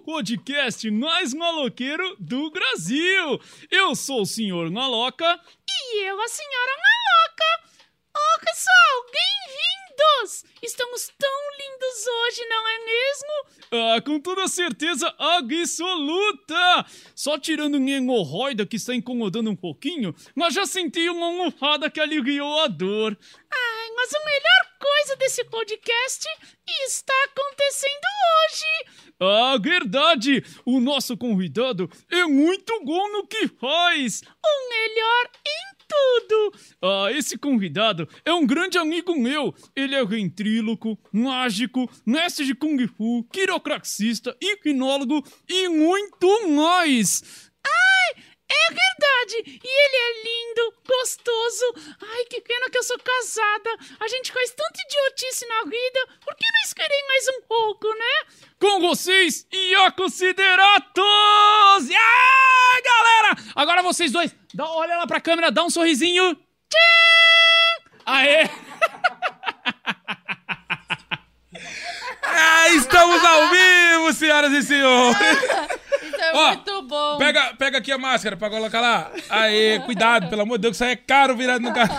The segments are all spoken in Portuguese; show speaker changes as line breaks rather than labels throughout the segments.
podcast mais maloqueiro do Brasil. Eu sou o senhor Maloca.
E eu, a senhora Maloca. Ô, pessoal, bem-vindos! Estamos tão lindos hoje, não é mesmo?
Ah, com toda certeza absoluta! Só tirando minha hemorroida que está incomodando um pouquinho, mas já senti uma almofada que aliviou a dor.
Ai, mas a melhor coisa desse podcast está acontecendo hoje!
Ah, verdade! O nosso convidado é muito bom no que faz!
O melhor em tudo!
Ah, esse convidado é um grande amigo meu. Ele é ventríloco, mágico, mestre de kung fu, quirocraxista, hipnólogo e muito mais.
Ai, é verdade! E ele é lindo, gostoso. Ai, que pena que eu sou casada. A gente faz tanta idiotice na vida. Por que não esperei mais um pouco, né?
Com vocês, Iaco Sideratos! Ah, galera! Agora vocês dois, dá- olha lá pra câmera, dá um sorrisinho. Tchim! Aê!
Ah, estamos ao vivo, senhoras e senhores!
Isso é
Ó,
muito bom.
Pega, pega aqui a máscara pra colocar lá. Aê, cuidado, pelo amor de Deus, que isso aí é caro virado no carro.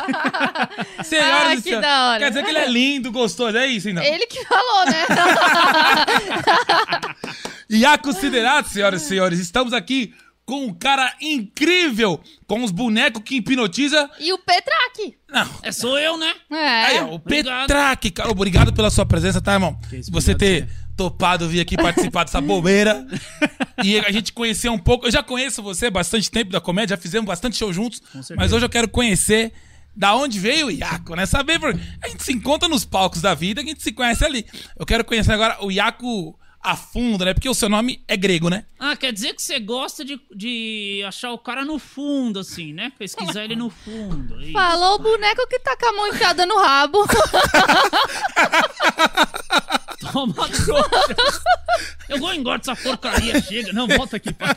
Senhoras
Ah,
e
que
senhores.
da hora.
Quer dizer que ele é lindo, gostoso, é isso, então.
Ele que falou, né?
E a considerado, senhoras e senhores, estamos aqui com um cara incrível, com os bonecos que hipnotiza.
e o Petraque.
Não.
É, sou eu, né?
É.
Aí, ó, o
Obrigado.
Petraque, cara, obrigado pela sua presença, tá, irmão?
isso,
Você ter
obrigado,
topado vir aqui participar dessa bobeira e a gente conhecer um pouco. Eu já conheço você há bastante tempo da comédia, já fizemos bastante show juntos, mas hoje eu quero conhecer da onde veio o Iaco, né? Saber, por... a gente se encontra nos palcos da vida, a gente se conhece ali. Eu quero conhecer agora o Iaco a fundo, né? Porque o seu nome é grego, né?
Ah, quer dizer que você gosta de, de achar o cara no fundo, assim, né? Pesquisar ele no fundo. é Isso.
Falou o boneco que tá com a mão enfiada no rabo.
Toma trouxa. Eu vou embora dessa porcaria, chega. Não, volta aqui. pá.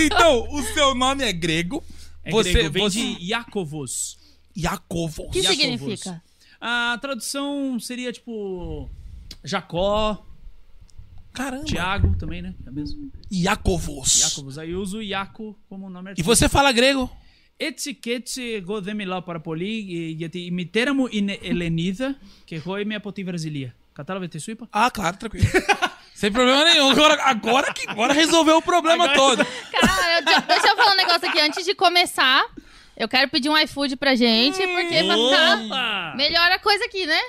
Então, o seu nome é grego.
É grego, vem de Iakovos.
Iacovo.
que
Ia-
significa?
A tradução seria tipo. Jacó,
Caramba.
Tiago também, né? É mesmo?
Iacovos.
Iacobos. Aí eu uso Iaco como nome
E você fala grego?
Etiquete godemila para poli, γιατί η μητέρα μου είναι Ελληνίδα και εγώ είμαι από τη Βραζιλία. Κατάλαβε τι σου είπα.
Ah, claro, tranquilo. Sem problema nenhum. Agora, agora que agora resolveu o problema todo.
Cara, eu- deixa- deixa eu falar um negócio aqui antes de começar. Eu quero pedir um iFood pra gente,
Hum,
porque vai ficar.
Opa!
Melhor a coisa aqui, né?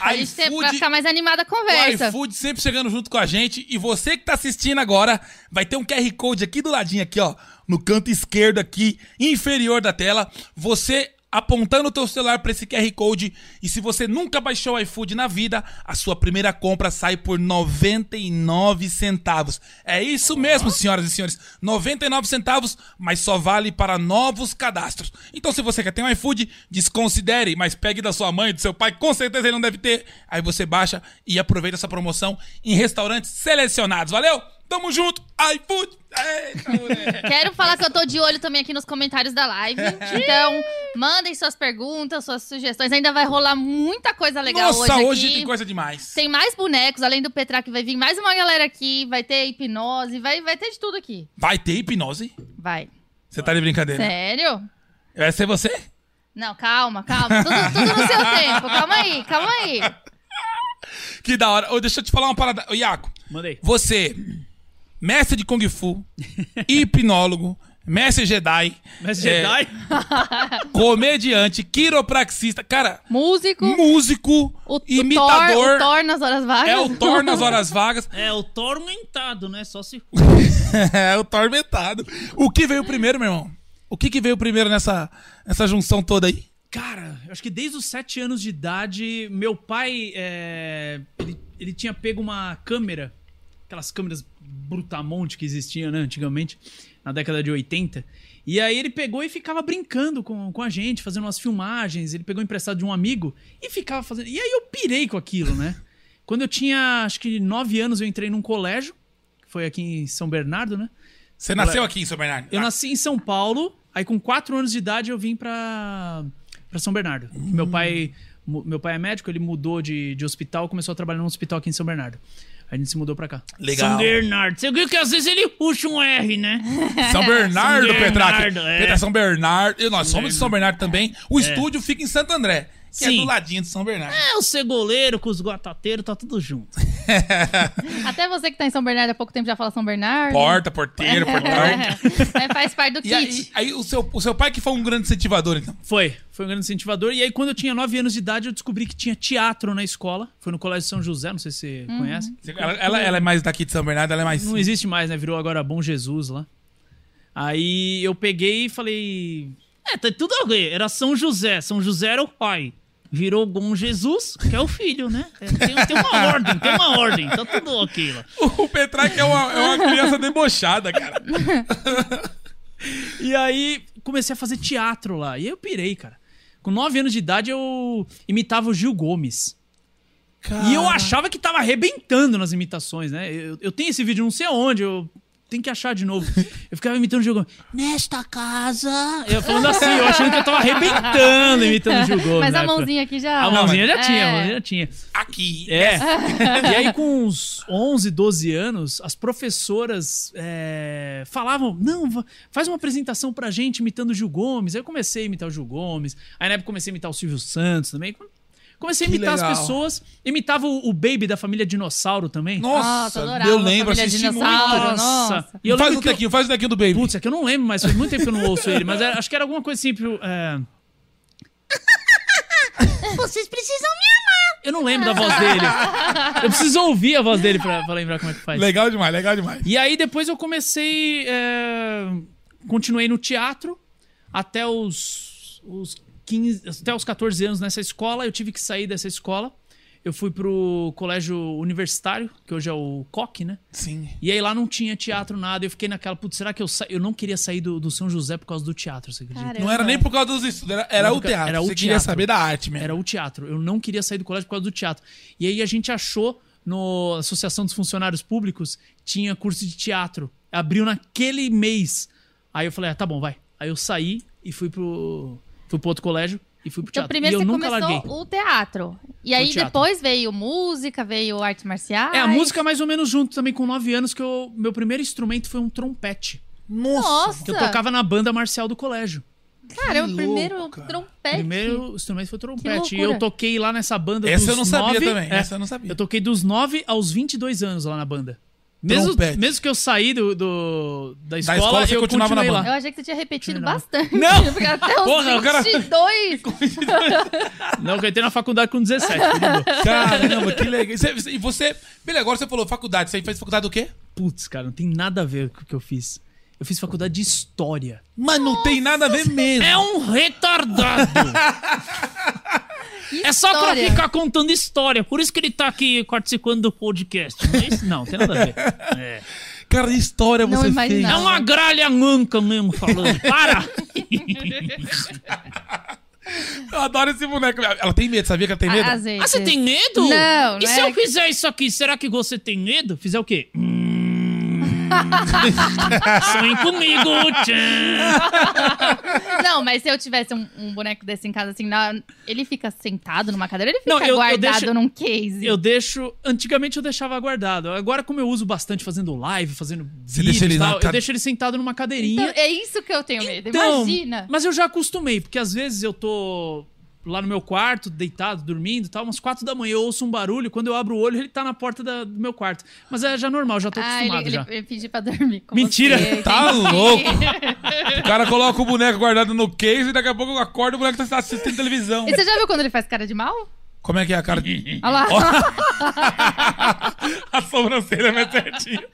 A gente tem pra
iFood-
ficar mais animada a
o
conversa.
iFood sempre chegando junto com a gente. E você que tá assistindo agora, vai ter um QR Code aqui do ladinho, aqui, ó. No canto esquerdo aqui, inferior da tela. Você apontando o teu celular pra esse QR Code. E se você nunca baixou o iFood na vida, a sua primeira compra sai por 99 centavos. É isso mesmo, senhoras e senhores. 99 centavos, mas só vale para novos cadastros. Então, se você quer ter um iFood, desconsidere, mas pegue da sua mãe, do seu pai, com certeza ele não deve ter. Aí você baixa e aproveita essa promoção em restaurantes selecionados. Valeu? Tamo junto, iFood! Eita, moleque.
Quero falar que eu tô de olho também aqui nos comentários da live. Então, mandem suas perguntas, suas sugestões. Ainda vai rolar muita coisa legal
Nossa,
hoje.
hoje
aqui.
tem coisa demais.
Tem mais bonecos, além do Petraque, vai vir mais uma galera aqui, vai ter hipnose, vai, vai ter de tudo aqui.
Vai ter hipnose?
Vai.
Você tá de brincadeira?
Sério?
Vai ser você?
Não, calma, calma. Tudo, tudo no seu tempo. Calma aí, calma aí.
Que da hora. Ô, deixa eu te falar uma parada. Ô, Iaco,
Mandei.
Você, mestre de Kung Fu, hipnólogo, mestre Jedi,
Mas
É.
Jedi?
comediante, quiropraxista, cara,
Músico,
músico,
o, o Thor,
imitador,
o Thor nas horas vagas.
é o Thor nas horas vagas,
É, o tormentado, né? Só se.
é o Thor metado. O que veio primeiro, meu irmão? O que, que veio primeiro nessa, nessa junção toda aí?
Cara, eu acho que desde os 7 anos de idade, meu pai. é, ele, ele tinha pego uma câmera, aquelas câmeras brutamonte que existiam, né, antigamente, na década de 80. E aí ele pegou e ficava brincando com, com a gente, fazendo umas filmagens. Ele pegou emprestado de um amigo e ficava fazendo. E aí eu pirei com aquilo, né? Quando eu tinha, acho que 9 anos, eu entrei num colégio, que foi aqui em São Bernardo, né?
Você nasceu aqui em São Bernardo? Ah,
Eu nasci em São Paulo, aí com 4 anos de idade eu vim pra, pra São Bernardo. Meu pai mu- meu pai é médico, ele mudou de, de hospital, começou a trabalhar num hospital aqui em São Bernardo. A gente se mudou pra cá.
Legal.
São Bernardo. Você viu que às vezes ele puxa um R, né?
São Bernardo,
São
Petraque.
Bernardo, é.
Petra, São Bernardo. Eu- Nós somos de São Bernardo também. O estúdio fica em Santo André, que é
Sim.
do ladinho de São Bernardo.
Ah,
É, o ser goleiro com os guatateiros, tá tudo junto.
Até você que tá em São Bernardo há pouco tempo já fala São Bernardo.
Porta, porteiro, portão.
É, faz parte do
E
kit.
aí, aí o, seu, o seu pai que foi um grande incentivador, então.
Foi, foi um grande incentivador. E aí, quando eu tinha 9 anos de idade, eu descobri que tinha teatro na escola. Foi no Colégio São José, não sei se você conhece.
Ela, ela- ela é mais daqui de São Bernardo, ela é mais.
Não existe mais, né? Virou agora Bom Jesus lá. Aí eu peguei e falei.
É, tem tudo a ver. Era São José. São José era o pai. Virou Bom Jesus, que é o filho, né? É, Tem, tem uma ordem, tem uma ordem. Tá tudo ok lá.
O Petraque é uma, é uma criança debochada, cara.
E aí comecei a fazer teatro lá. E aí eu pirei, cara. Com 9 anos de idade, eu imitava o Gil Gomes. E eu achava que tava arrebentando nas imitações, né? Eu, eu tenho esse vídeo não sei aonde, eu tenho que achar de novo. Eu ficava imitando o Gil Gomes.
Nesta casa.
Eu falando assim, eu achando que eu tava arrebentando imitando o Gil Gomes.
Mas
na
a
época.
mãozinha aqui já.
A mãozinha já
É.
tinha, a mãozinha já tinha.
Aqui.
É. e aí, com uns 11, 12 anos, as professoras é, falavam: não, va- faz uma apresentação pra gente imitando o Gil Gomes. Aí eu comecei a imitar o Gil Gomes. Aí na época comecei a imitar o Silvio Santos também. Comecei a
Que
imitar
legal.
as pessoas. Imitava o, o Baby da família Dinossauro também.
Nossa,
Nossa,
adorava
eu
a
lembro,
família
assisti muito.
dinossauro. nossa.
E eu
faz
lembro
um
que eu-
tequinho, faz o tequinho do Baby.
Putz, é que eu não lembro, mas faz muito tempo que eu não ouço ele. Mas era- acho que era alguma coisa assim. tipo, É...
Vocês precisam
Eu não lembro da voz dele. Eu preciso ouvir a voz dele pra, pra lembrar como é que faz.
Legal demais, legal demais.
E aí depois eu comecei. é, Continuei no teatro até os, os 15, até os 14 anos nessa escola. Eu tive que sair dessa escola. Eu fui pro colégio universitário, que hoje é o COC, né?
Sim.
E aí lá não tinha teatro, nada. Eu fiquei naquela, putz, será que eu sa... Eu não queria sair do, do São José por causa do teatro, você acredita?
Caramba.
Não era nem por causa dos estudos, era, era
Não,
o
porque
teatro.
era o
Você queria
teatro.
saber da arte mesmo.
Era o teatro. Eu não queria sair do colégio por causa do teatro. E aí a gente achou, na Associação dos Funcionários Públicos, tinha curso de teatro. Abriu naquele mês. Aí eu falei, ah, tá bom, vai. Aí eu saí e fui pro, fui pro outro colégio e fui pro
Então,
teatro.
primeiro
e
você
eu nunca
começou
larguei.
o teatro. E aí
O teatro.
depois veio música, veio artes marciais.
É, a música mais ou menos junto também, com nove anos, que eu, meu primeiro instrumento foi um trompete.
Nossa!
Que eu tocava na banda marcial do colégio.
Cara, é
Que
o primeiro
louco, cara.
É
trompete.
Primeiro instrumento foi o trompete. E
loucura.
eu toquei lá nessa banda
Essa
dos
eu não sabia
nove-
também.
É.
Essa eu não sabia.
Eu toquei dos 9 aos 22 anos lá na banda. Mesmo,
Trompete.
mesmo que eu saí do, do- da escola,
escola, você
eu
continuava
continuava
na
lá.
Eu achei que você tinha repetido
Não.
bastante.
Não!
Porque até os
Porra, o cara-
22.
Não, que eu entrei na faculdade com 17. tudo bom.
Caramba, que legal. E você- você- E você. Beleza, agora você falou faculdade. Você fez faculdade do quê?
Putz, cara, não tem nada a ver com o que eu fiz. Eu fiz faculdade de História.
Mas não tem nada a ver mesmo.
É um retardado! é só pra
História. Ah,
ficar contando história. Por isso que ele tá aqui participando do podcast. Mas não, tem nada a ver. É,
Cara, que história
Não
você fez.
imaginava.
é uma gralha manca mesmo falando. Para!
Eu adoro esse boneco. Ela tem medo, sabia que ela tem medo?
Ah, às vezes.
Ah, você tem medo?
Não,
E
não
se
é-
eu fizer isso aqui, será que você tem medo? Fizer o quê? Sonhe comigo, tchan.
Não, mas se eu tivesse um, um boneco desse em casa, assim, na- ele fica sentado numa cadeira, ele fica
Não, eu- eu
guardado
deixo-
num case.
Eu deixo. Antigamente eu deixava guardado. Agora, como eu uso bastante fazendo live, fazendo
deixa
vídeos
ele
e
na
tal, eu
cade-
deixo ele sentado numa
Então,
cadeirinha.
é isso que eu tenho medo.
Então,
Imagina.
Mas eu já acostumei, porque às vezes eu tô lá no meu quarto, deitado, dormindo e tal, umas quatro da manhã eu ouço um barulho, quando eu abro o olho, ele tá na porta da- do meu quarto. Mas é já normal, já tô
Ah,
acostumado
ele,
já.
ele, ele pediu pra dormir com
Mentira.
você.
Tá louco. O cara coloca o boneco guardado no case e daqui a pouco acorda e o boneco tá assistindo televisão.
E você já viu quando ele faz cara de mal?
Como é que é a cara?
Olha lá,
a sobrancelha é certinha.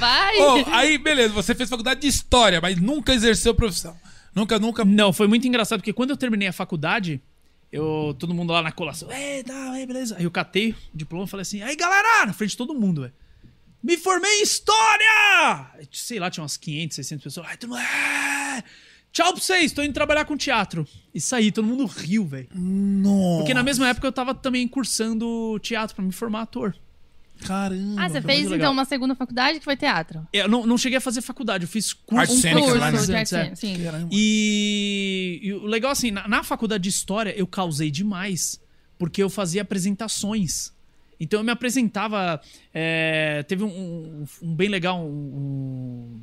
vai.
Ô, aí, beleza, você fez faculdade de história, mas nunca exerceu profissão. Nunca, nunca.
Não, foi muito engraçado, porque quando eu terminei a faculdade, eu, todo mundo lá na colação, é, tá, é, beleza. Aí eu catei o diploma e falei assim, aí galera, na frente de todo mundo, velho. Me formei em História! Sei lá, tinha umas 500, 600 pessoas. Ai, todo mundo, "É! Tchau pra vocês, tô indo trabalhar com teatro. E saí, todo mundo riu, velho.
Não.
Porque na mesma época eu tava também cursando teatro pra me formar ator.
Caramba.
Ah, você fez
legal.
então uma segunda faculdade que foi teatro. Um
Eu não, não cheguei a fazer faculdade, eu fiz curso, um
Artes cênicas lá, né?
Curso de
antes, é.
arte, sim.
Caramba.
E, e o legal, assim, na, na faculdade de história eu causei demais, porque eu fazia apresentações. Então eu me apresentava. é, teve um, um- um bem legal, um- um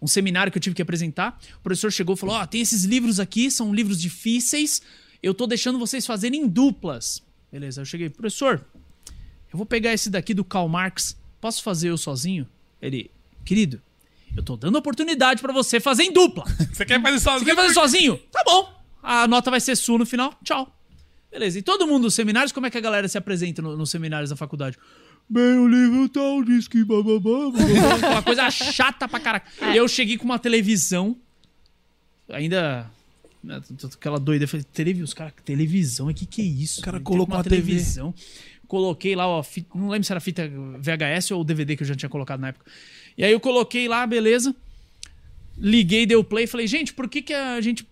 um seminário que eu tive que apresentar. O professor chegou e falou: Ó, tem esses livros aqui, são livros difíceis, eu tô deixando vocês fazerem em duplas. Beleza, eu cheguei, professor, eu vou pegar esse daqui do Karl Marx, posso fazer eu sozinho? Ele, querido, eu tô dando oportunidade pra você fazer em dupla.
Você quer fazer
Você
sozinho?
quer fazer sozinho? Tá bom. A nota vai ser sua no final. Tchau. Beleza. E todo mundo nos seminários, como é que a galera se apresenta no- nos seminários da faculdade? Bem, o livro tal diz que bababá, bababá. Uma coisa chata pra caraca. E É. eu cheguei com uma televisão, ainda... né, t- t- Aquela doida. Eu falei, televisão, os caras, televisão, o que que é isso? O
cara colocou uma TV.
televisão. Coloquei lá, ó, fi- não lembro se era fita VHS ou DVD que eu já tinha colocado na época. E aí eu coloquei lá, beleza liguei, dei o play e falei, gente, por que, que a gente.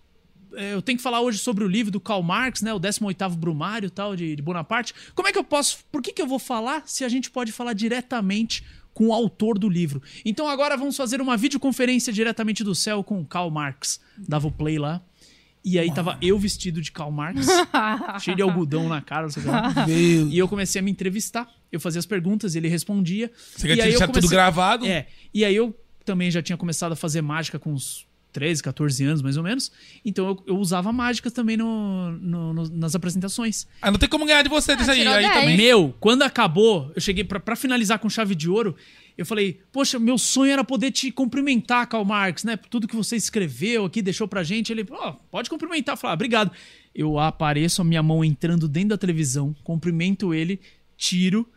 é, Eu tenho que falar hoje sobre o livro do Karl Marx, né? O 18 Brumário e tal, de, de Bonaparte. Como é que eu posso. Por que, que eu vou falar se a gente pode falar diretamente com o autor do livro? Então agora vamos fazer uma videoconferência diretamente do céu com o Karl Marx. Dava o play lá. E aí tava eu vestido de Karl Marx, cheio de algodão na cara, não sei o que lá.
Meu.
E eu comecei a me entrevistar. Eu fazia as perguntas, ele respondia.
Você
e
quer
aí eu
deixar tudo
comecei-
gravado?
é, e aí eu também já tinha começado a fazer mágica com uns 13, 14 anos, mais ou menos. Então eu, eu usava mágicas também no- no- no- nas apresentações.
Ah, não tem como ganhar de você disso aí.
tirou
aí
dez.
também.
Meu, quando acabou, eu cheguei pra pra finalizar com chave de ouro. Eu falei, poxa, meu sonho era poder te cumprimentar, Karl Marx, né? Por tudo que você escreveu aqui, deixou pra gente. Ele, ó, pode cumprimentar. Eu falei, ah, obrigado. Eu apareço, a minha mão entrando dentro da televisão, cumprimento ele, tiro.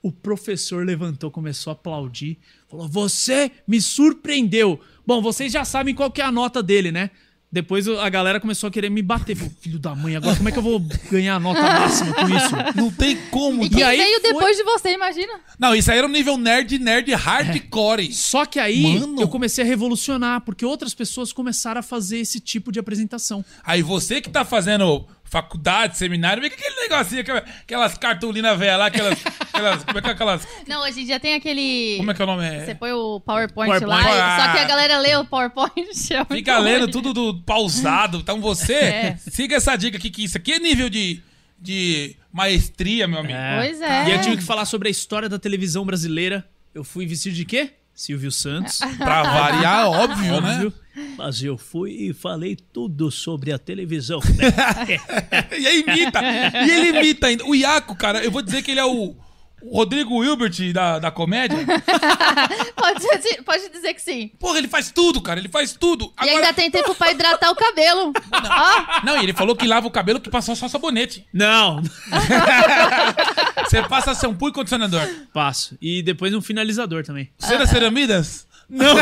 O professor levantou, começou a aplaudir. Falou, você me surpreendeu. Bom, vocês já sabem qual que é a nota dele, né? Depois a galera começou a querer me bater. Falei, filho da mãe, agora como é que eu vou ganhar a nota máxima com isso?
Não tem como.
E quem
E aí
veio
foi-
depois de você, imagina?
Não, isso aí era um nível nerd, nerd hardcore.
Só que aí
Mano.
eu comecei a revolucionar, porque outras pessoas começaram a fazer esse tipo de apresentação.
Aí você que tá fazendo faculdade, seminário, vem com aquele negocinho, aquela- aquelas cartolinas velhas lá, aquelas, aquelas. Como é que é aquelas.
Não, hoje em dia tem aquele.
Como é que é o nome? É-
Você põe o PowerPoint,
PowerPoint.
lá, e- só que
Ah.
a galera lê o PowerPoint. é muito
Fica lendo
ruim.
tudo do pausado. Então você,
É.
siga essa dica aqui, que isso aqui é nível de, de maestria, meu amigo.
Pois é.
E eu tive que falar sobre a história da televisão brasileira. Eu fui vestido de quê? Silvio Santos.
É.
Pra variar, é óbvio, né?
Óbvio. Mas eu fui e falei tudo sobre a televisão.
né? E aí imita. E ele imita ainda. O Iaco, cara, eu vou dizer que ele é o o Rodrigo Wilbert da, da comédia.
Pode, ser- pode dizer que sim.
Porra, ele faz tudo, cara. Ele faz tudo.
E ainda tem tempo pra hidratar o cabelo. Ó,
Não, e ele falou que lava o cabelo que passa só sabonete.
Não,
Você passa shampoo e condicionador.
passo. E depois um finalizador também.
Você é das ceramidas?
Não.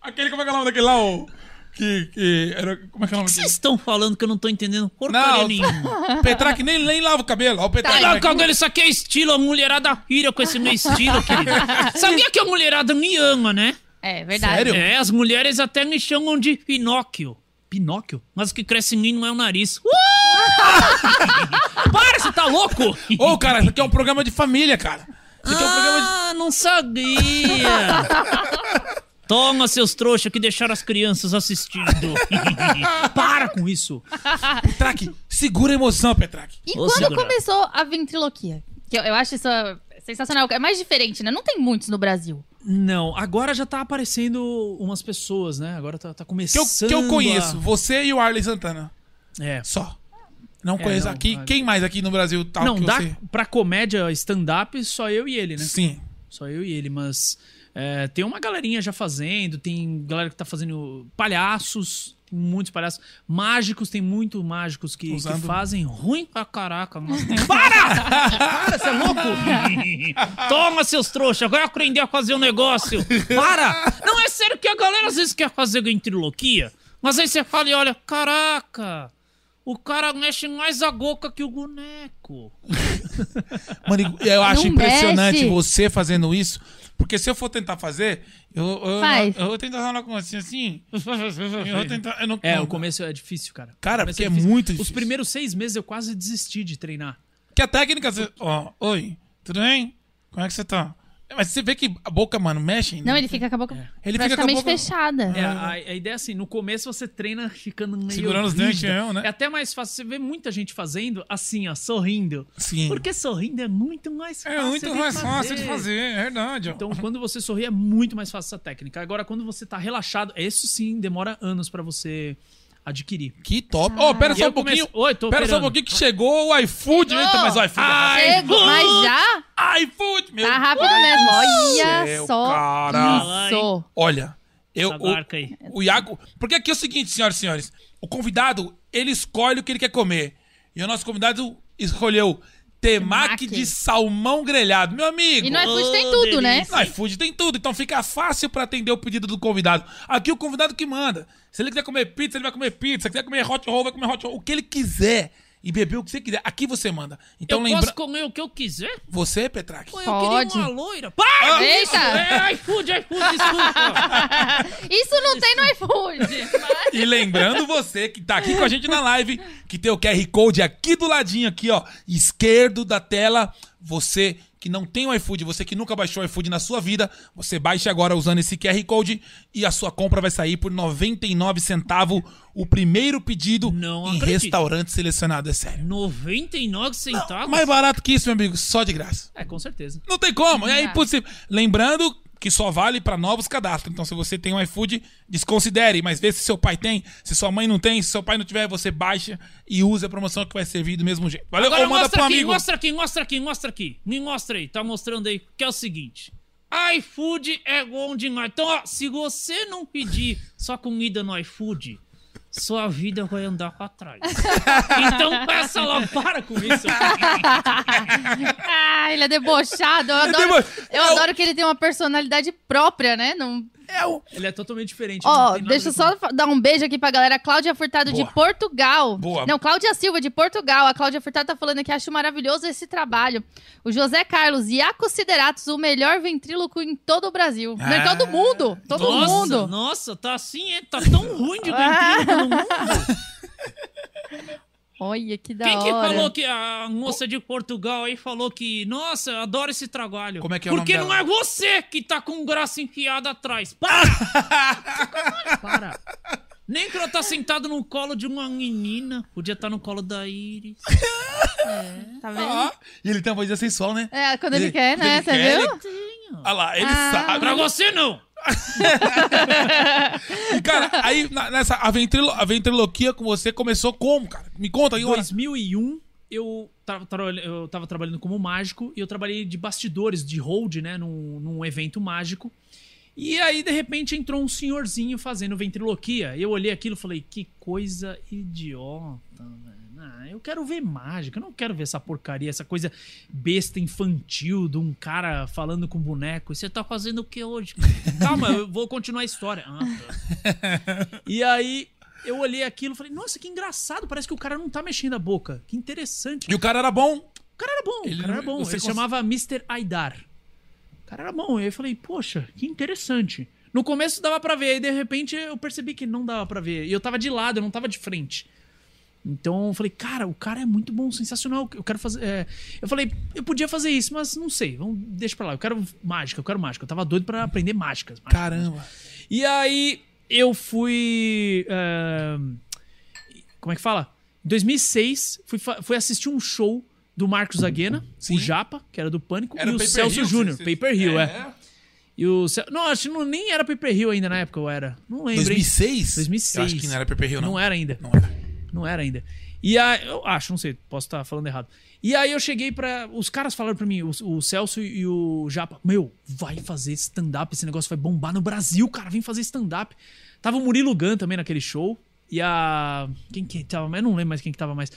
Aquele, como é que é o nome daquele lá? O, que, que era, como é que é o nome
Vocês
daquele?
estão falando que eu não tô entendendo porcaria nenhuma.
Não, Petraque nem, nem lava o cabelo. Ó, o Petraque.
Não, Caldeira, isso aqui é estilo, a mulherada pira com esse meu estilo, querido. Sabia que a mulherada me ama, né?
É verdade.
Sério?
É, as mulheres até me chamam de Pinóquio. Pinóquio? Mas o que cresce em mim não é o nariz. Uh! Para, você tá louco?
Ô, cara, isso aqui é um programa de família, cara. Isso aqui é um programa de...
Ah, não sabia. Toma, seus trouxas que deixaram as crianças assistindo. Para com isso.
Petraque, segura a emoção, Petraque.
E
Vou
quando
segurar.
começou a ventriloquia? Que eu, eu acho isso sensacional. É mais diferente, né? Não tem muitos no Brasil.
Não, agora já tá aparecendo umas pessoas, né? Agora tá,
Que
tá
eu,
começando
que eu
a-
conheço, você e o Arley Santana.
É.
Só. Não conheço
não,
aqui.
ah,
Quem mais aqui no Brasil tal
Não,
Ah, que
dá
você...
pra comédia stand-up só eu e ele, né?
Sim.
Só eu e ele, mas é, tem uma galerinha já fazendo, tem galera que tá fazendo palhaços, muitos palhaços. Mágicos, tem muito mágicos que, que
Usando-
fazem ruim pra caraca, mas tem... Para! Para, você é louco? Toma, seus trouxas, vai aprender a fazer um negócio. Para! Não é sério que a galera às vezes quer fazer ventriloquia, mas aí você fala e olha, caraca, o cara mexe mais a boca que o boneco.
Mano, eu acho
Não
impressionante
mexe.
você fazendo isso, porque se eu for tentar fazer, eu, eu,
Faz.
eu vou tentar falar com você assim, eu vou tentar... Eu não,
É,
não,
o começo é difícil, cara.
Cara,
O começo
porque é muito
Os
difícil.
primeiros seis meses eu quase desisti de treinar.
Que a técnica... você- Ó, oi, tudo bem? Como é que você tá? Mas você vê que a boca, mano, mexe. né? ainda.
Não, ele fica com a boca
Ele fica com a
praticamente
boca-
fechada.
É, a, a ideia é assim, no começo você treina ficando meio
Ah. Segurando os
rígida.
dentes, né?
É até mais fácil, você vê muita gente fazendo assim, ó, sorrindo.
Sim.
Porque sorrindo é muito mais
É
fácil
muito mais fácil de fazer, é verdade. ó.
Então, quando você sorri, é muito mais fácil essa técnica. Agora, quando você tá relaxado, isso sim demora anos pra você adquirir.
que top. Ô, pera
Ah, E
só
eu
um pouquinho.
comecei- Oi, tô
Pera só um
operando.
pouquinho que chegou o iFood.
Chegou!
Eita, mas o iFood.
Chega, mas já
Ai, iFood, meu
tá rápido mesmo. Olha
Deus,
só
Cara.
isso.
Olha, eu,
Essa
o,
barca aí.
o Iago. Porque aqui é o seguinte, senhoras e senhores. O convidado, ele escolhe o que ele quer comer. E o nosso convidado escolheu temaki
Temaki.
de salmão grelhado. Meu amigo.
E
é
no iFood tem
Ô,
tudo, né?
delícia.
No iFood tem tudo, então fica fácil pra atender o pedido do convidado. Aqui o convidado que manda. Se ele quiser comer pizza, ele vai comer pizza. Se quiser comer hot roll, vai comer hot roll. O que ele quiser e beber o que você quiser. Aqui você manda. Então
eu
lembra...
posso comer o que eu quiser?
Você, Petraque?
Pô, eu
Pode.
queria uma loira.
Ah!
Para!
Eita!
É iFood, iFood, desculpa.
Isso não tem no iFood. mas-
E lembrando você que tá aqui com a gente na live, que tem o QR Code aqui do ladinho, aqui, ó, esquerdo da tela. Você que não tem o iFood, você que nunca baixou o iFood na sua vida, você baixa agora usando esse QR Code e a sua compra vai sair por 99 centavos o primeiro pedido
Não
em
acredito.
restaurante selecionado, é sério.
99 centavos?
Mais barato que isso, meu amigo, só de graça.
É, com certeza.
Não tem como, é
Exato.
impossível. Lembrando que só vale pra novos cadastros. Então, se você tem um iFood, desconsidere, mas vê se seu pai tem, se sua mãe não tem, se seu pai não tiver, você baixa e usa a promoção que vai servir do mesmo jeito. Valeu,
Agora
ou manda
mostra
pro
aqui,
amigo.
mostra aqui, mostra aqui, mostra aqui. Me mostra aí, tá mostrando aí, que é o seguinte. iFood é bom demais. Então, ó, se você não pedir sua comida no iFood, sua vida vai andar pra trás. Então peça logo, para com isso.
Ah, ele é debochado. Eu adoro,
debo- É
eu
o-
adoro que ele tem uma personalidade própria, né? Não...
Ele é totalmente diferente. não
Ó,
tem nada
deixa
a
eu só
ver
fa- dar um beijo aqui pra galera. Cláudia Furtado
Boa.
de Portugal.
Boa.
Não, Cláudia Silva de Portugal. A Cláudia Furtado tá falando aqui, acho maravilhoso esse trabalho. O José Carlos e a Consideratos, o melhor ventríloco em todo o Brasil. Não, em
Ah.
todo mundo.
com-
Todo
nossa,
mundo.
Nossa, tá assim, é, tá tão ruim de ventríloco no mundo.
Olha, que da
Quem
hora.
que falou que a moça de Portugal aí falou que, nossa, eu adoro esse trabalho.
Como é que é o
Porque
nome
não
dela?
é você que tá com graça enfiada atrás. Para! Para! Nem que ela tá sentado no colo de uma menina, podia estar no colo da Iris.
Tá vendo?
Ó, Ah, E ele tem uma vozinha sensual, né?
É, quando ele,
Ele-
quer,
quando
né?
ele
Você
quer,
viu?
ele- Olha lá, ele
Ah.
sabe.
Pra você não!
E, Cara, aí na- nessa a, ventrilo, a ventriloquia com você começou como, cara? Me conta aí,
Em
olha.
2001, eu tava, tra- eu tava trabalhando como mágico e eu trabalhei de bastidores, de hold, né, num, num evento mágico. E aí, de repente, entrou um senhorzinho fazendo ventriloquia. Eu olhei aquilo e falei, que coisa idiota, velho. Ah, eu quero ver mágica, eu não quero ver essa porcaria, essa coisa besta infantil de um cara falando com boneco. Você tá fazendo o que hoje? Calma, eu vou continuar a história. Ah, tá. E aí eu olhei aquilo e falei, nossa, que engraçado, parece que o cara não tá mexendo a boca. Que interessante.
E o cara era bom.
O cara era bom,
Ele-
o cara era bom.
você
Ele
cons-
chamava Mr. Aidar. O cara era bom. E aí eu falei, poxa, que interessante. No começo dava pra ver, aí de repente eu percebi que não dava pra ver. E eu tava de lado, eu não tava de frente. Então eu falei, cara, o cara é muito bom, sensacional. Eu quero fazer. é, Eu falei, eu podia fazer isso, mas não sei. Vamos, deixa pra lá. Eu quero mágica, eu quero mágica. Eu tava doido pra aprender mágicas. mágicas,
Caramba.
e aí eu fui. ahn, como é que fala? Em 2006, fui, fa- fui assistir um show do Marcos Zaguena,
Sim.
o Japa, que era do Pânico,
Era
e o
Paper
Celso
Hill,
Júnior,
você- você-
Paper Hill, é.
é.
E o Cel... Não, acho que não, nem era Paper Hill ainda na época, eu era. Não lembro. hein?
2006?
2006.
Eu acho que não era PP Rio, não.
Não era ainda.
Não era.
Não era ainda. E aí, eu acho, não sei, posso estar falando errado. E aí eu cheguei pra. Os caras falaram pra mim, o, o Celso e o Japa, meu, vai fazer stand-up, esse negócio vai bombar no Brasil, cara, vem fazer stand-up. Tava o Murilo Gun também naquele show. E a. Quem que tava? Eu não lembro mais quem que tava mais.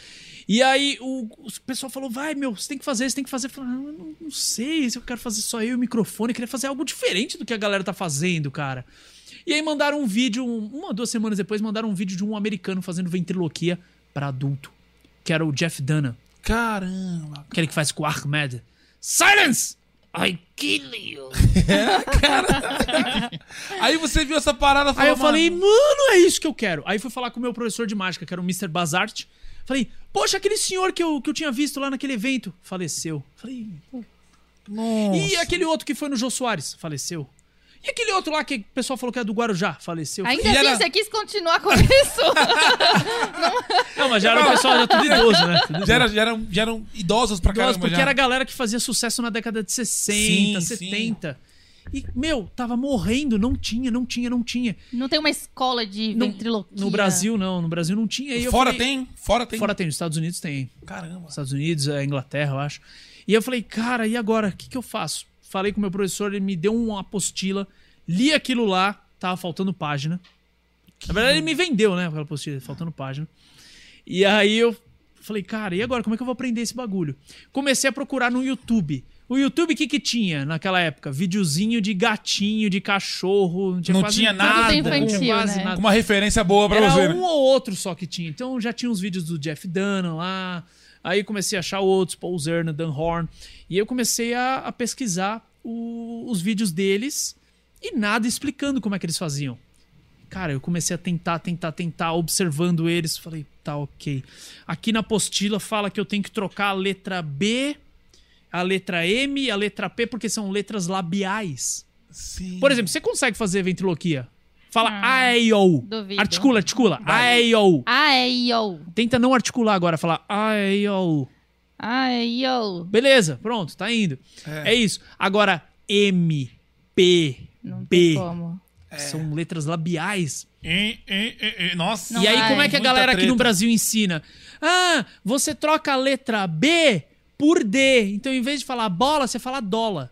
E aí o, o pessoal falou: vai, meu, você tem que fazer, você tem que fazer. Eu falei, ah, eu não, não sei se eu quero fazer só eu e o microfone. Eu queria fazer algo diferente do que a galera tá fazendo, cara. E aí mandaram um vídeo, um- uma, duas semanas depois, mandaram um vídeo de um americano fazendo ventriloquia pra adulto, que era o Jeff Dana,
Caramba.
aquele que faz com o Ahmed. Silence! I kill you!
Aí você viu essa parada e
Aí
falou,
eu falei,
"Mano,
mano, é isso que eu quero. Aí fui falar com o meu professor de mágica, que era o Mr. Bazart. Falei, poxa, aquele senhor que eu, que eu tinha visto lá naquele evento faleceu. Falei, E aquele outro que foi no Jô Soares, faleceu. E aquele outro lá que o pessoal falou que é do Guarujá, faleceu.
Ainda
E
assim,
era-
você quis continuar com isso.
Não, mas já era o pessoal, já tudo idoso, né? Tudo
Já, era- já eram, já eram idosos pra
idoso,
caramba.
porque
já.
era a galera que fazia sucesso na década de
Sim,
60,
sim.
70. E, meu, tava morrendo, não tinha, não tinha, não tinha.
Não tem uma escola de
No,
ventriloquia.
no Brasil, não, no Brasil não tinha. E eu
Fora
falei-
tem, fora tem.
Fora tem, nos Estados Unidos tem.
Caramba.
Estados Unidos, é, Inglaterra, eu acho. E eu falei, cara, e agora? O que, que eu faço? Falei com o meu professor, ele me deu uma apostila, li aquilo lá, tava faltando página. Na verdade, ele me vendeu, né? Aquela apostila, faltando página. E aí eu falei, cara, e agora? Como é que eu vou aprender esse bagulho? Comecei a procurar no YouTube. O YouTube, o que que tinha naquela época? Videozinho de gatinho, de cachorro. Não tinha,
Não
quase
tinha
nada.
nada.
infantil,
quase
né?
nada.
Com uma referência boa pra
Era
você. né?
um ou outro só que tinha. Então já tinha uns vídeos do Jeff Dunham lá. Aí comecei a achar outros, Paul Zerno, Dan Horn. E eu comecei a, a pesquisar o- os vídeos deles e nada explicando como é que eles faziam. Cara, eu comecei a tentar, tentar, tentar, observando eles. Falei, tá ok. Aqui na apostila fala que eu tenho que trocar a letra B, a letra M e a letra P, porque são letras labiais.
Sim.
Por exemplo, você consegue fazer ventriloquia? Fala
Ah,
a, e, ou.
duvido.
Articula, articula. A, e, ou.
Ah, é yo.
Tenta não articular agora, falar a, e, ou.
Ah, é yo.
Beleza, pronto, tá indo. É, isso. Agora, M, P,
Não tem
B.
como.
São letras labiais.
Hein, hein, hein, hein. Nossa.
Não
e aí,
vai.
como é que a
Muita
galera aqui no
treta.
Brasil ensina? Ah, você troca a letra B por D. Então, em vez de falar bola, você fala dólar.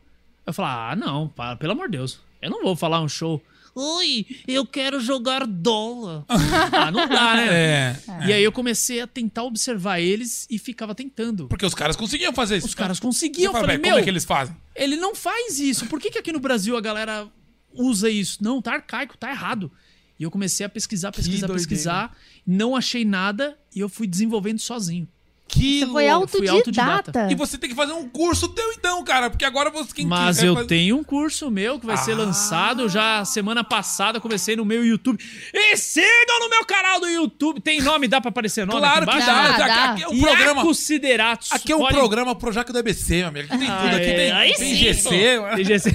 Eu falo, ah, não, pá, pelo amor de Deus. Eu não vou falar um show. Oi, eu quero jogar dólar. ah, não dá, né?
É.
E aí eu comecei a tentar observar eles e ficava tentando.
Porque os caras conseguiam fazer isso.
Os caras
Você
conseguiam. Eu
fala,
falei,
"Bem,
meu,
como é que eles fazem?
ele não faz isso. Por que, que aqui no Brasil a galera usa isso? Não, tá arcaico, tá errado. E eu comecei a pesquisar, pesquisar,
doideira.
pesquisar. Não achei nada e eu fui desenvolvendo sozinho.
Que
Você foi
louco.
fui
autodidata.
autodidata.
E você tem que fazer um curso teu então, cara. Porque agora você quem
Mas
quiser
eu
fazer-
tenho um curso meu que vai ser
É, Ah.
lançado já semana passada. Comecei no meu YouTube. E sigam no meu canal do YouTube. Tem nome? Dá pra aparecer nome?
Claro
aqui
que
embaixo?
dá.
Dá, dá.
Aqui é um programa.
Considerados.
Aqui é um programa Projac do ABC, meu amigo. Aqui tem tudo. Aqui
é.
tem,
Aí
tem né?
sim,
GC.
Tem GC.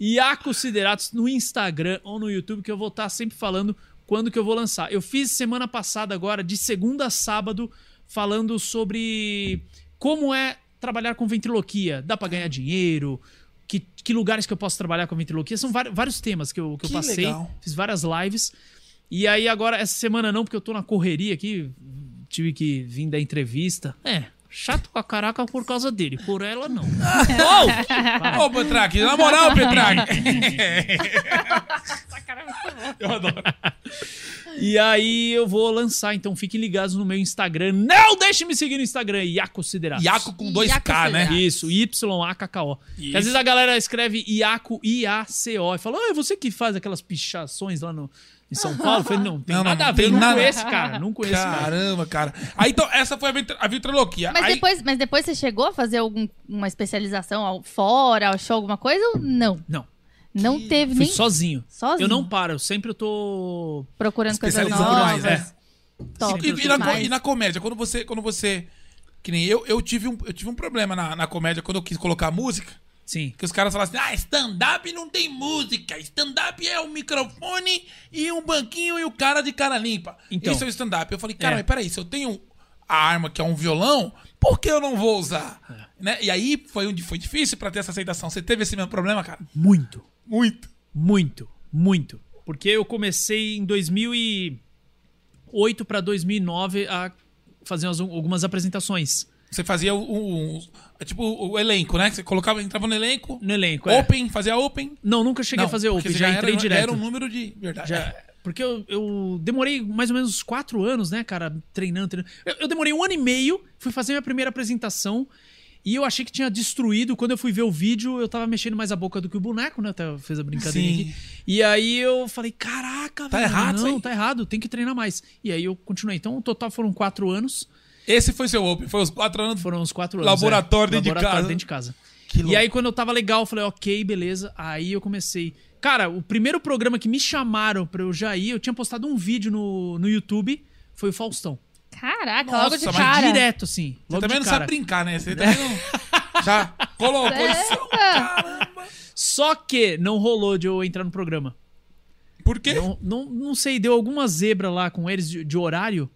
Iaco Sideratos no Instagram ou no YouTube, que eu vou estar sempre falando quando que eu vou lançar. Eu fiz semana passada agora, de segunda a sábado, falando sobre como é trabalhar com ventriloquia. Dá pra ganhar dinheiro? Que, que lugares que eu posso trabalhar com ventriloquia? São vari- vários temas que eu, que eu
Que
passei.
legal.
Fiz várias lives. E aí agora, essa semana não, porque eu tô na correria aqui. Tive que vir da entrevista. É, chato pra caraca por causa dele. Por ela, não.
Ô, oh, Petraque, na moral, Petraque. Eu adoro.
E aí eu vou lançar, então fiquem ligados no meu Instagram. Não deixe me seguir no Instagram, Iaco Siderato.
Iaco com dois
Iaco
k né?
Siderato.
Isso, Y-A-K-K-O. Que Às vezes a galera escreve Iaco, I-A-C-O, e fala, "Ah, é você que faz aquelas pichações lá no, em São Paulo? Eu falei, não, tem
Não, não,
nada a
não
ver,
tem
não
nada.
conheço, cara, não conheço, cara.
Caramba, cara. Aí então, essa foi a, ventri a ventriloquia.
Mas
Aí-
depois, mas depois você chegou a fazer alguma especialização ao- fora, achou alguma coisa ou não?
Não,
Não teve
fui
nem
sozinho.
Sozinho.
Eu não paro, eu sempre tô...
procurando coisas
Especializando
novas.
mais, né?
Top,
Sempre
E, e na, co-
demais.
e na comédia, quando você. Quando você que nem eu, eu tive um, eu tive um problema na, na comédia quando eu quis colocar música.
Sim.
Que os caras falam assim: ah, stand-up não tem música. Stand-up é um microfone e um banquinho e o cara de cara limpa.
Então.
Isso é o stand-up. Eu falei: cara,
É.
mas peraí, se eu tenho a arma que é um violão, por que eu não vou usar?
É.
Né? E aí foi onde foi difícil pra ter essa aceitação. Você teve esse mesmo problema, cara?
Muito.
Muito.
Muito, muito. Porque eu comecei em 2008 para 2009 a fazer umas- algumas apresentações
Você fazia um, um- um- é tipo o elenco, né? Que Você colocava, entrava no elenco.
no elenco. é.
Open, fazia open.
Não, nunca cheguei a fazer
porque
open,
você
já, entrei
era,
direto.
Era um número de verdade. É.
Já- porque eu, eu demorei mais ou menos uns quatro anos, né, cara, treinando, treinando. Eu, eu demorei um ano e meio, fui fazer minha primeira apresentação e eu achei que tinha destruído. Quando eu fui ver o vídeo, eu tava mexendo mais a boca do que o boneco, né? Até fez a brincadeira
Sim.
aqui. E aí eu falei, caraca,
Tá
velho,
errado isso
não,
aí."
tá errado, tem que treinar mais. E aí eu continuei. Então, o total foram quatro anos.
Esse foi seu open, foi os quatro anos.
Foram uns quatro anos. é.
Laboratório dentro de casa.
dentro de casa.
Que
E
louco.
aí, quando eu tava legal, eu falei, ok, beleza. Aí eu comecei. Cara, o primeiro programa que me chamaram pra eu já ir, eu tinha postado um vídeo no, no YouTube, foi o Faustão.
Caraca,
Nossa,
logo de
Tá, mas
cara.
Direto, assim.
Você
Logo
também não
de cara.
sabe brincar, né? Você também não. Já. Colocou isso.
Só que não rolou de eu entrar no programa.
Por quê?
Não, não, não sei, deu alguma zebra lá com eles de, de horário.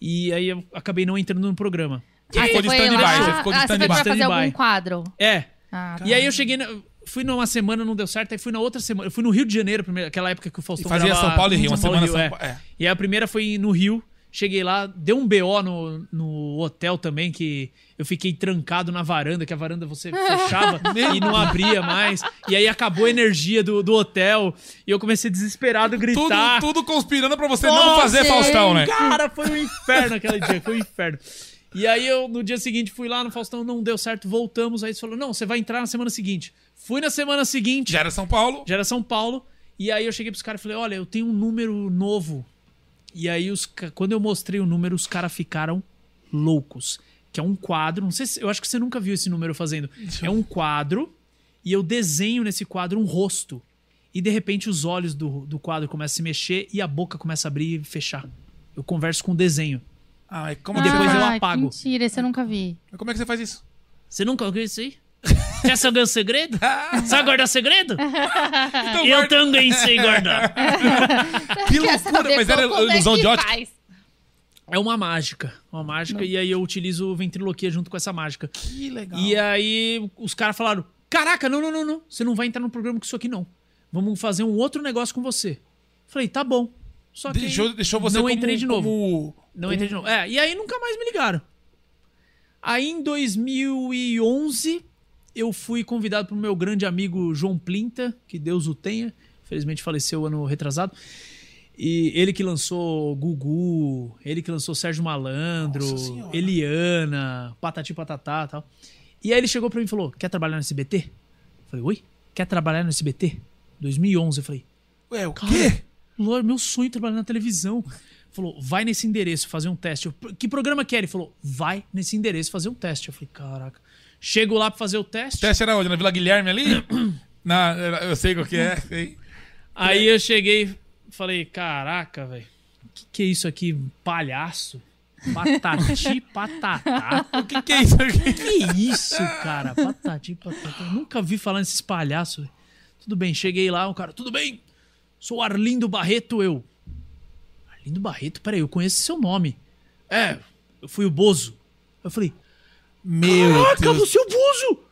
E aí eu acabei não entrando no programa.
Você ficou de
Ah, foi
stand-by,
lá-
você ficou de
ah, você foi pra
stand-by.
fazer algum
Stand-by.
quadro.
É.
Ah, tá.
E aí eu cheguei. na- Fui numa semana, não deu certo, aí fui na outra semana. Eu fui no Rio de Janeiro, primeiro, aquela época que o Faustão
Fazia
morava-
São Paulo e Rio, uma
São Paulo
semana
e Rio,
São
é.
Paulo. É.
E aí a primeira foi no Rio. Cheguei lá, deu um BO no, no hotel também, que eu fiquei trancado na varanda, que a varanda você fechava e não abria mais. E aí acabou a energia do, do hotel. E eu comecei desesperado a
Tudo,
gritar.
tudo conspirando pra você não fazer
gente.
Faustão, né?
Cara, foi um inferno aquele dia, foi um inferno. E aí eu, no dia seguinte, fui lá no Faustão, não deu certo, voltamos. Aí eles falaram, não, você vai entrar na semana seguinte. Fui na semana seguinte,
Já era São Paulo.
já era São Paulo. E aí eu cheguei pros caras e falei, olha, eu tenho um número novo. E aí, os, ca- quando eu mostrei o número, os caras ficaram loucos. Que é um quadro, não sei se, eu acho que você nunca viu esse número fazendo. É um quadro, e eu desenho nesse quadro um rosto. E de repente os olhos do, do quadro começam a se mexer e a boca começa a abrir e fechar. Eu converso com o desenho.
Ai, como,
Ah,
E
é que
depois
você
eu
faz...
Ai,
apago.
tá. Mentira, esse eu nunca vi.
como é que você faz isso?
Você nunca ouviu isso aí? Quer saber o segredo? Sabe guardar segredo?
Ah, Então,
Eu
guarda-
também sei guardar.
que
Quer
loucura,
saber
mas era
como- como é
ilusão
que
de ótica.
faz?
É uma mágica. Uma mágica. E aí eu utilizo o ventriloquia junto com essa mágica.
Que legal.
E aí os caras falaram: Caraca, não, não, não, não. Você não vai entrar no programa com isso aqui, não. Vamos fazer um outro negócio com você. Falei, tá bom. Só que. aí
Deixou, deixou você
Não
como, um
entrei de novo.
como-
Não entrei de novo. É, e aí nunca mais me ligaram. Aí em 2011, eu fui convidado pro meu grande amigo João Plinta, que Deus o tenha. Felizmente faleceu ano retrasado. E ele que lançou Gugu, ele que lançou Sérgio Malandro,
Nossa Senhora.
Eliana, Patati Patatá e tal. E aí ele chegou pra mim e falou: Quer trabalhar no SBT? Eu falei: Oi? Quer trabalhar no SBT? 2011. Eu falei:
Ué, o quê?
Cara, Lord, meu sonho é trabalhar na televisão. Falou, vai nesse endereço fazer um teste. Eu, que programa que é? Ele falou, vai nesse endereço fazer um teste. Eu falei, caraca. Chego lá pra fazer o teste.
O teste era onde? Na Vila Guilherme ali? Na, era- eu sei qual que é. sei.
Aí eu cheguei, falei, caraca, velho. Que que é isso aqui, palhaço? Patati, patatá.
O que, que é isso aqui?
Que isso, cara? Patati, patata. Nunca vi falar nesses palhaços. velho. Tudo bem, cheguei lá, o cara, tudo bem? Sou Arlindo Barreto, eu. Arlindo Barreto, peraí, eu conheço seu nome. É, eu fui o Bozo. Eu falei,
Meu
caraca,
Deus.
você é o Bozo!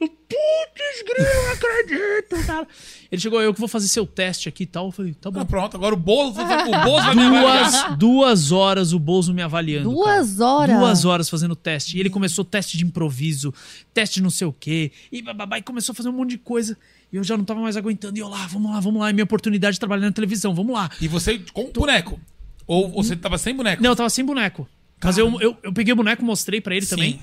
Eu, Putz, grilo, não acredito, cara. Ele chegou, eu que vou fazer seu teste aqui e tal. Eu falei, tá
Ah,
bom.
pronto, agora o Bozo, o Bozo vai me avaliar.
Duas, duas horas o Bozo me avaliando. cara.
Duas horas?
Duas horas fazendo teste. E ele começou teste de improviso, teste não sei o quê, e bababá, e começou a fazer um monte de coisa. E eu já não tava mais aguentando. E eu lá, vamos lá, vamos lá. É minha oportunidade de trabalhar na televisão, vamos lá.
E você com um boneco? Ou você tava sem boneco?
Não, eu tava sem boneco. Mas eu, eu, eu peguei o boneco, mostrei pra ele também.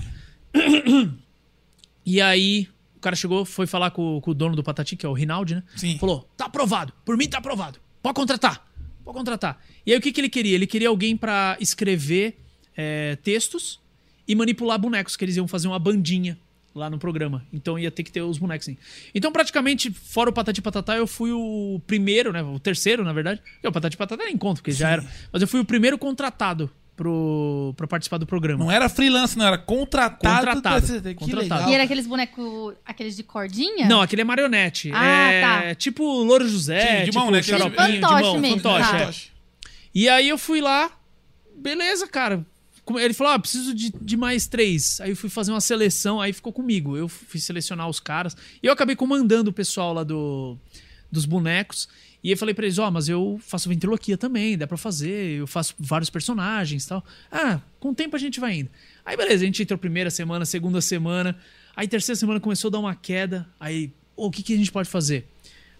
E aí, o cara chegou, foi falar com, com o dono do Patati, que é o Rinaldi, né?
Sim.
Falou: tá aprovado, por mim tá aprovado. Pode contratar, pode contratar. E aí, o que, que ele queria? Ele queria alguém pra escrever é, textos e manipular bonecos, que eles iam fazer uma bandinha lá no programa. Então ia ter que ter os bonecos, sim. Então, praticamente, fora o Patati Patatá, eu fui o primeiro, né? O terceiro, na verdade. Eu, o Patati Patatá nem conto, porque já era. Mas eu fui o primeiro contratado pro, pra participar do programa.
Não era freelance, não, era contratado.
Contratado,
desse- Que
contratado.
legal.
E era aqueles bonecos, aqueles de cordinha?
Não, aquele é marionete.
Ah,
é
tá.
tipo Louro José,
Sim, de
tipo
mão, né? Aquele
xaropinho, de
fantoche
mão,
mesmo,
fantoche,
tá.
é. E aí eu fui lá, beleza, cara. Como- Ele falou, ah, preciso de, de mais três. Aí eu fui fazer uma seleção, aí ficou comigo. Eu fui selecionar os caras. E eu acabei comandando o pessoal lá do, dos bonecos. E eu falei pra eles, ó, mas eu faço ventriloquia também, dá pra fazer. Eu faço vários personagens e tal. Ah, com o tempo a gente vai indo. Aí beleza, a gente entrou primeira semana, segunda semana. Aí terceira semana começou a dar uma queda. Aí, ô, o que, que a gente pode fazer?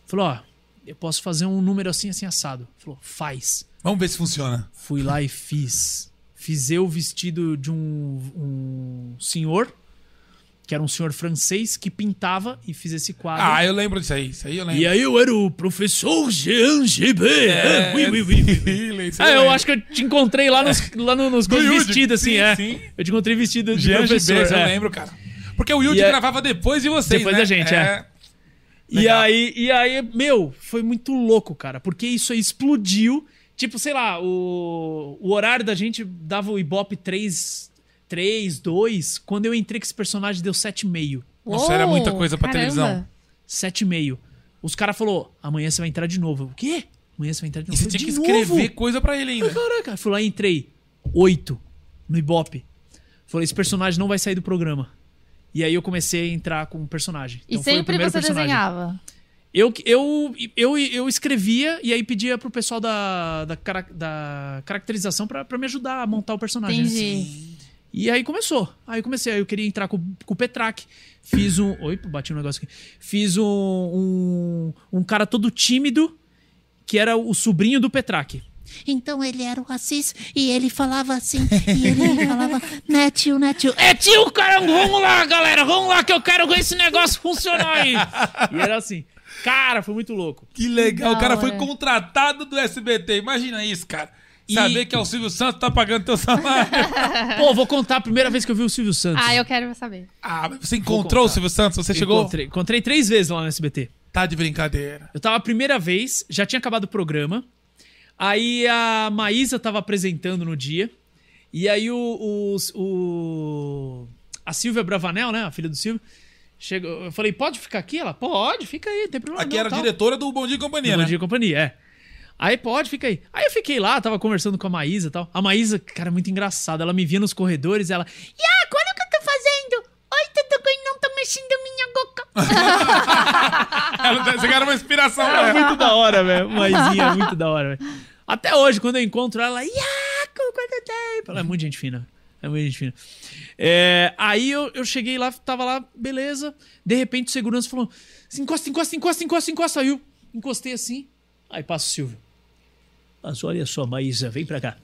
Falou, ó, eu posso fazer um número assim, assim, assado. Falou, faz.
Vamos ver se funciona.
Fui lá e fiz. Fiz eu vestido de um, um senhor, que era um senhor francês, que pintava e fiz esse quadro.
Ah, eu lembro disso aí. Isso aí eu lembro.
e é- aí eu era o professor Jean Gibert. É, ui, ui, ui, ui.
Isso
Ah,
aí
eu
lembro.
acho que eu te encontrei lá nos, lá no- nos coisas
Yudi,
vestido, assim,
sim,
é.
sim.
Eu te encontrei vestido de
Jean
professor.
Gibert, eu
é.
lembro, cara. Porque o Yudi
E é-
gravava depois de vocês,
Depois
né?
da gente, é. E
Legal.
aí, e aí, meu, foi muito louco, cara, porque isso aí explodiu. Tipo, sei lá, o, o horário da gente dava o Ibope 3, 3, 2. Quando eu entrei com esse personagem, deu 7,5.
Nossa, era
Uou,
muita coisa pra
caramba.
televisão.
Sete e meio. Os caras falou, amanhã você vai entrar de novo. Eu, O quê? Amanhã você vai entrar de
E
novo.
você
Eu,
tinha que
"De novo?"
escrever coisa pra ele ainda.
Caraca, fui lá e entrei. Oito no Ibope. Falei, esse personagem não vai sair do programa. E aí eu comecei a entrar com o personagem.
E
Então foi o
sempre
primeiro
você
personagem.
desenhava.
Eu, eu, eu, eu escrevia e aí pedia pro pessoal da, da, cara- da caracterização pra, pra me ajudar a montar o
Ah,
personagem. né?
Entendi.
E aí começou. Aí eu comecei. Aí eu queria entrar com, com o Petrac. Fiz um. Oi, bati um negócio aqui. Fiz um, um. um cara todo tímido, que era o sobrinho do Petrac.
Então ele era o Assis e ele falava assim, e ele falava, né tio, né tio.
É tio, caramba, vamos lá, galera, vamos lá que eu quero ver esse negócio funcionar aí.
E era assim. Cara, foi muito louco.
Que legal. o
Da
cara
hora.
foi contratado do SBT. Imagina isso, cara.
E-
Saber que é o Silvio Santos tá pagando teu salário.
Pô, vou contar a primeira vez que eu vi o Silvio Santos.
Ah, eu quero saber.
ah, mas você encontrou o Silvio Santos? Você chegou?
Encontrei, encontrei três vezes lá no SBT.
Tá de brincadeira.
Eu tava a primeira vez, já tinha acabado o programa. Aí a Maísa tava apresentando no dia. E aí o. o, o- a Silvia Bravanel, né? A filha do Silvio. Chegou, eu falei, pode ficar aqui? Ela, pode, fica aí, não tem problema.
Aqui
não,
era a
tal.
diretora do Bom Dia e Companhia,
Do Bom
né?
Dia e companhia, é. Aí pode, fica aí. Aí eu fiquei lá, tava conversando com a Maísa e tal. A Maísa, cara, muito engraçada. Ela me via nos corredores, ela.
Yeah, olha o que eu tô fazendo. Oi, Tatagoin, não tá mexendo minha boca.
Ela, você era uma inspiração. né?
muito da hora, velho. Maisinha, muito da hora, velho. Até hoje, quando eu encontro ela, Iaco, quanto tempo? Ela é muito gente fina. É muito gente fina. É, aí eu, eu cheguei lá, tava lá, beleza. De repente o segurança falou: encosta, encosta, encosta, encosta, encosta. Aí eu encostei assim. Aí passa o Silvio. Mas olha só, Maísa, vem pra cá.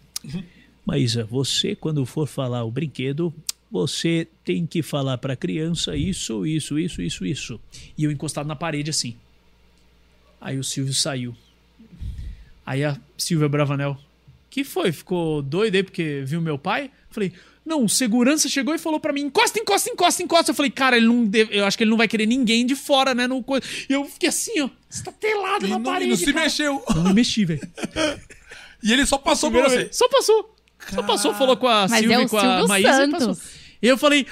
Maísa, você, quando for falar o brinquedo, você tem que falar pra criança isso, isso, isso, isso, isso. E eu encostado na parede assim. Aí o Silvio saiu. Aí a Silvia Bravanel, que foi? Ficou doida aí porque viu meu pai? Falei, não, o segurança chegou e falou pra mim, encosta, encosta, encosta, encosta. Eu falei, cara, ele não deve- eu acho que ele não vai querer ninguém de fora, né? No coisa. E eu fiquei assim, ó, estatelado
E
na
não, e
parede.
não se
cara.
mexeu.
Não me mexi, velho.
E ele só passou por
Primeira
você.
vez. Só passou. Só passou, falou com a
Mas
Silvia
é
e
o
com a
Silvio
Maísa e
Santos.
passou. E eu falei,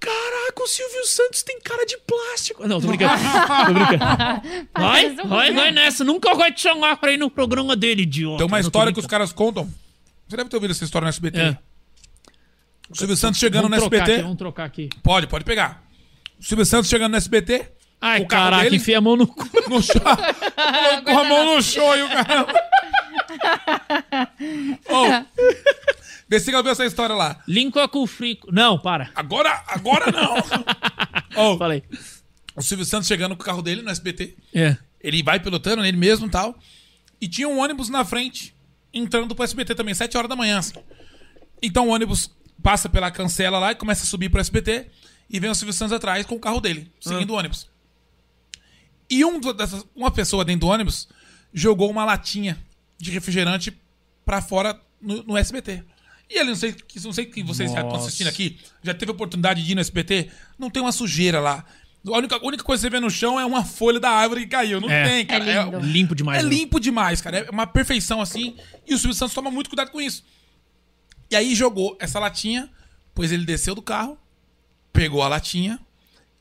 caraca, o Silvio Santos tem cara de plástico. Não, tô brincando. tô brincando.
Vai,
Parece um-
vai, vai nessa, nunca vai te chamar pra ir no programa dele, idiota.
Tem uma
Eu não tô
história que os
brincando.
caras contam. Você deve ter ouvido essa história no SBT.
É.
O Silvio Santos chegando no
Vamos trocar
SBT.
aqui, um- vamos trocar aqui.
Pode, pode pegar. O Silvio Santos chegando no SBT.
Ai,
carro
caraca,
dele-
enfia a mão no cu.
No show. Colocou a mão no show e o caramba. Ô, Vê se você ouviu essa história lá.
Linka com o frico. Não, para.
Agora, agora não. Ô,
Falei.
o Silvio Santos chegando com o carro dele no SBT.
É.
Ele vai pilotando nele mesmo e tal. E tinha um ônibus na frente, entrando pro SBT também, 7 horas da manhã. assim. Então o ônibus passa pela cancela lá e começa a subir pro SBT. E vem o Silvio Santos atrás com o carro dele, seguindo o ônibus. E um do- dessas- uma pessoa dentro do ônibus jogou uma latinha de refrigerante pra fora no, no SBT. E ele, não sei, que- não sei que vocês já estão
Nossa.
assistindo aqui, já teve oportunidade de ir no SBT, não tem uma sujeira lá. A única, a única coisa que você vê no chão é uma folha da árvore que caiu. Não
É.
tem, cara.
É lindo.
Limpo
É,
demais.
é
né?
limpo demais, cara. É uma perfeição assim. E o Silvio Santos toma muito cuidado com isso. E aí jogou essa latinha, pois ele desceu do carro, pegou a latinha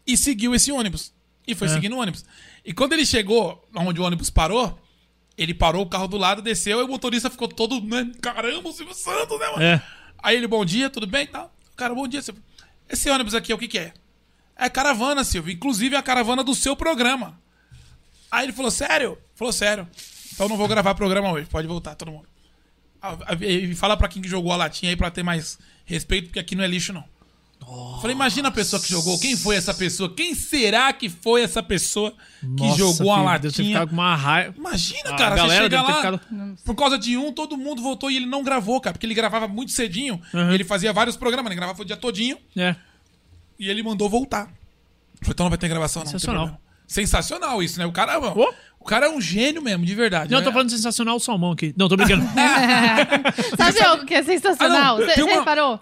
e seguiu esse ônibus. E
É.
foi seguindo o ônibus. E quando ele chegou onde o ônibus parou, ele parou o carro do lado, desceu e o motorista ficou todo, né? Caramba, o Silvio Santos, né, mano?
É.
Aí ele, bom dia, tudo bem? e tal. Cara, bom dia, Silvio. Esse ônibus aqui, o que que é? É caravana, Silvio. Inclusive é a caravana do seu programa. Aí ele falou, sério? Falou, sério. Então eu não vou gravar programa hoje. Pode voltar, todo mundo. Ah, ah, E fala pra quem que jogou a latinha aí pra ter mais respeito, porque aqui não é lixo, não. Falei, imagina a pessoa que jogou. Quem foi essa pessoa? Quem será que foi essa pessoa que
Nossa,
jogou a
filho, deve ter
latinha?
ficado com uma raiva.
Imagina,
A
cara, você
galera
chega
deve ter
lá,
ficado-
por causa de um, todo mundo voltou e ele não gravou, cara, porque ele gravava muito cedinho, ele fazia vários programas, ele gravava o dia todinho,
É.
e ele mandou voltar. Falei, então não vai ter gravação, não. não tem
Sensacional.
problema. Sensacional isso, né? O cara, mano,
Oh.
o cara é um gênio mesmo, de verdade.
Não, eu
né?
tô falando sensacional o salmão aqui. Não, tô brincando.
Sabe algo que é
Então, Ah, não,
sensacional? Você
tem
você
uma-
reparou?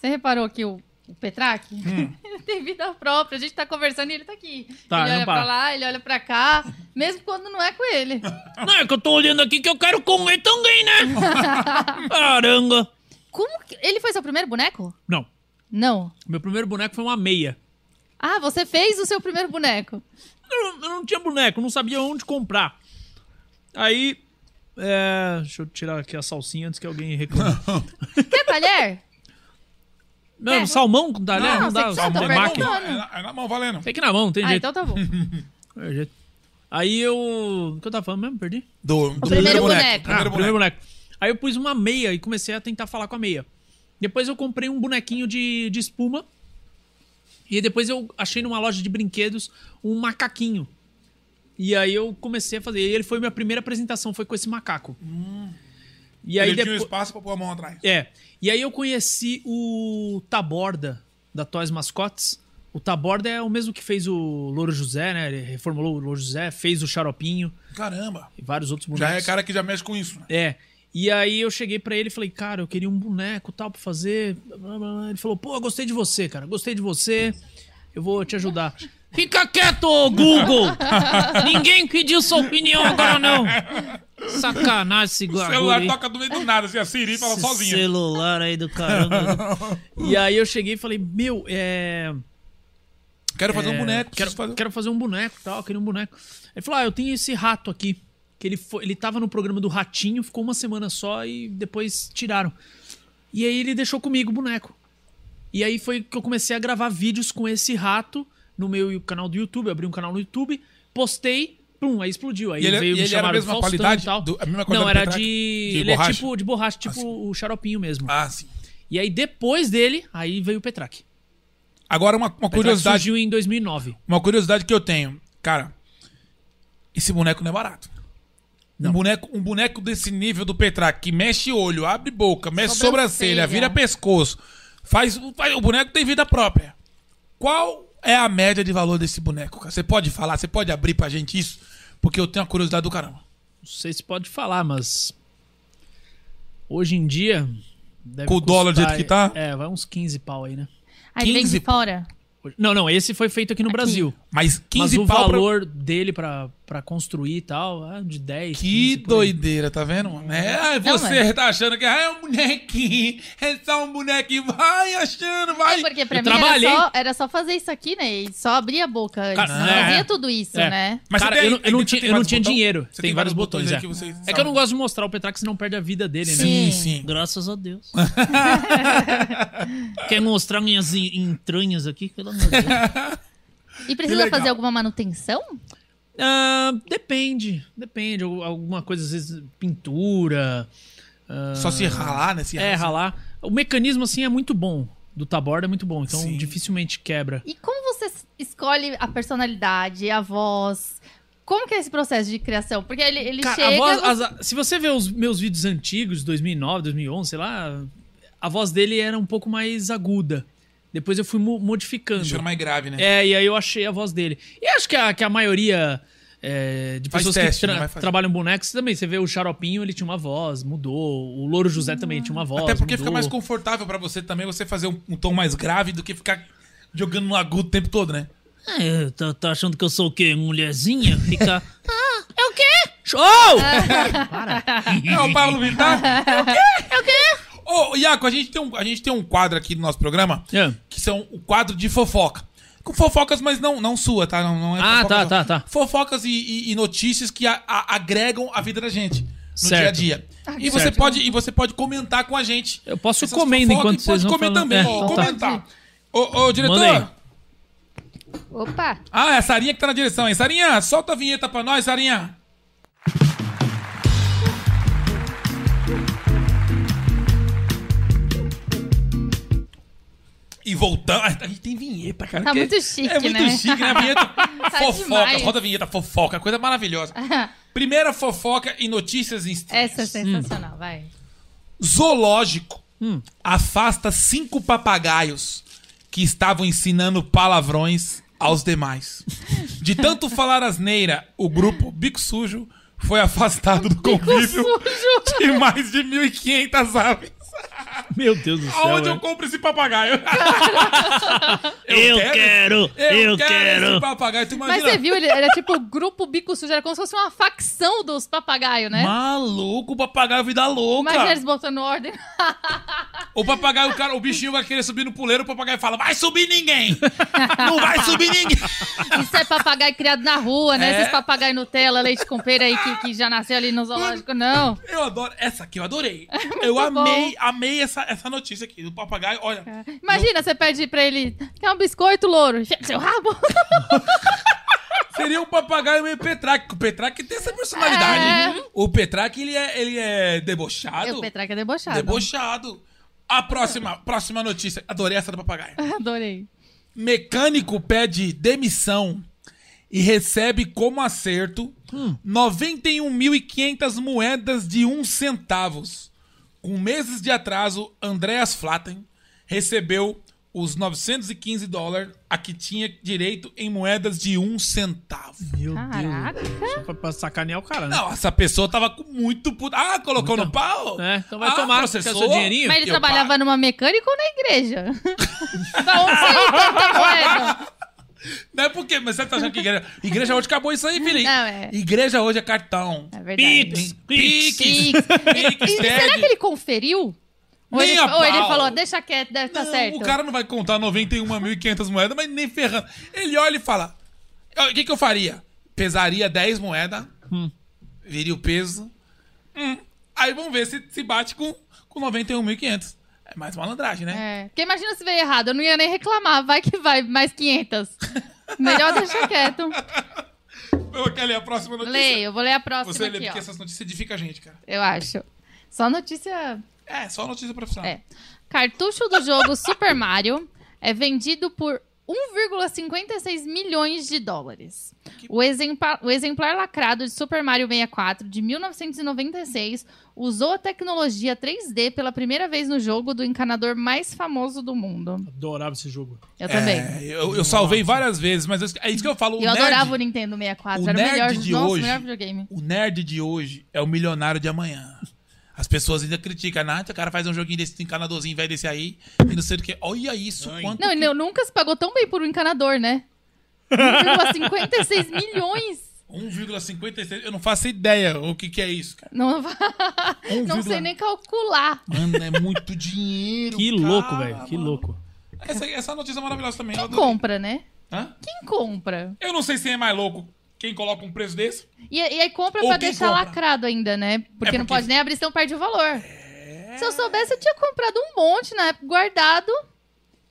Você reparou que o, o Petrac
Hum.
ele tem vida própria. A gente tá conversando e ele tá aqui. ele
Tá, não
olha
então
para.
pra lá, ele olha pra cá, mesmo quando não é com ele.
Não, é que eu tô olhando aqui que eu quero comer também, né? Caramba.
Como que... Ele foi seu primeiro boneco?
Não.
Não.
Meu primeiro boneco foi uma meia.
Ah, você fez o seu primeiro boneco.
Eu, não- eu não tinha boneco, não sabia onde comprar. Aí. é, deixa eu tirar aqui a salsinha antes que alguém reclame.
Quer talher?
Não,
É.
salmão com talher?
Não,
Não,
você
dá.
que
Salmão
sabe,
tem
tá
máquina.
perguntando.
É na- é na mão, valendo.
Tem que ir na mão, tem
Ah,
jeito.
então tá bom.
É jeito. Aí eu. O que eu tava falando mesmo? Perdi?
Do, do
primeiro boneco.
Ah,
Primeiro boneco.
primeiro boneco. Aí eu pus uma meia e comecei a tentar falar com a meia. Depois eu comprei um bonequinho de, de espuma. E depois eu achei numa loja de brinquedos um macaquinho. E aí eu comecei a fazer. E ele foi minha primeira apresentação, foi com esse macaco. E aí
Ele tinha um
depois-
espaço pra pôr a mão atrás.
É. E aí eu conheci o Taborda, da Toys Mascotes. O Taborda é o mesmo que fez o Louro José, né? Ele reformulou o Louro José, fez o Charopinho
Caramba.
e vários outros bonecos.
Já é cara que já mexe com isso, né?
É. E aí eu cheguei pra ele e falei, cara, eu queria um boneco tal pra fazer. blá, blá, blá. Ele falou, pô, eu gostei de você, cara, gostei de você. Eu vou te ajudar. Fica quieto, ô Google! Ninguém pediu sua opinião agora, não! Sacanagem esse
O
guarulho.
celular
aí.
toca do meio do nada, assim, a Siri fala
Esse
sozinha.
celular aí do caramba. né? e aí eu cheguei e falei, meu, é.
Quero fazer um
É,
boneco,
Quero
preciso
fazer...
fazer...
quero fazer um boneco e tal, queria um boneco. Ele falou: Ah, eu tenho esse rato aqui. Que ele, foi, ele tava no programa do Ratinho, ficou uma semana só e depois tiraram. E aí ele deixou comigo o boneco. E aí foi que eu comecei a gravar vídeos com esse rato no meu canal do YouTube. Eu abri um canal no YouTube, postei, pum, aí explodiu. Aí
E ele-
veio
e
me
ele era
chamaram
a
de
mesma
Faustão
qualidade
e tal.
do- a mesma qualidade
Não,
do
era de.
Petraque? De
ele
borracha?
é tipo de borracha, tipo o xaropinho mesmo.
Ah, sim.
E aí depois dele, aí veio o Petraque.
Agora, uma, uma curiosidade.
surgiu em 2009.
Uma curiosidade que eu tenho. Cara, esse boneco não é barato. Um boneco, um boneco desse nível do Petrac, que mexe olho, abre boca, mexe sobrancelha,
Sobrancelha.
vira pescoço, faz, faz- O boneco tem vida própria. Qual é a média de valor desse boneco, cara? Você pode falar, você pode abrir pra gente isso? Porque eu tenho uma curiosidade do caramba.
Não sei se pode falar, mas. Hoje em dia. deve
Com o dólar do
custar-
jeito que tá?
É, vai uns 15 pau aí, né?
Aí vem
15,
de
pô.
fora.
Hoje- Não, não, esse foi feito aqui no Brasil.
Mas 15
mas o
É pau pra-
valor dele pra, pra construir e tal, é de 10.
Que
15 por aí.
doideira, tá vendo? mano? É, ai,
Não,
você tá achando que ah, é um bonequinho, é só um bonequinho, vai achando, vai.
É porque pra
eu
mim era
trabalhei.
só, era só fazer isso aqui, né? E só abrir a boca. Eles
Cara,
não
é.
fazia tudo isso,
É.
né?
Mas
Cara,
você tem-
eu não, eu não
você
tinha,
tem
eu não
vários
tinha
botão?
dinheiro.
Você
tem, vários botões,
aí
é.
que vocês
é que eu
sabem.
não gosto de mostrar o Petrax, senão perde a vida dele, né?
Sim, sim.
Graças a Deus. Quer mostrar minhas en- entranhas aqui? Pelo amor de Deus.
E precisa
legal.
fazer alguma manutenção?
Ah, depende, depende. Al- Alguma coisa, às vezes, pintura. ah,
Só se ralar, né? Se
É, ralar. O mecanismo, assim, é muito bom. Do taborda é muito bom, então
Sim.
dificilmente quebra.
E como você s- escolhe a personalidade, a voz? Como que é esse processo de criação? Porque ele, ele
Cara,
chega...
a voz,
você-
as- se você ver os meus vídeos antigos, 2009, 2011, sei lá, a voz dele era um pouco mais aguda. Depois eu fui mo- modificando.
Deixando mais grave, né?
É, e aí eu achei a voz dele. E acho que a, que a maioria é, de
Faz
pessoas
teste,
que
né?
tra
Vai fazer.
trabalham bonecos também. Você vê o Xaropinho, ele tinha uma voz, mudou. O Louro José também tinha uma voz.
Até porque
mudou.
fica mais confortável pra você também você fazer um, um tom mais grave do que ficar jogando no agudo o tempo todo, né?
É, tá, tá achando que eu sou o quê? Mulherzinha? Fica. ah, é o quê? Ah. Show!
É o Pablo Vittar? É o quê? É o quê? Ô, Iaco, a gente, tem um, a gente tem um quadro aqui do nosso programa
É.
que são o quadro de fofoca. Com fofocas, mas não, não sua, tá? Não, não é
Ah,
fofoca
tá,
sua.
tá, tá.
Fofocas e, e- e notícias que a- a- agregam a vida da gente no
Certo.
dia a dia. E você,
Certo.
pode, e você pode comentar com a gente.
Eu posso ir
Essas
comendo
fofocas,
enquanto vocês vão
Pode comer
falando.
também.
É,
ó,
então tá.
comentar. Ô, ô, diretor.
Manda aí.
Opa!
Ah, é a Sarinha que tá na direção, hein? Sarinha, solta a vinheta pra nós, Sarinha. E voltando. A gente tem vinheta, cara.
Tá
que-
muito chique,
É muito
né?
chique, né? A vinheta fofoca.
demais.
Roda a vinheta, fofoca. Coisa maravilhosa. Primeira fofoca e notícias instintas.
Hum.
Essa é sensacional, vai.
Zoológico
Hum.
afasta cinco papagaios que estavam ensinando palavrões aos demais. De tanto falar asneira, o grupo Bico Sujo foi afastado do convívio de mais de 1.500 aves.
Meu Deus do céu.
Aonde
é.
eu compro esse papagaio?
Eu quero, eu quero.
esse papagaio. Tu
Mas
imagina?
você viu, ele era tipo o grupo bico sujo, era como se fosse uma facção dos papagaios, né? é
Maluco, papagaio vida louca.
Imagina eles botando ordem.
O papagaio, o, cara, o bichinho vai querer subir no puleiro, o papagaio fala, vai subir ninguém! Não vai subir ninguém!
Isso é papagaio criado na rua, né?
É.
Esses papagaio Nutella, leite com pera aí que, que já nasceu ali no zoológico, não.
Eu adoro, essa aqui eu adorei.
É
eu amei, amei essa, essa notícia aqui do papagaio. Olha,
É. Imagina, você pede pra ele, quer um biscoito, louro? Enfia no seu rabo.
seria o papagaio meio Petraque. O Petraque tem essa personalidade. O Petraque, ele é, ele é
É,
debochado.
o Petraca é debochado.
Debochado. A próxima, próxima notícia. Adorei essa do papagaio.
Adorei.
Mecânico pede demissão e recebe como acerto
Hum.
91.500 moedas de 1 centavos. Com meses de atraso, Andreas Flatten recebeu os 915 dólares a que tinha direito em moedas de 1 centavo.
Meu
Caraca.
Deus. Só pra, pra sacanear o cara, né?
Não, essa pessoa tava com muito puto. Ah, colocou no pau?
É, então vai
Ah,
tomar
processou?
processou. seu dinheirinho.
Mas ele
eu
trabalhava
paro.
numa mecânica ou na igreja? da onde saiu tanta moeda?
Não é porque, mas você tá achando que igreja. Igreja hoje acabou isso aí, Felipe.
Não, é.
Igreja hoje é cartão.
É verdade.
Pix, pix.
Pix. E- e será que ele conferiu? Ou,
Nem
ele,
a
ou ele
pau.
falou, deixa quieto, deve tá
Não,
certo.
O cara não vai contar 91.500 moedas, mas nem ferrando. Ele olha e fala: "Ah, O que, que eu faria? Pesaria 10 moedas,
Hum.
viria o peso. hum, Aí vamos ver se, se bate com, com 91.500. É mais malandragem, né?
É, porque imagina se veio errado, eu não ia nem reclamar, vai que vai, mais 500. Melhor deixar quieto.
Eu quero ler a próxima notícia.
Leio, É. eu vou ler a próxima
Você lê,
aqui,
porque
ó.
essas notícias edificam a gente, cara.
Eu acho. Só notícia...
É, só notícia profissional.
É. Cartucho do jogo Super Mario é vendido por 1,56 milhões de dólares. O, exempla- o exemplar lacrado de Super Mario 64 de 1996 usou a tecnologia 3D pela primeira vez no jogo do encanador mais famoso do mundo.
Adorava esse jogo.
Eu também.
É, eu, eu salvei várias vezes, mas eu- é isso que eu falo. o
Eu
nerd-
adorava o Nintendo 64,
o
era o
nerd
melhor,
de
nossa, o
hoje-
melhor videogame.
O nerd de hoje é o milionário de amanhã. As pessoas ainda criticam, ah, o cara faz um joguinho desse encanadorzinho, vai desse aí, e não sei do que. Olha isso, quanto.
Não, ele nunca se pagou tão bem por um encanador, né? 1,56 milhões!
1,56. Eu não faço ideia o que, que é isso, cara. Um
Não, não sei
vírgula-
nem calcular.
Mano, é muito dinheiro.
Que
cara,
louco, velho. Que
mano.
louco.
Essa, essa notícia é maravilhosa também. eu
Quem
adorei.
compra, né?
Hã?
Quem compra?
Eu não sei se é mais louco quem coloca um preço desse.
E, e aí compra
Ou
pra
quem
deixar
compra? É,
lacrado ainda, né? Porque, não
porque- É.
pode nem abrir, senão perde o valor. Se eu soubesse, eu tinha comprado um monte na época, guardado.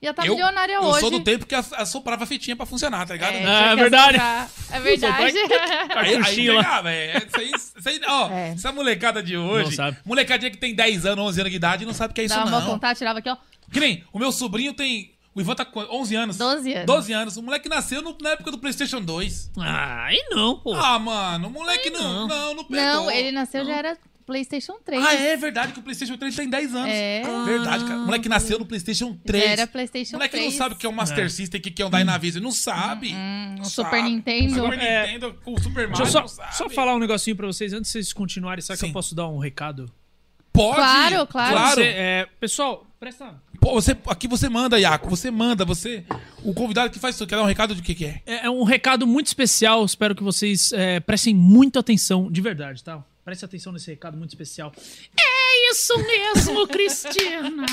Ia estar milionária
eu
Tá é hoje.
sou do tempo que as- assoprava a fitinha pra funcionar, tá ligado?
É,
Ah,
tinha
é
que
verdade.
assoprar. É verdade.
Aí, aí
Cartuchinho lá.
pegava, é. Isso aí, isso aí, ó,
É.
essa molecada de
Não
hoje,
sabe.
molecadinha que tem 10 anos, 11 anos de idade, não sabe o que é isso
Dava uma
não.
contar, tirava aqui, ó.
Que nem, o meu sobrinho tem, o Ivan tá com 11 anos.
12 anos.
12 anos. O moleque nasceu no- na época do Playstation 2.
Ah, aí não, pô.
Ah, mano, o moleque não, não, não, pegou.
Não, ele nasceu já era PlayStation 3.
é Ah, é verdade que o Playstation 3 tem 10 anos.
É.
Verdade, cara. O moleque nasceu no Playstation 3.
Já era PlayStation
o moleque
3.
não sabe o que é um Master System, o que é um Dynavision. Não sabe. não
um
sabe.
Super Nintendo.
Super
É.
Nintendo com o Super Mario.
Deixa eu só,
não sabe.
só falar um negocinho pra vocês antes de vocês continuarem. Será que
Sim.
eu posso dar um recado?
Pode.
Claro, claro.
Você, é, pessoal, presta.
Pô, você, aqui você manda, Iaco. Você manda, você. O convidado que faz isso. Quer dar um recado de que, que é?
É, é um recado muito especial. Espero que vocês é, prestem muita atenção, de verdade, tá? Prestem atenção nesse recado muito especial.
É isso mesmo, Cristina.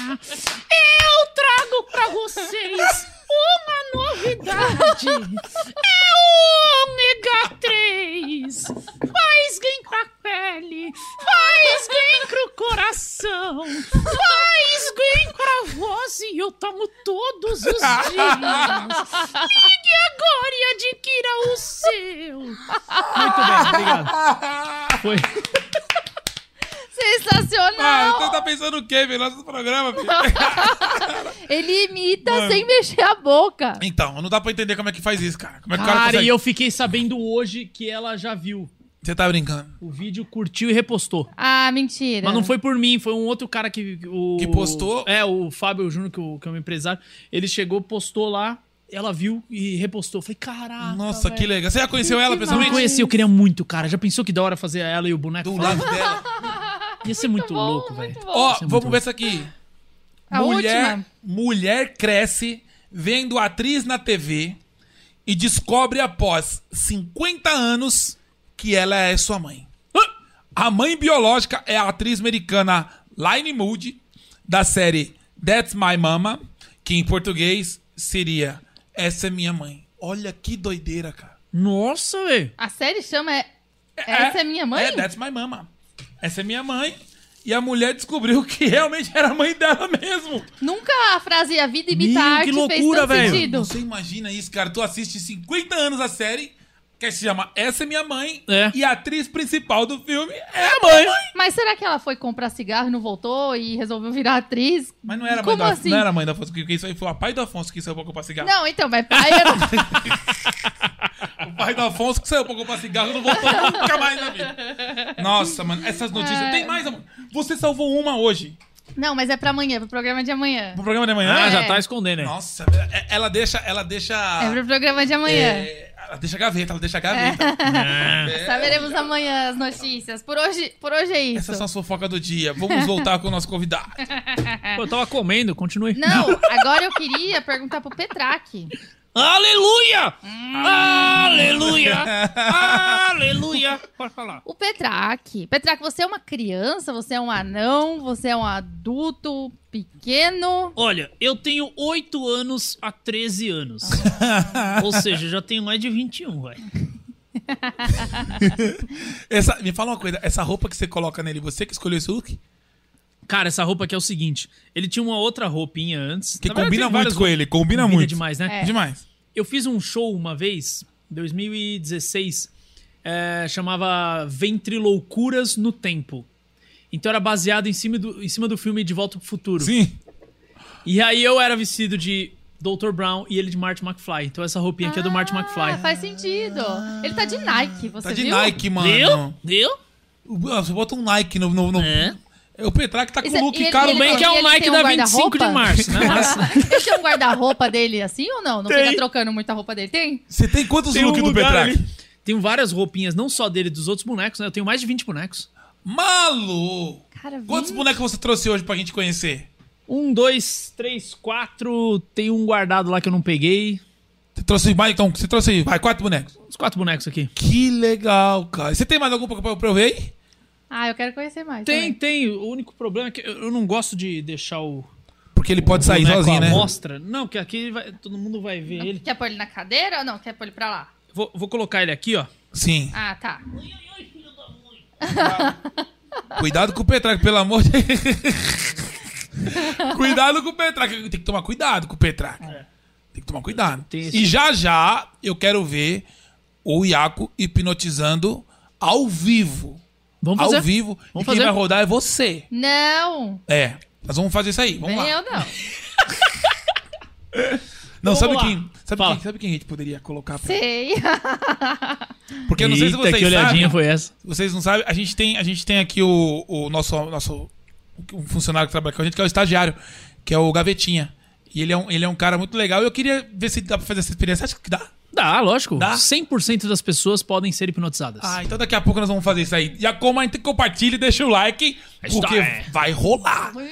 Eu trago pra vocês uma novidade. É o ômega 3. Faz bem pra pele, faz bem pro coração, faz bem pra voz e eu tomo todos os dias. Ligue agora e adquira o seu.
Muito bem, obrigado. Foi.
Ah,
Sensacional!
então tá pensando o quê, velho? Nosso programa, filho?
Ele imita sem mexer a boca.
Então, não dá pra entender como é que faz isso, cara. Como é que o cara
Cara, e
consegue...
eu fiquei sabendo hoje que ela já viu
Você tá brincando.
o vídeo, curtiu e repostou.
Ah, mentira.
Mas não foi por mim, foi um outro cara que. O,
Que postou?
É, o Fábio Júnior, que, o- que é um empresário. Ele chegou, postou lá, ela viu e repostou. Falei, caraca.
Nossa, que legal. Você já conheceu ela
Eu
pessoalmente?
não conheci, eu queria muito, cara. Já pensou que da hora fazer ela e o boneco?
Do
fora?
lado dela.
Ia ser muito,
bom,
louco,
muito
velho.
Ó,
bom.
Isso é muito
vamos
bom.
ver isso aqui.
A
mulher,
última.
mulher cresce vendo atriz na TV e descobre após 50 anos que ela é sua mãe. A mãe biológica é a atriz americana Line Moody, da série That's My Mama, que em português seria Essa é Minha Mãe. Olha que doideira, cara.
Nossa, velho.
A série chama é... Essa é, minha mãe?
É, That's My Mama. Essa é minha mãe. E a mulher descobriu que realmente era a mãe dela mesmo.
Nunca a frase A vida imita a
Meu, que
arte fez
loucura,
tanto
velho.
sentido.
Você imagina isso, cara? Tu assiste 50 anos a série, que se chama Essa é Minha Mãe,
É.
e a atriz principal do filme é a mãe.
Mas será que ela foi comprar cigarro e não voltou e resolveu virar atriz?
Mas não era a mãe
Como
do
assim?
Não era a mãe do Afonso, porque isso aí foi o pai do Afonso que saiu pra comprar cigarro.
Não, então, mas pai era...
O pai do Afonso que saiu pra comprar cigarro e não voltou nunca mais na vida. Nossa, mano, essas notícias. Tem mais, amor. Você salvou uma hoje.
Não, mas é pra amanhã, pro programa de amanhã.
Pro programa de amanhã.
Ah,
É.
já tá escondendo, né?
Nossa, é- ela deixa. Ela
É
deixa.
pro programa de amanhã.
é, ela deixa gaveta, ela deixa gaveta.
Saberemos amanhã as notícias. Por hoje, por hoje é isso.
Essas são as fofocas do dia. Vamos voltar com o nosso convidado.
Pô, eu tava comendo, continue.
Não, agora eu queria perguntar pro Petraque.
Aleluia!
Hum.
Aleluia! Aleluia! Pode falar.
O Petraque. Petraque, você é uma criança, você é um anão, você é um adulto pequeno.
Olha, eu tenho 8 anos a 13 anos. Ou seja, já tenho mais de 21, vai.
Essa- me fala uma coisa, essa roupa que você coloca nele, você que escolheu esse look?
Cara, essa roupa aqui é o seguinte. Ele tinha uma outra roupinha antes.
Que
Na verdade,
combina
tem
muito
várias
com ele, combina,
Combina
muito.
demais, né?
É.
Demais.
Eu fiz um show uma vez, em 2016, é, chamava Ventriloucuras no Tempo. Então era baseado em cima, do, em cima do filme De Volta pro Futuro.
Sim.
E aí eu era vestido de Dr. Brown e ele de Marty McFly. Então essa roupinha aqui é do Marty
Ah,
McFly.
faz sentido. Ele tá de Nike, você
Tá de
viu?
Nike, mano.
Deu? Deu?
Ah, Você bota um Nike no. no, no...
É.
É O Petrac tá com
Esse-
o look
ele-
caro
ele-
bem.
Bem que é
E
o
ele
Nike
tem
da
um
25 de
guarda-roupa?
março, né? Mas-
Ele tem um guarda-roupa dele assim ou não? Não
Tem.
fica trocando muita roupa dele? Tem?
Você tem quantos
Tem um
looks do
lugar
Petrac?
ali. Tenho várias roupinhas, não só dele, dos outros bonecos, né? Eu tenho mais de 20 bonecos.
Malu!
Cara,
Quantos
vinte.
bonecos você trouxe hoje pra gente conhecer?
Um, dois, três, quatro. Tem um guardado lá que eu não peguei.
Você trouxe mais, então, você trouxe vai, quatro bonecos.
Uns quatro bonecos aqui.
Que legal, cara. Você tem mais algum pra, pra eu ver aí?
Ah, eu quero conhecer mais.
Tem,
também.
tem. O único problema é que eu eu não gosto de deixar o
Porque ele pode sair
boneco
sozinho,
à
né?
mostra. Não, que aqui vai- todo mundo vai ver ele.
Quer pôr ele na cadeira ou não? Quer pôr ele pra lá?
Vou, vou colocar ele aqui, ó.
Sim.
Ah, tá.
Cuidado com o Petraque, pelo amor de Cuidado com o Petraque. Tem que tomar cuidado com o Petraque. Tem que tomar cuidado.
É. Tem esse-
E já já eu quero ver o Iaco hipnotizando ao vivo.
Vamos
ao
fazer.
vivo. e quem
fazer.
vai rodar é você.
Não,
É. Nós vamos fazer isso aí. Vamos
nem
lá.
eu não.
Não,
Vamos
sabe,
lá.
Quem, sabe,
Fala.
quem, sabe quem a gente poderia colocar? pra-
Sei.
Porque eu não sei se
Eita,
vocês
que olhadinha
sabem.
foi essa?
Vocês não sabem, a gente tem, a gente tem aqui o, o nosso, nosso um funcionário que trabalha com a gente, que é o estagiário, que é o Gavetinha. E ele é um, ele é um cara muito legal. Eu queria ver se dá pra fazer essa experiência. Acho que dá.
Dá, lógico.
Dá?
100% das pessoas podem ser hipnotizadas.
Ah, então daqui a pouco nós vamos fazer isso aí. Já comenta, compartilha e deixa o like, porque
é.
vai rolar.
Vai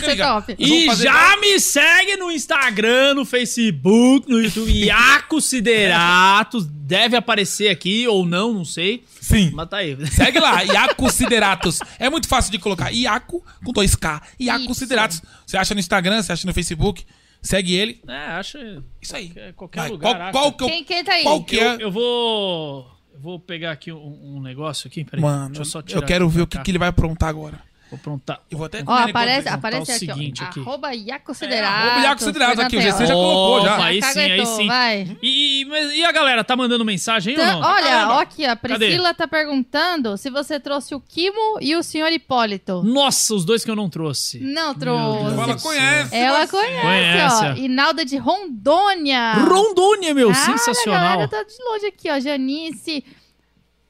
ser
ligado.
top.
Nós vamos
E
fazer-
já me segue no Instagram, no Facebook, no YouTube. Iaco Sideratos. Deve aparecer aqui ou não, não sei.
Sim.
Mas tá aí.
Segue lá, Iaco Sideratos. É muito fácil de colocar. Iaco com 2K. Iaco
Isso.
Sideratos. Você acha no Instagram, você acha no Facebook. Segue ele.
É, acha.
Isso aí.
Qualquer
Vai,
lugar.
qual,
acha.
qual que eu-
Quem, quem tá aí?
qual que é?
Eu, eu vou. Eu vou pegar aqui um, um negócio aqui. Peraí.
Mano,
deixa
eu,
eu só tirar
quero
aqui
ver
pra
o que,
cá.
que ele vai aprontar agora.
Vou aprontar.
Eu vou até
Ó, aparece,
contar
aparece
o
aqui,
seguinte
ó.
aqui.
Arroba Iaco
É, arroba
Siderato.
Iaco Siderato
Foi na
aqui, o
tela.
GC já colocou, já.
Opa, Aí sim, aí
Caguetou,
sim.
Vai.
E, e- mas, e a galera, tá mandando mensagem aí ou
Tan-
não?
Então, Olha,
Caramba.
ó aqui, a
Cadê?
Priscila tá perguntando se você trouxe o Kimo e o senhor Hipólito.
Nossa, os dois que eu não trouxe.
Não
Deus.
trouxe.
Fala,
Ela conhece.
Ela
mas-
conhece, ó.
Conhece.
Inalda de Rondônia.
Rondônia, meu,
Cara, A
sensacional.
galera tá de longe aqui, ó. Janice.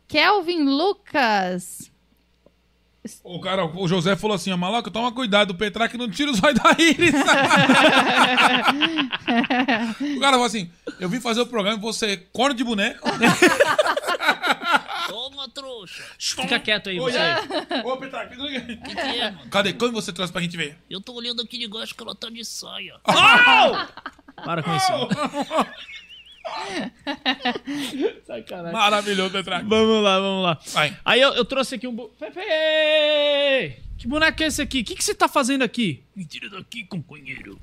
Kelvin Lucas.
O cara, o José falou assim, ó, maloca, toma cuidado, o Petraque não tira os olhos da íris. o cara falou assim, eu vim fazer o programa e você é corno de boneco.
Toma, trouxa.
Fica quieto aí, você.
Ô, Petraque,
é?
cadê? Quando você trouxe pra gente ver?
Eu tô
Ah,
olhando aqui de gosto que ela tá de saia.
Para com isso. Sacanagem.
Maravilhoso, Tetrax.
Vamos lá, vamos lá.
Vai.
Aí eu, eu trouxe aqui um. bo- Pepe! Que boneco é esse aqui? O que, que você tá fazendo aqui?
Me tira daqui, companheiro.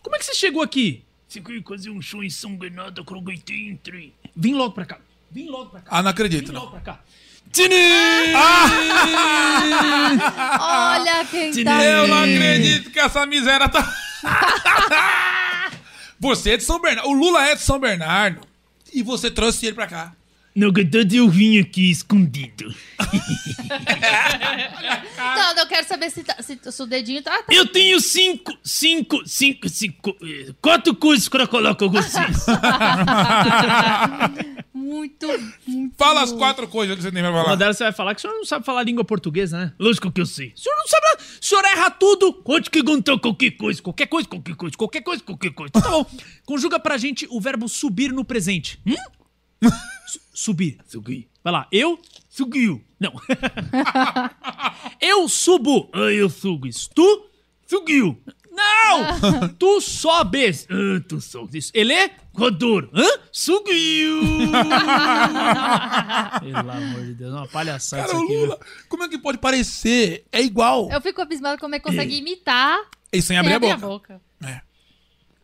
Como é que você chegou aqui?
Você quer fazer um show ensanguenado com alguém entre?
Vem logo pra cá. Vem logo pra cá.
Ah, não
Vem
acredito,
logo
não.
pra cá.
Olha quem tá
Eu não
vindo.
acredito que essa miséria tá. você é de São Bernardo. O Lula é de São Bernardo. E você trouxe ele pra cá.
Na verdade, eu vim aqui escondido.
Não, eu quero saber se, tá- se, se o dedinho tá... tá-
Eu tenho cinco, cinco, cinco, cinco, eh, quatro coisas pra falar com vocês.
Muito, muito...
Fala as quatro coisas que você tem pra falar.
Uma delas você vai falar que o senhor não sabe falar língua portuguesa, né?
Lógico que eu sei.
O senhor não sabe nada. O senhor erra tudo.
Pode perguntar qualquer coisa, qualquer coisa, qualquer coisa, qualquer coisa, qualquer coisa.
Tá bom. Conjuga pra gente o verbo subir no presente. Hum? Su- subir.
Sugi.
Vai lá. Eu.
Sugiu.
Não. eu subo.
Ah, eu sugo.
Tu.
Sugiu.
Ah.
Não! tu sobes.
Ah, tu sobe.
Ele.
Rodor.
Hã?
Sugiu.
Pelo amor de Deus, é uma palhaçada
Cara,
isso
o
aqui.
Lula, como é que pode parecer? É igual.
Eu fico abismada como é que consegue imitar
E sem
sem
abrir a
abrir
boca. É.
a boca.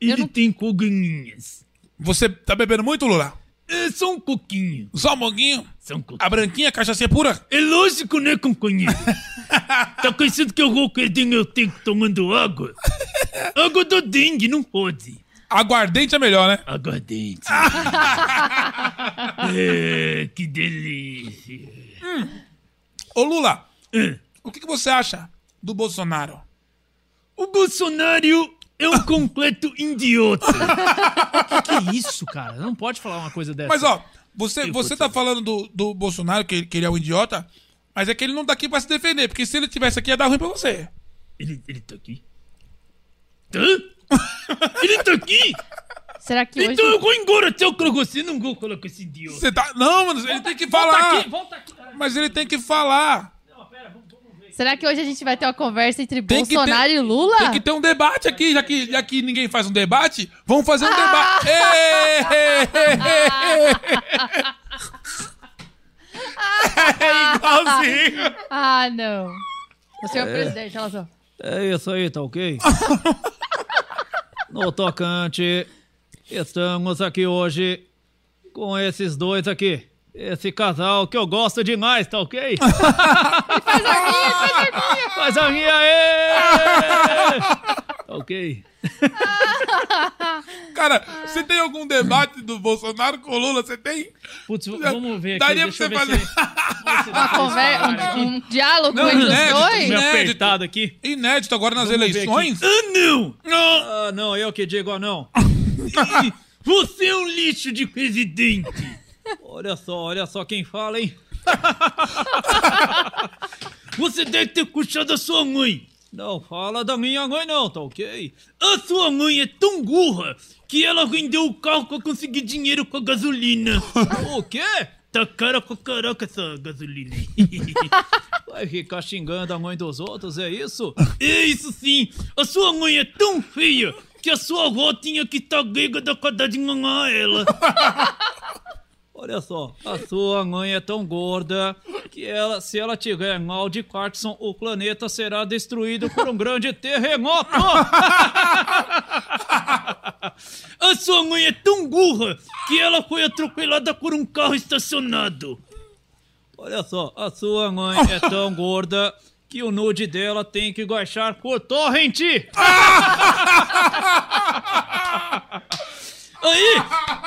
Eu
Ele
não-
tem coguinhas.
Você tá bebendo muito, Lula?
É só um coquinho.
Só um monguinho?
Só um coquinho.
A branquinha, a cachaça é pura?
É lógico, né, companheiro? tá pensando que eu vou perder meu tempo tomando água? Água do dengue, não pode.
Aguardente é melhor, né?
Aguardente. é, que delícia.
Ô, Lula, hum,
É,
o que, que você acha do Bolsonaro?
O Bolsonaro é um completo idiota. é
Que isso, cara? Não pode falar uma coisa dessa.
Mas, ó, você, você tá falando do, do Bolsonaro, que, ele- que ele é um idiota, mas é que ele não tá aqui pra se defender, porque se ele tivesse aqui ia dar ruim pra você.
Ele, ele tá aqui? Tá? Ele tá aqui?
Será que hoje...
Então eu vou embora até o você não vou falar com esse idiota.
Você tá. Não, mano, ele tem que falar. Mas ele tem que falar.
Será que hoje a gente vai ter uma conversa entre
Tem que
Bolsonaro
ter-
e Lula?
Tem que ter um debate aqui, já que, já que ninguém faz um debate, vamos fazer um debate. É igualzinho.
Ah, não. O
É.
senhor presidente, ela só...
É isso aí, tá ok? no tocante, estamos aqui hoje com esses dois aqui. Esse casal que eu gosto demais, tá ok? faz a minha, aí! Tá ok.
Cara, você tem algum debate do Bolsonaro com o Lula? Você tem?
Putz, v- vamos ver aqui.
Daria
deixa eu
pra
ver
você
se- vamos ver se
Ah,
dá
Uma
pra
conversa, um, um diálogo
é Não, é,
entre os
inédito,
esse-
dois?
Me
inédito.
apertado aqui.
Inédito agora nas
Vamos ver
eleições?
Ah, não! é
Ah, não, eu que digo, ah, não.
Você é um lixo de presidente!
Olha só, olha só quem fala, hein?
Você deve ter puxado a sua mãe!
Não fala da minha mãe, não, tá ok?
A sua mãe é tão burra que ela vendeu o carro pra conseguir dinheiro com a gasolina!
O quê?
tá cara com caraca essa gasolina!
Vai ficar xingando a mãe dos outros, é isso?
é isso sim! A sua mãe é tão feia que a sua avó tinha que estar grega da quadra de mamar ela!
Olha só, a sua mãe é tão gorda que ela, se ela tiver mal de Clarkson, o planeta será destruído por um grande terremoto!
A sua mãe é tão burra que ela foi atropelada por um carro estacionado!
Olha só, a sua mãe é tão gorda que o nude dela tem que baixar por torrent!
Aí,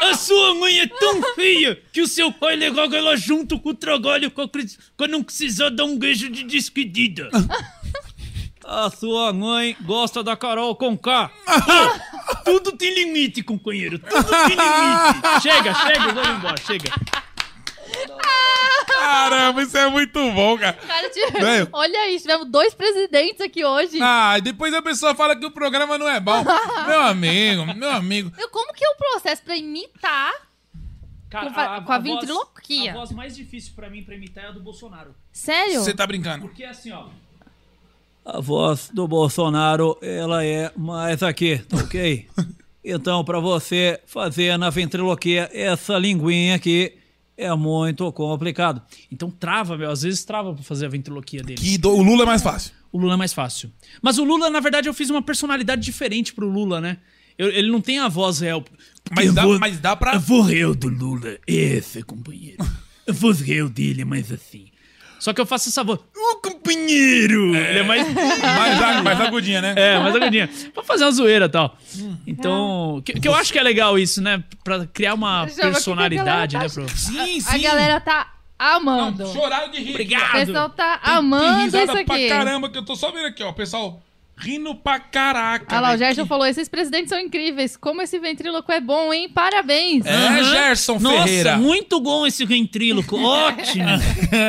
a sua mãe é tão feia que o seu pai levava ela junto com o trabalho com a Cris- pra não precisar dar um beijo de despedida.
A sua mãe gosta da Carol com K!
Tudo tem limite, companheiro. Tudo tem limite.
Chega, chega, vamos embora, chega!
Caramba, isso é muito bom, cara.
Cara, tive-
Velho.
Olha isso, tivemos dois presidentes aqui hoje.
Ah, e depois a pessoa fala que o programa não é bom. Meu amigo, meu amigo.
Meu, Como que é o processo pra imitar?
Cara,
Com a- com a
voz-
ventriloquia.
A voz mais difícil pra mim pra imitar é a do Bolsonaro.
Sério?
Você tá brincando.
Porque assim, ó. A voz do Bolsonaro, ela é mais aqui, tá ok?
Então, para você fazer na ventriloquia essa linguinha aqui é muito complicado.
Então trava, meu. Às vezes trava pra fazer a ventriloquia dele.
Que do- o Lula é mais fácil.
O Lula é mais fácil. Mas o Lula, na verdade, eu fiz uma personalidade diferente pro Lula, né? Eu- ele não tem a voz real.
Mas
Eu
dá,
vou-
mas dá pra.
A voz real do Lula é essa, companheiro. A voz real dele é mais assim.
Só que eu faço essa voz.
Ô, companheiro!
Ele é mais.
Mais, a- mais agudinha, né?
É, mais agodinha. Pra fazer uma zoeira e tal. Então. Que, que eu acho que é legal isso, né? Pra criar uma
Deixa eu ver o que que a
personalidade, né?
galera
Pro...
tá
Sim,
A galera tá amando. o
Choraram de rir.
pessoal
Obrigado!
tá
Tem
amando
risada
isso aqui.
pra caramba, que eu tô só vendo aqui, ó. Pessoal rindo pra caraca.
Olha lá, o
velho.
Gerson falou: esses presidentes são incríveis. Como esse ventríloco é bom, hein? Parabéns.
É, Gerson
Nossa,
Ferreira.
muito bom esse ventríloco. Ótimo!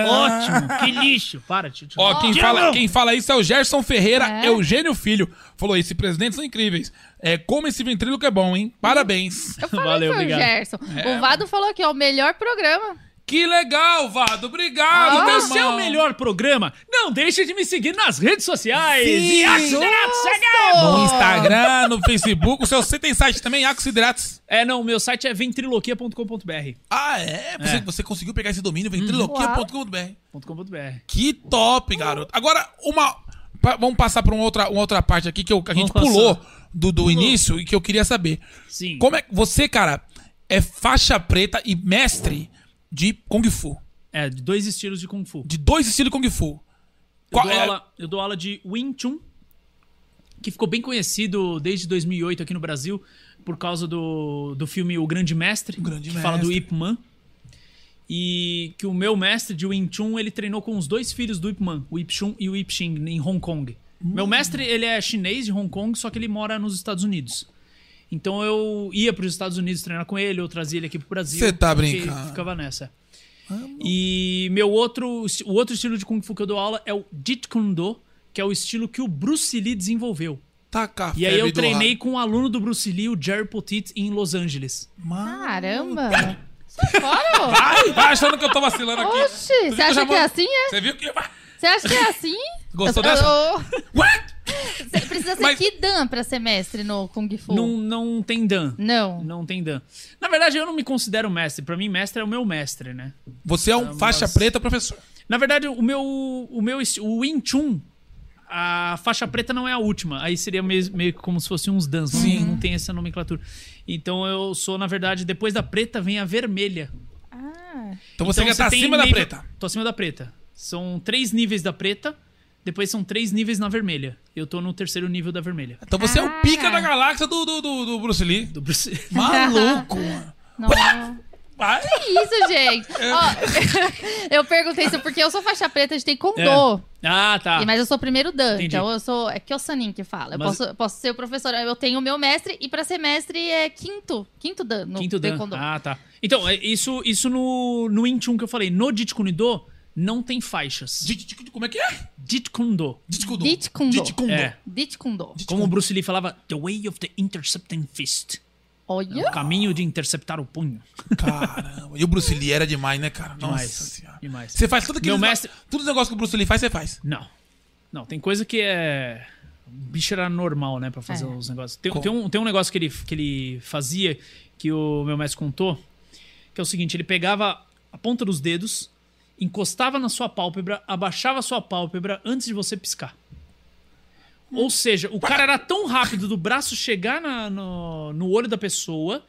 Ótimo! Que lixo! Para, tio. tio.
Ó, quem,
Que
fala,
não.
quem fala isso é o Gerson Ferreira,
É.
Eugênio Filho. Falou, esses presidentes são incríveis. É, como esse ventríloco é bom, hein? Parabéns.
Eu falei
Valeu,
que foi o
obrigado.
Gerson.
É.
O Vado falou aqui, ó, o melhor programa.
Que legal, Vado. Obrigado, é meu
Para o
irmão.
seu melhor programa, não deixe de me seguir nas redes sociais. E assinar-
No Instagram, no Facebook. O seu, você tem site também, Aconsiderados.
É, não, meu site é ventriloquia.com.br.
Ah, é? Uhum. Você, você conseguiu pegar esse domínio, ventriloquia.com.br.
.com.br.
Que top, garoto. Agora, uma. pa- vamos passar pra uma outra, uma outra parte aqui que, eu- que a gente
Vamos
pulou do, do início e que eu queria saber.
Sim.
Como é que você, cara, é faixa preta e mestre de Kung Fu?
É, de dois estilos de Kung Fu.
De dois estilos de Kung Fu.
Eu
Qual-
dou,
é-
aula, eu dou aula de Wing Chun, que ficou bem conhecido desde 2008 aqui no Brasil, por causa do, do filme O Grande Mestre,
Grande
que fala do
Mestre.
Ip Man. E que o meu mestre de Wing Chun, ele treinou com os dois filhos do Ip Man, o Ip Chun e o Ip Ching, em Hong Kong.
Hum.
Meu mestre, ele é chinês de Hong Kong, só que ele mora nos Estados Unidos. Então eu ia para os Estados Unidos treinar com ele, eu trazia ele aqui pro Brasil.
Cê tá
porque
brincando.
Ficava nessa. E meu outro, o outro estilo de Kung Fu que eu dou aula é o Jeet Kune Do, que é o estilo que o Bruce Lee desenvolveu.
Tá café
E aí eu
do
treinei com um aluno do Bruce Lee, o Jerry Potit, em Los Angeles.
Mano.
Caramba. Sai fora,
Ai, tá achando que eu tô vacilando
ô.
aqui.
Oxi, você acha que é assim, é?
Você viu que.
Você acha que é assim?
Gostou
Eu-
dessa?
eu-
What?
Você precisa ser
Mas-
Kidan pra ser mestre no Kung Fu.
Não, não tem Dan.
Não.
Não tem Dan. Na verdade, eu não me considero mestre. Pra mim, mestre é o meu mestre, né?
Você é um faixa preta, professor.
Na verdade, o meu. O meu esti- o Wing Chun, a faixa preta não é a última. Aí seria mes- meio, que como se fosse uns dans. Sim. Não, não tem essa nomenclatura. Então eu sou, na verdade, depois da preta vem a vermelha.
Ah,
Então você quer
Então,
estar
tem
acima da
nível-
preta.
Tô acima da preta. São três níveis da preta, depois são três níveis na vermelha. Eu tô no terceiro nível da vermelha.
Então você é o pica
Cara.
da galáxia do, do, do, do Bruce Lee.
Do Bruce-
Maluco, mano.
não. Que
Vai.
isso, gente?
É.
Ó, eu perguntei isso porque eu sou faixa preta de Taekwondo.
Ah, tá.
E- Mas eu sou o primeiro Dan,
Entendi.
então eu sou. É Kyosanin que fala. Eu
Mas-
posso, eu posso ser o professor. Eu tenho o meu mestre, e pra ser mestre é quinto. Quinto Dan. No
Quinto dan.
Taekwondo.
Ah, tá. Então, é isso, isso no, no Wing Chun que eu falei. No Jeet Kune Do, não tem faixas.
Di- di- di- Como é que é?
Jeet Kune Do.
Ditkundo.
Ditkundo.
Ditkundo.
É.
Dit Kundo.
Como o Bruce Lee falava, The Way of the Intercepting Fist.
Olha.
O caminho de interceptar o punho.
Caramba. E o Bruce Lee era demais, né, cara?
Demais.
Nossa senhora.
Demais.
Você faz tudo aquilo.
Meu mestre-
Tudo os negócios que o Bruce Lee faz, você faz.
Não. Não, tem coisa que é. O bicho era normal, né, pra fazer
É.
os negócios. Tem,
Como?
tem um, tem um negócio que ele, que ele fazia, que o meu mestre contou, que é o seguinte: ele pegava a ponta dos dedos, encostava na sua pálpebra, abaixava a sua pálpebra antes de você piscar. Ou seja, o cara era tão rápido do braço chegar na- no, no olho da pessoa.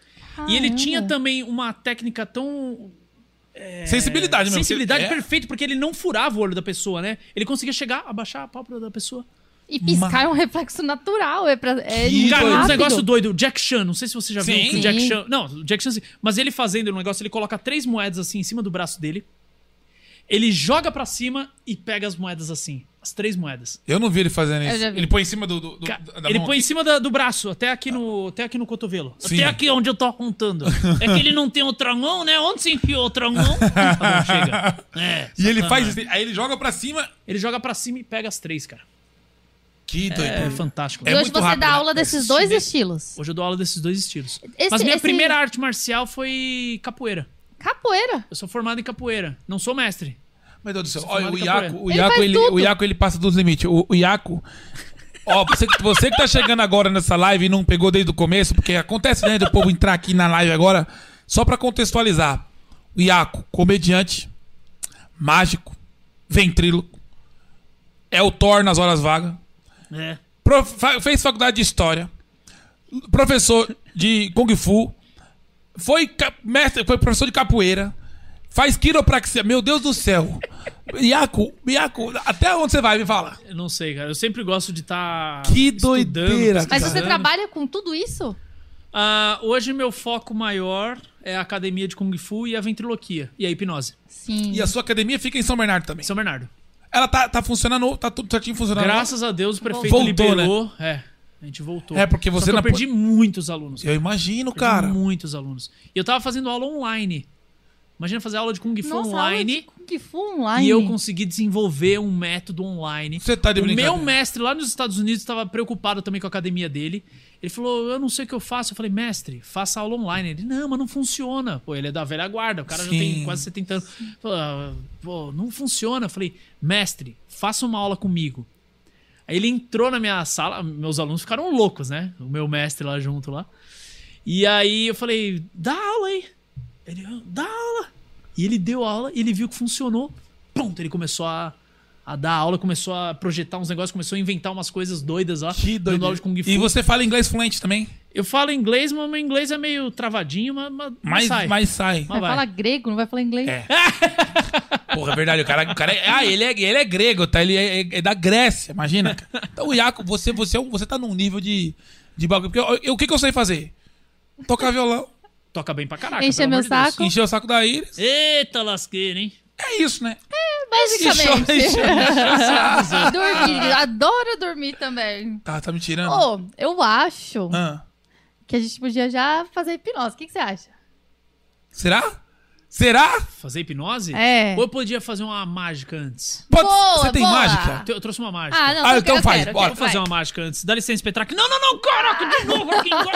E ele tinha também uma técnica tão
Sensibilidade mesmo.
É. Sensibilidade
É.
perfeita, porque ele não furava o olho da pessoa, né? Ele conseguia chegar, abaixar a pálpebra da pessoa.
E piscar é um reflexo natural. É, pra, é
Que
Cara,
rápido.
um negócio doido. O Jack Chan, não sei se você já viu
Sim.
que o Jack
Sim.
Chan. Não, o Jack Chan. sim. Mas ele fazendo um negócio, ele coloca três moedas assim em cima do braço dele. Ele joga pra cima e pega as moedas assim. As três moedas.
Eu não vi ele fazendo
Eu
isso.
já vi.
Ele põe em cima do. do- do-
Ca-
da
ele
mão
põe em
aqui.
cima da- do braço, até aqui no, até aqui no cotovelo.
Sim.
Até aqui onde eu tô apontando. é que ele não tem outra mão, né? Onde se enfiou outra mão? tá bom, chega. É,
E ele
sacanagem.
faz isso. Aí ele joga pra cima.
Ele joga pra cima e pega as três, cara.
Que doido.
É fantástico.
É
E hoje
muito
você
rápido,
dá
né?
aula desses dois estilos.
Hoje eu dou aula desses dois estilos.
Esse-
Mas minha
esse-
primeira arte marcial foi capoeira.
Capoeira.
Eu sou formado em capoeira. Não sou mestre.
Meu Deus do céu. Olha, o
formado em
Iaco,
capoeira.
o
Ele
Iaco,
faz
ele, o
tudo.
Iaco, ele passa dos limites. O, o Iaco, Ó, você, que- você que tá chegando agora nessa live e não pegou desde o começo, porque acontece, né, do povo entrar aqui na live agora, só pra contextualizar. O Iaco, comediante, mágico, ventríloco, é o Thor nas horas vagas,
É.
Pro- fa- fez faculdade de história, professor de Kung Fu, foi, ca- mestre, foi professor de capoeira, faz quiropraxia, meu Deus do céu. Iaco, Iaco, até onde você vai? Me fala.
Eu não sei, cara. Eu sempre gosto de tá estar.
Que doideira,
Mas você
Caramba.
trabalha com tudo isso?
Ah, hoje meu foco maior é a academia de Kung Fu e a ventriloquia. E a hipnose.
Sim.
E a sua academia fica em São Bernardo também.
São Bernardo.
Ela tá, tá funcionando, tá tudo certinho funcionando.
Graças a Deus o prefeito
Voltou,
liberou. É, a gente voltou.
né? É, porque você
Só que
na-
eu perdi muitos alunos.
Eu imagino,
Perdi
cara.
muitos alunos. E eu tava fazendo aula um online. Imagina fazer aula de Kung Fu
Nossa,
um online.
aula de Kung Fu online.
E eu consegui desenvolver um método online.
Você tá de
o
brincadeira.
meu mestre lá nos Estados Unidos tá estava preocupado também com a academia dele. Ele falou: Eu não sei o que eu faço. Eu falei: Mestre, faça aula online. Ele: Não, mas não funciona. Pô, ele é da velha guarda. O cara já
Sim.
tem quase 70 anos. Falou, "Ah, Pô, não funciona. Eu falei: Mestre, faça uma aula comigo. Aí ele entrou na minha sala. Meus alunos ficaram loucos, né? O meu mestre lá junto lá. E aí eu falei: Dá aula aí. Ele: "Ah, Dá aula. E ele deu aula e ele viu que funcionou. Pronto, ele começou a, a dar aula, começou a projetar uns negócios, começou a inventar umas coisas doidas lá.
Que
dando
doideira.
aula de Kung Fu.
E você fala inglês fluente também?
Eu falo inglês, mas meu inglês é meio travadinho, mas, mas, mas
Mas,
sai.
mas sai.
Mas
Vai
vai.
falar grego, não vai falar inglês.
É. Porra, é verdade. O cara, o cara é, ah, ele é, ele é grego, tá? Ele é, é- é da Grécia, imagina. cara. Então, Iaco, você, você, é um- você tá num nível de, de bagulho. Porque eu- eu- o que, que eu sei fazer? Tocar violão,
Toca bem pra caraca.
Encher
pelo
meu
amor de Deus.
saco.
encher o saco da Iris.
Eita lasqueira, hein?
É isso, né?
Basicamente.
Encheu-
dormir. Adoro dormir também.
Tá, tá me tirando.
Ô, eu acho
Ah,
que a gente podia já fazer hipnose. O que, que você acha?
será? Será?
Fazer hipnose?
É.
Ou eu podia fazer uma mágica antes?
Pode-
Boa,
você tem
boa.
mágica?
Eu trouxe uma mágica.
Ah, não.
Ah,
eu
então
quero- eu
faz,
quero, eu
bora.
quero,
Vou fazer
vai.
uma mágica antes. Dá licença, Petraque. Não, não, não, caraca, de novo aqui agora.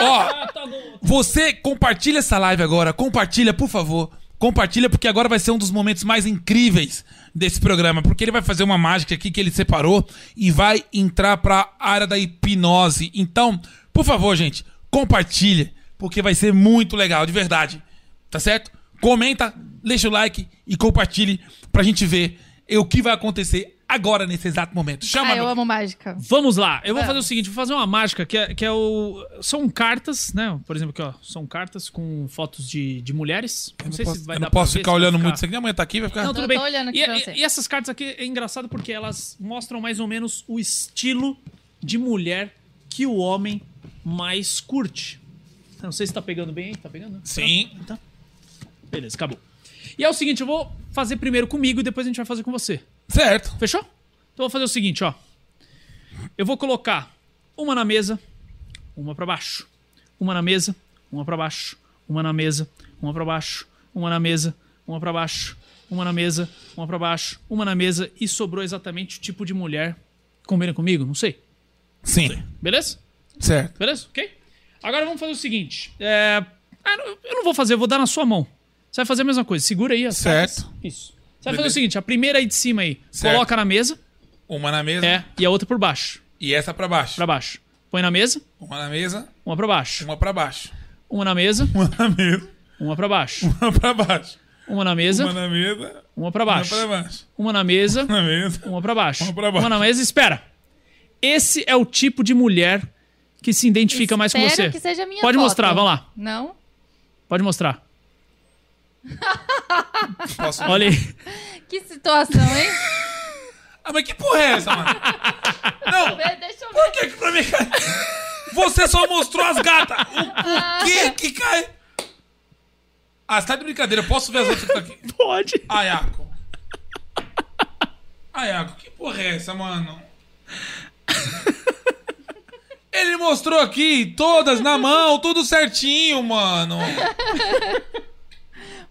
tá
Ó, você compartilha essa live agora. Compartilha, por favor. Compartilha, porque agora vai ser um dos momentos mais incríveis desse programa. Porque ele vai fazer uma mágica aqui que ele separou e vai entrar pra área da hipnose. Então, por favor, gente, compartilha. Porque vai ser muito legal, de verdade. Tá certo? Comenta, deixa o like e compartilhe pra gente ver o que vai acontecer agora, nesse exato momento. Chama,
Ah, eu
meu-
amo mágica.
Vamos lá, eu vou fazer o seguinte, vou fazer uma mágica que é, que é o. São cartas, né? Por exemplo, aqui, ó. São cartas com fotos de, de mulheres. Não,
Eu
sei
não posso,
se vai
eu
dar
não posso
pra ver,
ficar
se vai
olhando muito isso aqui. Minha mãe tá aqui, vai ficar.
Não, tudo
Eu
bem.
tô olhando aqui
e,
pra
e-
você.
e essas cartas aqui é engraçado porque elas mostram mais ou menos o estilo de mulher que o homem mais curte. Eu Não sei se tá pegando bem aí. Tá pegando? né?
Sim.
Beleza, acabou. E é o seguinte, eu vou fazer primeiro comigo e depois a gente vai fazer com você.
Certo.
Fechou? Então eu vou fazer o seguinte, ó. Eu vou colocar uma na mesa, uma pra baixo, uma na mesa, uma pra baixo, uma na mesa, uma pra baixo, uma na mesa, uma pra baixo, uma na mesa, uma pra baixo, uma na mesa e sobrou exatamente o tipo de mulher. Combina comigo? Não sei.
Sim.
Beleza?
Certo.
Beleza? Ok? Agora vamos fazer o seguinte. É... ah, não, Eu não vou fazer, eu vou dar na sua mão. Você vai fazer a mesma coisa. Segura aí as
Certo.
cartas. Isso. Você vai fazer o seguinte, a primeira aí de cima aí,
Certo.
coloca na mesa.
Uma na mesa
É, e a outra por baixo.
e essa pra baixo.
Pra baixo. Põe na mesa,
Uma na mesa,
uma pra baixo.
uma pra baixo.
Uma na mesa,
Uma na mesa,
uma pra baixo.
uma pra baixo.
Uma na
Uma
mesa,
na mesa,
uma pra
uma
baixo.
pra baixo.
Uma na mesa,
Uma na mesa.
uma pra baixo.
Uma pra baixo.
Uma na mesa, espera. Esse é o tipo de mulher que se identifica mais com
Espero
você.
que seja a minha
Pode
foto.
mostrar, vamos lá.
Não?
Pode mostrar.
Posso...
Olha aí.
Que situação, hein?
Ah, mas que porra é essa, mano? Não,
Pera, Deixa eu
por
ver.
que que pra mim... Você só mostrou as gatas. O, o que que cai? Ah, você tá de brincadeira. Eu Posso ver as outras que tá aqui?
Pode.
Ah, Iaco. Ah, Iaco, que porra é essa, mano? Ele mostrou aqui, todas na mão, tudo certinho, mano.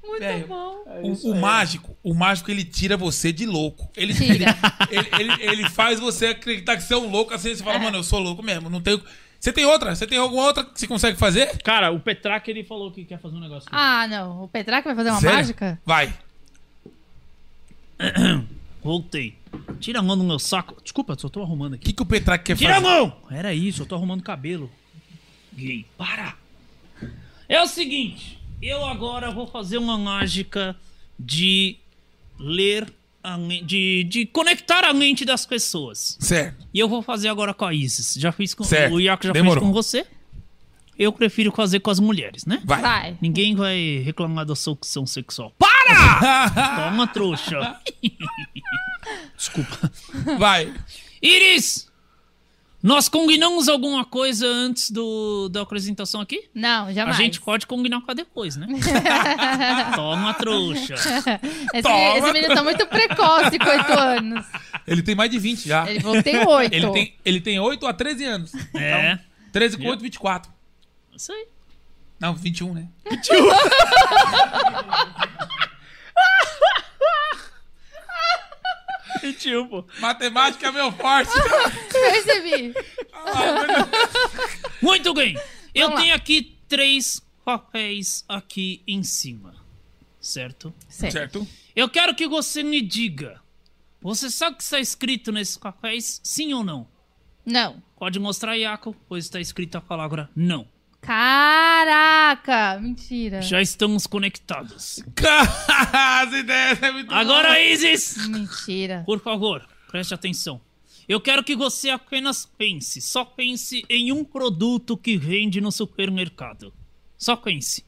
Muito bom.
O, o mágico, o mágico, ele tira você de louco. Ele, ele,
Tira.
ele, ele- ele faz você acreditar que você é um louco, assim você fala, mano, eu sou louco mesmo, não tenho... Você tem outra? Você tem alguma outra que você consegue fazer?
É
Cara, o Petraca ele falou que quer fazer um negócio. aqui.
Ah, não. O Petraca vai fazer uma
Sério?
mágica?
Vai.
Voltei.
Tira a mão do meu saco. Desculpa, só tô arrumando
O
aqui.
que, que o Petraque quer
Tira a
fazer?
mão! Era isso, eu tô arrumando o cabelo. Gay, para! É o seguinte, eu agora vou fazer uma mágica de ler, a, men- de, de conectar a mente das pessoas.
Certo.
E eu vou fazer agora com a Isis. Já fiz com
Certo,
o Iaco já
demorou.
fez com você. Eu prefiro fazer com as mulheres, né?
Vai.
Vai.
Ninguém vai reclamar da sua opção sexual. Para! Toma, trouxa. Desculpa.
Vai.
Iris! Nós combinamos alguma coisa antes do, da apresentação aqui?
Não,
A
jamais.
gente pode combinar com a depois, né? Toma, trouxa.
Esse,
Toma.
esse menino tá muito precoce com 8 anos.
Ele tem mais de 20 já.
Ele falou, tem 8.
Ele tem, ele tem 8 a 13 anos.
É.
13 com 8, 24.
Isso aí.
Não, 21, né?
Mentiu, pô.
Matemática é meu forte.
Percebi.
Muito bem. Eu
Vamos lá.
tenho aqui três papéis aqui em cima. Certo?
Certo.
certo.
Eu quero que você me diga. Você sabe o que está escrito nesses papéis? Sim ou não?
Não.
Pode mostrar, Iaco, pois está escrita a palavra não.
Caraca, mentira.
Já estamos conectados.
As ideias é muito
Agora, Isis,
Mentira.
por favor, preste atenção. Eu quero que você apenas pense, só pense em um produto que vende no supermercado. Só pense.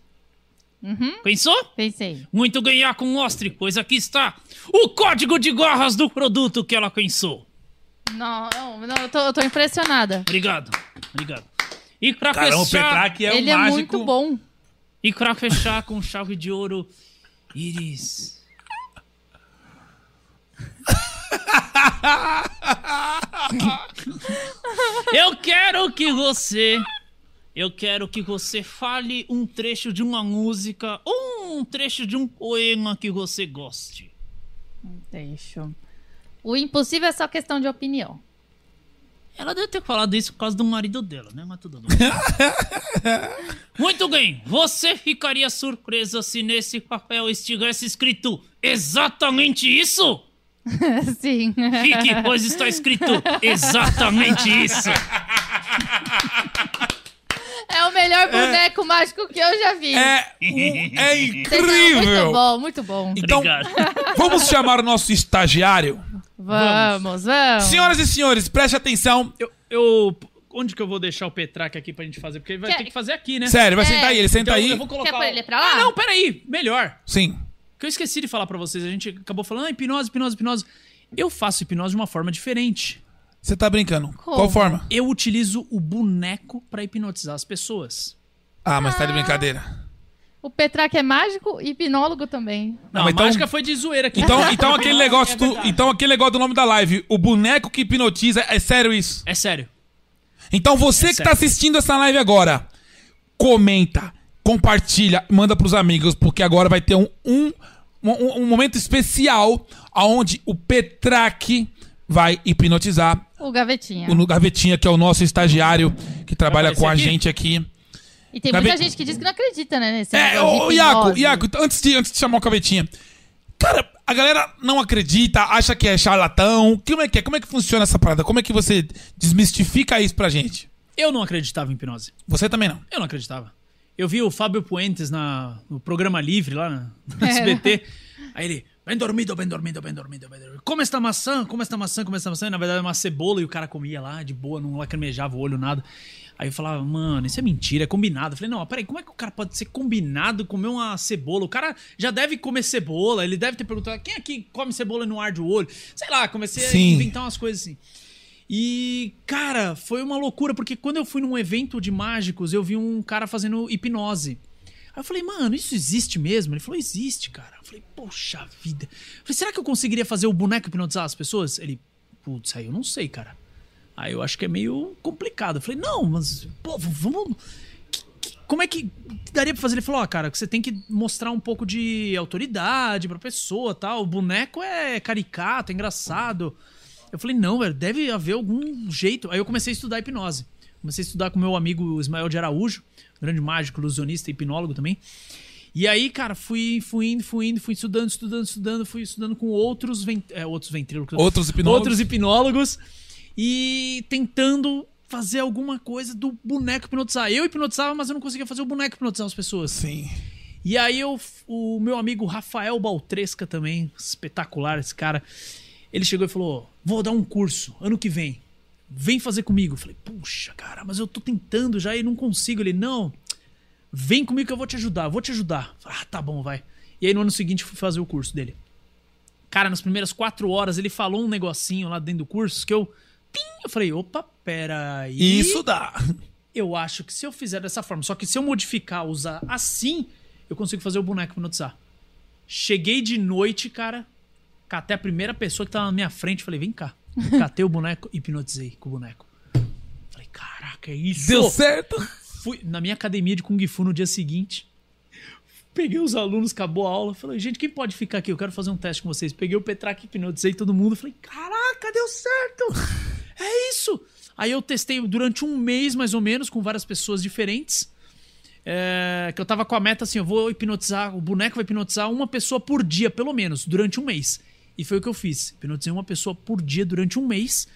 Pensou?
Pensei.
Muito ganhar com mostre, pois aqui está o código de garras do produto que ela pensou.
Não, não, não, eu tô, eu tô impressionada.
Obrigado, obrigado. E pra
Caramba, o
fechar,
Petraque é
Ele
um
é
mágico.
muito bom.
e pra fechar com chave de ouro, Iris. Eu quero que você, eu quero que você fale um trecho de uma música ou um trecho de um poema que você goste.
Deixa. O impossível é só questão de opinião.
Ela deve ter falado isso por causa do marido dela, né? Mas tudo bem. Muito bem, você ficaria surpresa se nesse papel estivesse escrito exatamente isso?
Sim.
Fique, pois está escrito exatamente isso.
É o melhor boneco mágico que eu já vi.
É, um- é
Vocês são Muito
incrível.
bom, muito bom.
Então,
Obrigado.
vamos chamar o nosso estagiário.
Vamos, vamos.
Senhoras e senhores, preste atenção.
Eu, eu- Onde que eu vou deixar o Petraque aqui pra gente fazer? Porque ele vai
Quer-
ter que fazer aqui, né?
Sério, vai
É.
sentar aí, ele senta
Então,
aí.
eu vou colocar
Quer pôr
o-
ele pra lá?
Ah, não, peraí. Melhor.
Sim.
Que eu esqueci de falar pra vocês. A gente acabou falando, ah, hipnose, hipnose, hipnose. Eu faço hipnose de uma forma diferente.
Você tá brincando.
Como?
Qual forma?
Eu utilizo o boneco pra hipnotizar as pessoas.
Ah, mas tá de brincadeira.
O Petraque é mágico e hipnólogo também.
Não,
Não,
a
então-
mágica foi de zoeira aqui.
Então, então
É
aquele negócio do, então aquele negócio do nome da live, o boneco que hipnotiza, é sério isso?
É sério.
Então você que tá
sério.
assistindo essa live agora, comenta, compartilha, manda pros amigos, porque agora vai ter um, um, um, um momento especial aonde o Petraque vai hipnotizar
O Gavetinha.
o Gavetinha, que é o nosso estagiário que trabalha com a
aparecer aqui?
gente aqui.
E tem
Gavi-
muita gente que diz que não acredita, né? Nesse
É,
negócio de
ô, Iaco,
hipnose.
Iaco, então, antes de, antes de chamar o Cavetinha. Cara, a galera não acredita, acha que é charlatão. Como é que é? Como é que funciona essa parada? Como é que você desmistifica isso pra gente?
Eu não acreditava em hipnose.
Você também não.
Eu não acreditava. Eu vi o Fábio Puentes na, no programa livre lá na- no SBT. Aí ele, bem dormido, bem dormido, bem dormido, bem dormido. Como esta maçã, como esta maçã, como esta maçã. E, na verdade era uma cebola e o cara comia lá de boa, não lacrimejava o olho, nada. Aí eu falava, mano, isso é mentira, é combinado. Eu falei, não, mas peraí, como é que o cara pode ser combinado comer uma cebola? O cara já deve comer cebola, ele deve ter perguntado, quem aqui come cebola e não arde o olho? Sei lá, comecei
Sim.
a inventar umas coisas assim. E, cara, foi uma loucura, porque quando eu fui num evento de mágicos, eu vi um cara fazendo hipnose. Aí eu falei, mano, isso existe mesmo? Ele falou, existe, cara. Eu falei, poxa vida. Eu falei, será que eu conseguiria fazer o boneco hipnotizar as pessoas? Ele, putz, aí eu não sei, cara. Aí eu acho que é meio complicado. Eu falei, não, mas, pô, v- vamos. que- que- Como é que daria pra fazer? Ele falou, ó, cara, que você tem que mostrar um pouco de autoridade pra pessoa tal. O boneco é caricato, é engraçado. Eu falei, não, velho, deve haver algum jeito. Aí eu comecei a estudar hipnose. Comecei a estudar com meu amigo Ismael de Araújo, grande mágico, ilusionista e hipnólogo também. E aí, cara, fui, fui indo, fui indo, fui estudando, estudando, estudando, fui estudando com outros, ven é, outros ventrílocos.
Outros hipnólogos.
Outros hipnólogos. E tentando fazer alguma coisa do boneco hipnotizar. Eu hipnotizava, mas eu não conseguia fazer o boneco hipnotizar as pessoas.
Sim.
E aí eu, o meu amigo Rafael Baltresca também, espetacular esse cara, ele chegou e falou: "Vou dar um curso ano que vem. Vem fazer comigo". Eu falei: "Puxa, cara, mas eu tô tentando já e não consigo". Ele: "Não. Vem comigo que eu vou te ajudar, eu vou te ajudar". Eu falei, ah, tá bom, vai. E aí no ano seguinte eu fui fazer o curso dele. Cara, nas primeiras quatro horas ele falou um negocinho lá dentro do curso que eu, pim, eu falei: "Opa, pera aí".
Isso dá.
Eu acho que se eu fizer dessa forma, só que se eu modificar, usar assim, eu consigo fazer o boneco hipnotizar. Cheguei de noite, cara, catei a primeira pessoa que tava na minha frente, falei, vem cá. Catei o boneco e hipnotizei com o boneco. Falei, caraca, é isso.
Deu certo.
Fui na minha academia de Kung Fu no dia seguinte. Peguei os alunos, acabou a aula. Falei, gente, quem pode ficar aqui? Eu quero fazer um teste com vocês. Peguei o Petraque, hipnotizei todo mundo. Falei, caraca, deu certo. É isso. Aí eu testei durante um mês, mais ou menos, com várias pessoas diferentes. É, que eu tava com a meta assim, eu vou hipnotizar, o boneco vai hipnotizar uma pessoa por dia, pelo menos, durante um mês. E foi o que eu fiz. Hipnotizei uma pessoa por dia durante um mês.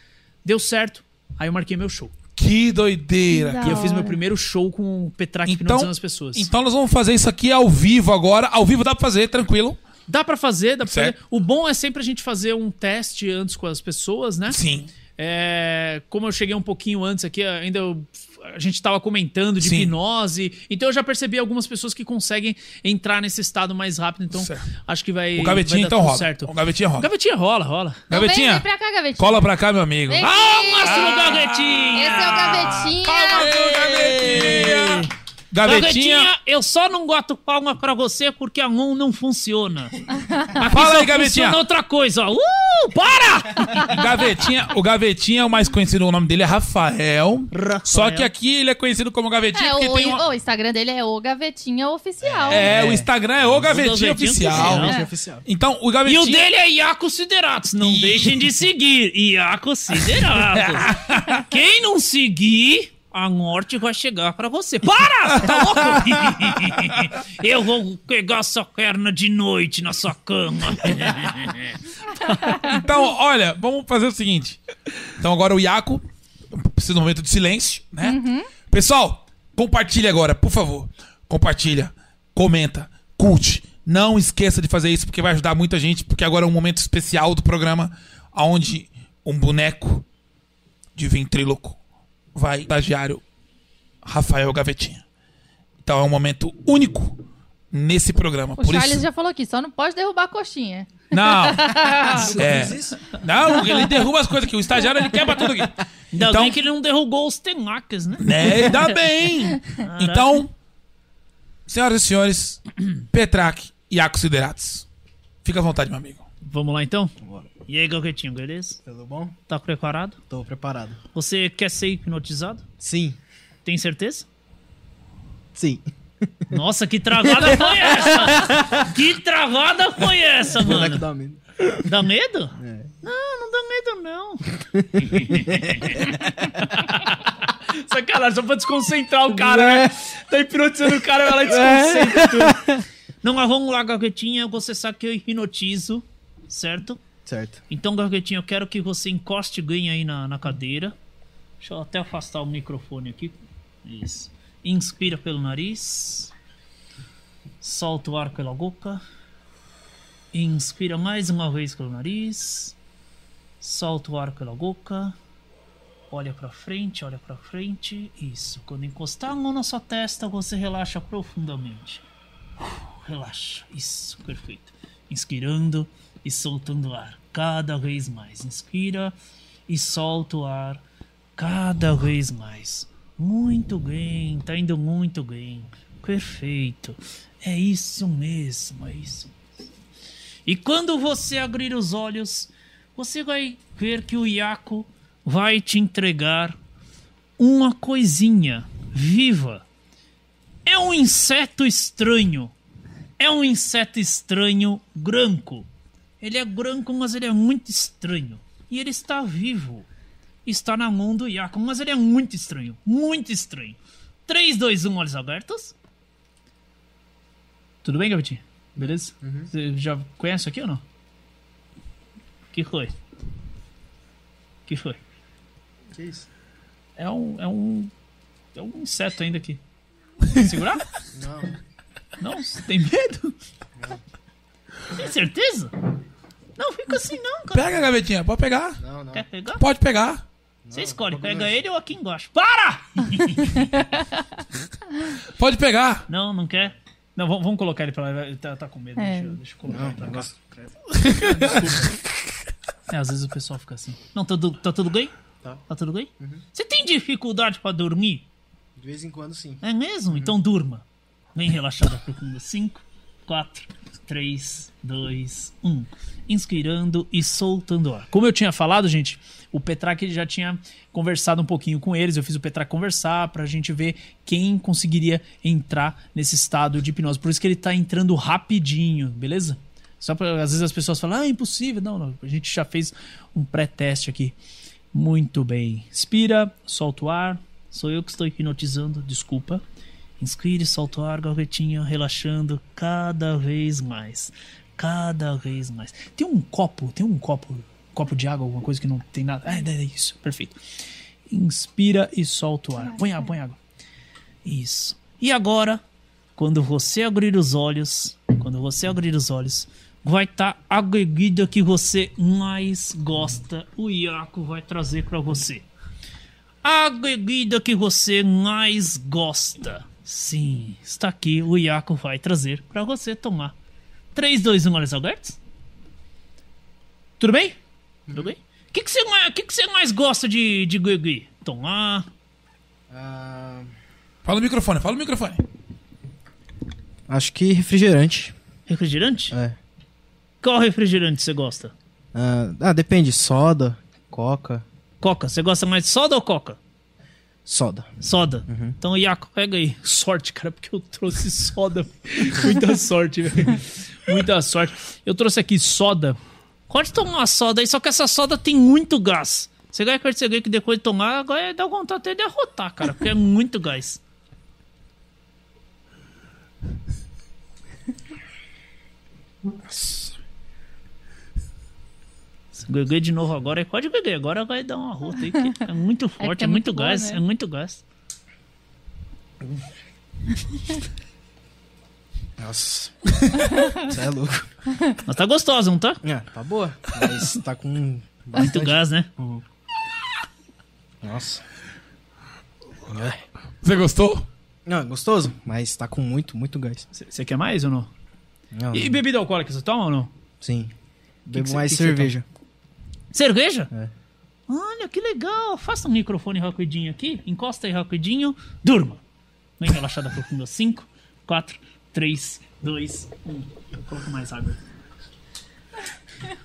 Deu certo. Aí eu marquei meu show.
Que doideira.
e eu fiz
Ah,
meu primeiro show com o Petraque hipnotizando as pessoas.
então nós vamos fazer isso aqui ao vivo agora. Ao vivo dá pra fazer, tranquilo.
Dá pra fazer, dá pra
Certo.
fazer. O bom é sempre a gente fazer um teste antes com as pessoas, né?
Sim.
É, como eu cheguei um pouquinho antes aqui, ainda eu- a gente estava comentando de
Sim.
hipnose. Então eu já percebi algumas pessoas que conseguem entrar nesse estado mais rápido. Então
Certo.
acho que vai.
O gavetinho
vai dar
então
tudo
rola.
Certo.
O gavetinho rola.
Gavetinha rola, rola.
Então vem-
Gavetinha.
Vem pra cá, gavetinha.
Cola pra cá, meu amigo.
Vem
Ah,
aqui.
Astro Gavetinha!
Esse é o gavetinha.
gavetinha. Gavetinha.
Gavetinha, eu só não gosto palma pra você porque a mão não funciona.
Fala aí,
Funciona
gavetinha.
outra coisa, ó. Uh, para!
Gavetinha. O gavetinha, o mais conhecido, o nome dele é Rafael. Só que aqui ele é conhecido como gavetinha
É,
porque
o,
tem uma...
o Instagram dele é o gavetinha oficial.
É, o Instagram é o gavetinha oficial.
É.
Então, o
E o
gavetinha
dele é Iaco Sideratos. Não deixem de seguir. Iaco Sideratos. Quem não seguir, a morte vai chegar pra você. Para! Tá louco? Eu vou pegar sua perna de noite na sua cama.
É. Então, olha, vamos fazer o seguinte. Então agora o Iaco precisa de um momento de silêncio, né?
Uhum.
Pessoal, compartilha agora, por favor. Compartilha, comenta, curte. Não esqueça de fazer isso porque vai ajudar muita gente, porque agora é um momento especial do programa onde um boneco de ventríloco vai estagiário Rafael Gavetinha. Então é um momento único nesse programa.
O
por
Charles
isso...
já falou aqui, só não pode derrubar a coxinha.
Não. É. Não, ele derruba as coisas aqui. O estagiário ele quebra tudo aqui.
Ainda
Então,
bem que ele não derrugou os tenacas, né?
né, ainda bem. Então, senhoras e senhores, Petrac e Aconsiderados. Fica à vontade, meu amigo.
Vamos lá, então?
Bora.
E aí, Galguetinho, beleza?
Tudo bom?
Tá preparado?
Tô preparado.
Você quer ser hipnotizado?
Sim.
Tem certeza?
Sim.
Nossa, que travada foi essa? Que travada foi essa,
Boneco
mano?
da mina.
Dá medo?
É.
Não, não dá medo, não. Sacanagem, só pra desconcentrar o cara, né?
É.
Tá hipnotizando o cara, ela desconcentra tudo. Não, mas vamos lá, Gaguetinha. Você sabe que eu hipnotizo, certo?
Certo.
Então, Gaguetinha, eu quero que você encoste bem aí na, na cadeira. Deixa eu até afastar o microfone aqui. Isso. Inspira pelo nariz. Solta o ar pela boca. Inspira mais uma vez pelo nariz. Solta o ar pela boca. Olha pra frente, olha pra frente. Isso. Quando encostar a mão na sua testa, você relaxa profundamente. Relaxa. Isso, perfeito. Inspirando e soltando o ar cada vez mais. Inspira e solta o ar cada vez mais. Muito bem, tá indo muito bem. Perfeito. É isso mesmo, é isso. E quando você abrir os olhos, você vai ver que o Iaco vai te entregar uma coisinha viva. É um inseto estranho. É um inseto estranho branco. Ele é branco, mas ele é muito estranho. E ele está vivo. Está na mão do Iaco, mas ele é muito um, estranho. Muito estranho. 3, 2, 1, olhos abertos. Tudo bem, Gavitinho? Beleza?
Uhum.
Você já conhece aqui ou não? Que foi? Que foi?
Que isso?
É um. É um. É um inseto ainda aqui. Quer Segurar?
Não.
Não? Você tem medo? Tem certeza? Não, fica assim não, cara.
Pega, gavetinha, pode pegar.
Não, não.
Quer pegar?
Pode pegar.
Você escolhe, pega ele ou aqui embaixo. Para!
Pode pegar.
Não, não quer? Não, vamos, vamos colocar ele pra lá. Ele tá, tá com medo. Deixa, eu- deixa eu colocar
tá
ele pra cá. É, às vezes o pessoal fica assim. Não, tá, tudo- tá tudo bem?
Tá.
tudo bem? Você tem dificuldade pra dormir?
De vez em quando, sim.
É mesmo? Então durma. Bem relaxada, profunda. 5, 4, 3, 2, 1. Inspirando e soltando o ar. Como eu tinha falado, gente, o Petrac ele já tinha conversado um pouquinho com eles. Eu fiz o Petrac conversar pra gente ver quem conseguiria entrar nesse estado de hipnose. Por isso que ele tá entrando rapidinho, beleza? Só pra, às vezes as pessoas falam, ah, impossível. Não, não. A gente já fez um pré-teste aqui. Muito bem. Inspira, solta o ar. Sou eu que estou hipnotizando, desculpa. Inspire, solta o ar, gavetinha, relaxando cada vez mais. Cada vez mais. Tem um copo, tem um copo, copo de água, alguma coisa que não tem nada. Ah, é é isso, perfeito. Inspira e solta o ar. Põe água, põe água. Isso. E agora, quando você abrir os olhos, quando você abrir os olhos, vai estar a bebida que você mais gosta. O Iaco vai trazer para você. A bebida que você mais gosta. Sim, está aqui. O Iaco vai trazer para você tomar. 3, 2, 1, olhos abertos. Tudo bem? Tudo bem? O que, que, você, mais- que, que você mais gosta de, de Gui? Tomar.
Ah,
Fala no microfone, fala no microfone.
acho que refrigerante.
Refrigerante?
É.
Qual refrigerante você gosta?
Ah, ah, depende. Soda, coca,
Coca. Você gosta mais de soda ou coca?
soda.
Soda. Então, Iaco, pega aí. Sorte, cara, porque eu trouxe soda. Muita sorte, velho. Muita sorte. Eu trouxe aqui soda. Pode tomar uma soda aí, só que essa soda tem muito gás. Você vai perceber que depois de tomar, agora dá vontade até de arrotar, cara, porque é muito gás. Se Gregor de novo agora, aí pode beber. Agora vai dar uma rota aí, que é muito forte, é,
é
muito,
muito boa,
gás,
né?
é muito gás.
Nossa. Isso é louco.
Mas tá gostosa, não tá?
É, tá boa. Mas tá com.
Muito
bastante-
gás, né?
Nossa.
Você gostou?
É. Não, é gostoso, mas tá com muito, muito gás.
Você quer mais ou não?
Não,
E bebida alcoólica, você toma ou não?
Sim. Bebo
cê-
mais
que que cê
cerveja.
Cerveja?
É.
Olha, que legal. Faça um microfone rapidinho aqui, encosta aí rapidinho, durma. Vem relaxada profunda. 5, 4, 3, 2, 1. Eu coloco um. mais água.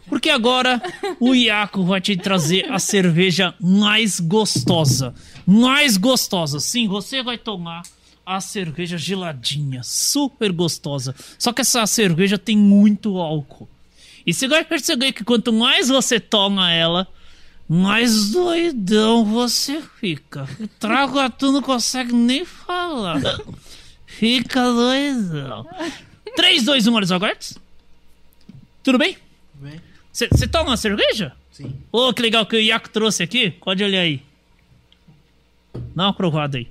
Porque agora o Iaco vai te trazer a cerveja mais gostosa. Mais gostosa. Sim, você vai tomar a cerveja geladinha, super gostosa. Só que essa cerveja tem muito álcool. E você vai perceber que quanto mais você toma ela, mais doidão você fica. Trago tu não consegue nem falar. Fica doidão. um, 3, 2, 1, olhos abertos. Tudo bem?
Bem.
Você toma uma cerveja?
Sim.
Ô, que legal que o Iaco trouxe aqui. Pode olhar aí. Dá uma provada aí.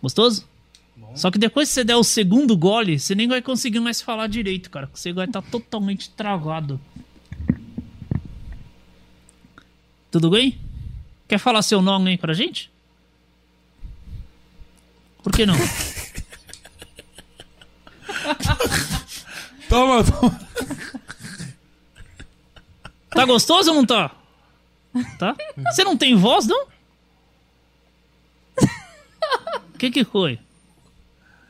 Gostoso? Só que depois que você der o segundo gole, você nem vai conseguir mais falar direito, cara. porque Você vai estar totalmente travado. Tudo bem? Quer falar seu nome aí pra gente? Por que não?
Toma, toma.
Tá gostoso ou não tá? Tá? Você não tem voz, não? O que que foi?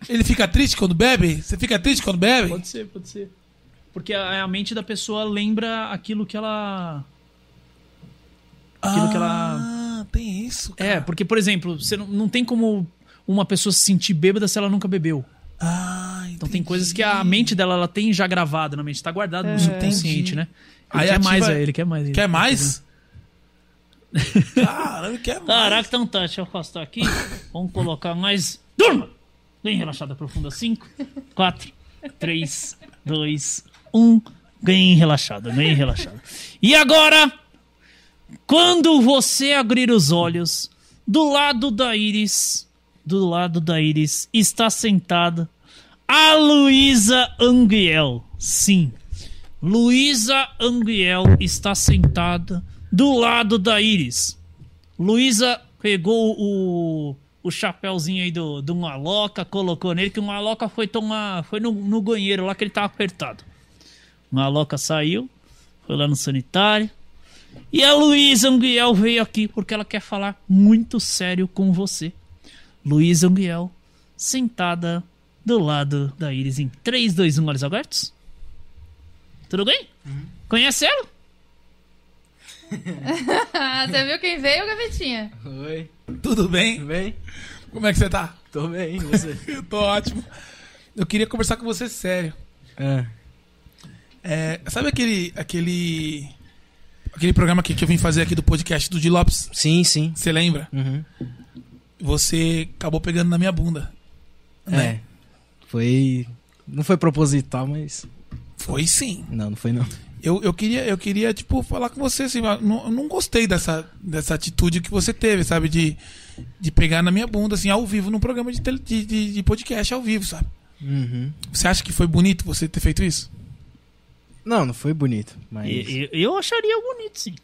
Ele fica triste quando bebe? Você fica triste quando bebe?
Pode ser, pode ser. Porque a, a mente da pessoa lembra aquilo que ela. Aquilo que ela.
Ah, tem isso.
É, porque, por exemplo, você não, não tem como uma pessoa se sentir bêbada se ela nunca bebeu.
Ah, entendi. É,
Então tem coisas que a mente dela ela tem já gravada na mente, tá guardada no subconsciente, né? Ele
Aí
quer
ativa-
mais, é, ele quer mais. ele
Quer mais? Caramba, que é
Caraca, então tá, deixa eu afastar aqui. Vamos colocar mais. Durma! Bem relaxada profunda. 5, 4, 3, 2, 1. Bem relaxada, bem relaxada. E agora, quando você abrir os olhos, do lado da íris, do lado da íris, está sentada a Luísa Anguiel. Sim, Luísa Anguiel está sentada do lado da Iris. Luísa pegou o, o chapéuzinho aí do, do Maloca, colocou nele, que o Maloca foi tomar. Foi no, no banheiro lá que ele tava apertado. O Maloca saiu, foi lá no sanitário. E a Luísa Anguiel veio aqui porque ela quer falar muito sério com você. Luísa Anguiel, sentada do lado da Iris em 3, 2, 1, olhos abertos. Tudo bem? Conhece ela?
Ah, você viu quem veio, gavetinha?
Oi,
Tudo bem?
tudo bem?
Como é que você tá?
Tô bem, e você?
Eu tô ótimo. Eu queria conversar com você sério.
Ah,
É, sabe aquele, aquele. Aquele programa que, que eu vim fazer aqui do podcast do Di Lopes?
Sim, sim.
Você lembra?
Uhum.
Você acabou pegando na minha bunda.
É. Foi. Não foi proposital, mas.
Foi sim.
Não, não foi não.
Eu, eu queria, eu queria tipo, falar com você, assim, mas não, eu não gostei dessa, dessa atitude que você teve, sabe? De, de pegar na minha bunda, assim, ao vivo, num programa de, tele- de, de, de podcast ao vivo, sabe?
Uhum.
Você acha que foi bonito você ter feito isso?
Não, não foi bonito, mas.
E- e- Eu acharia bonito, sim.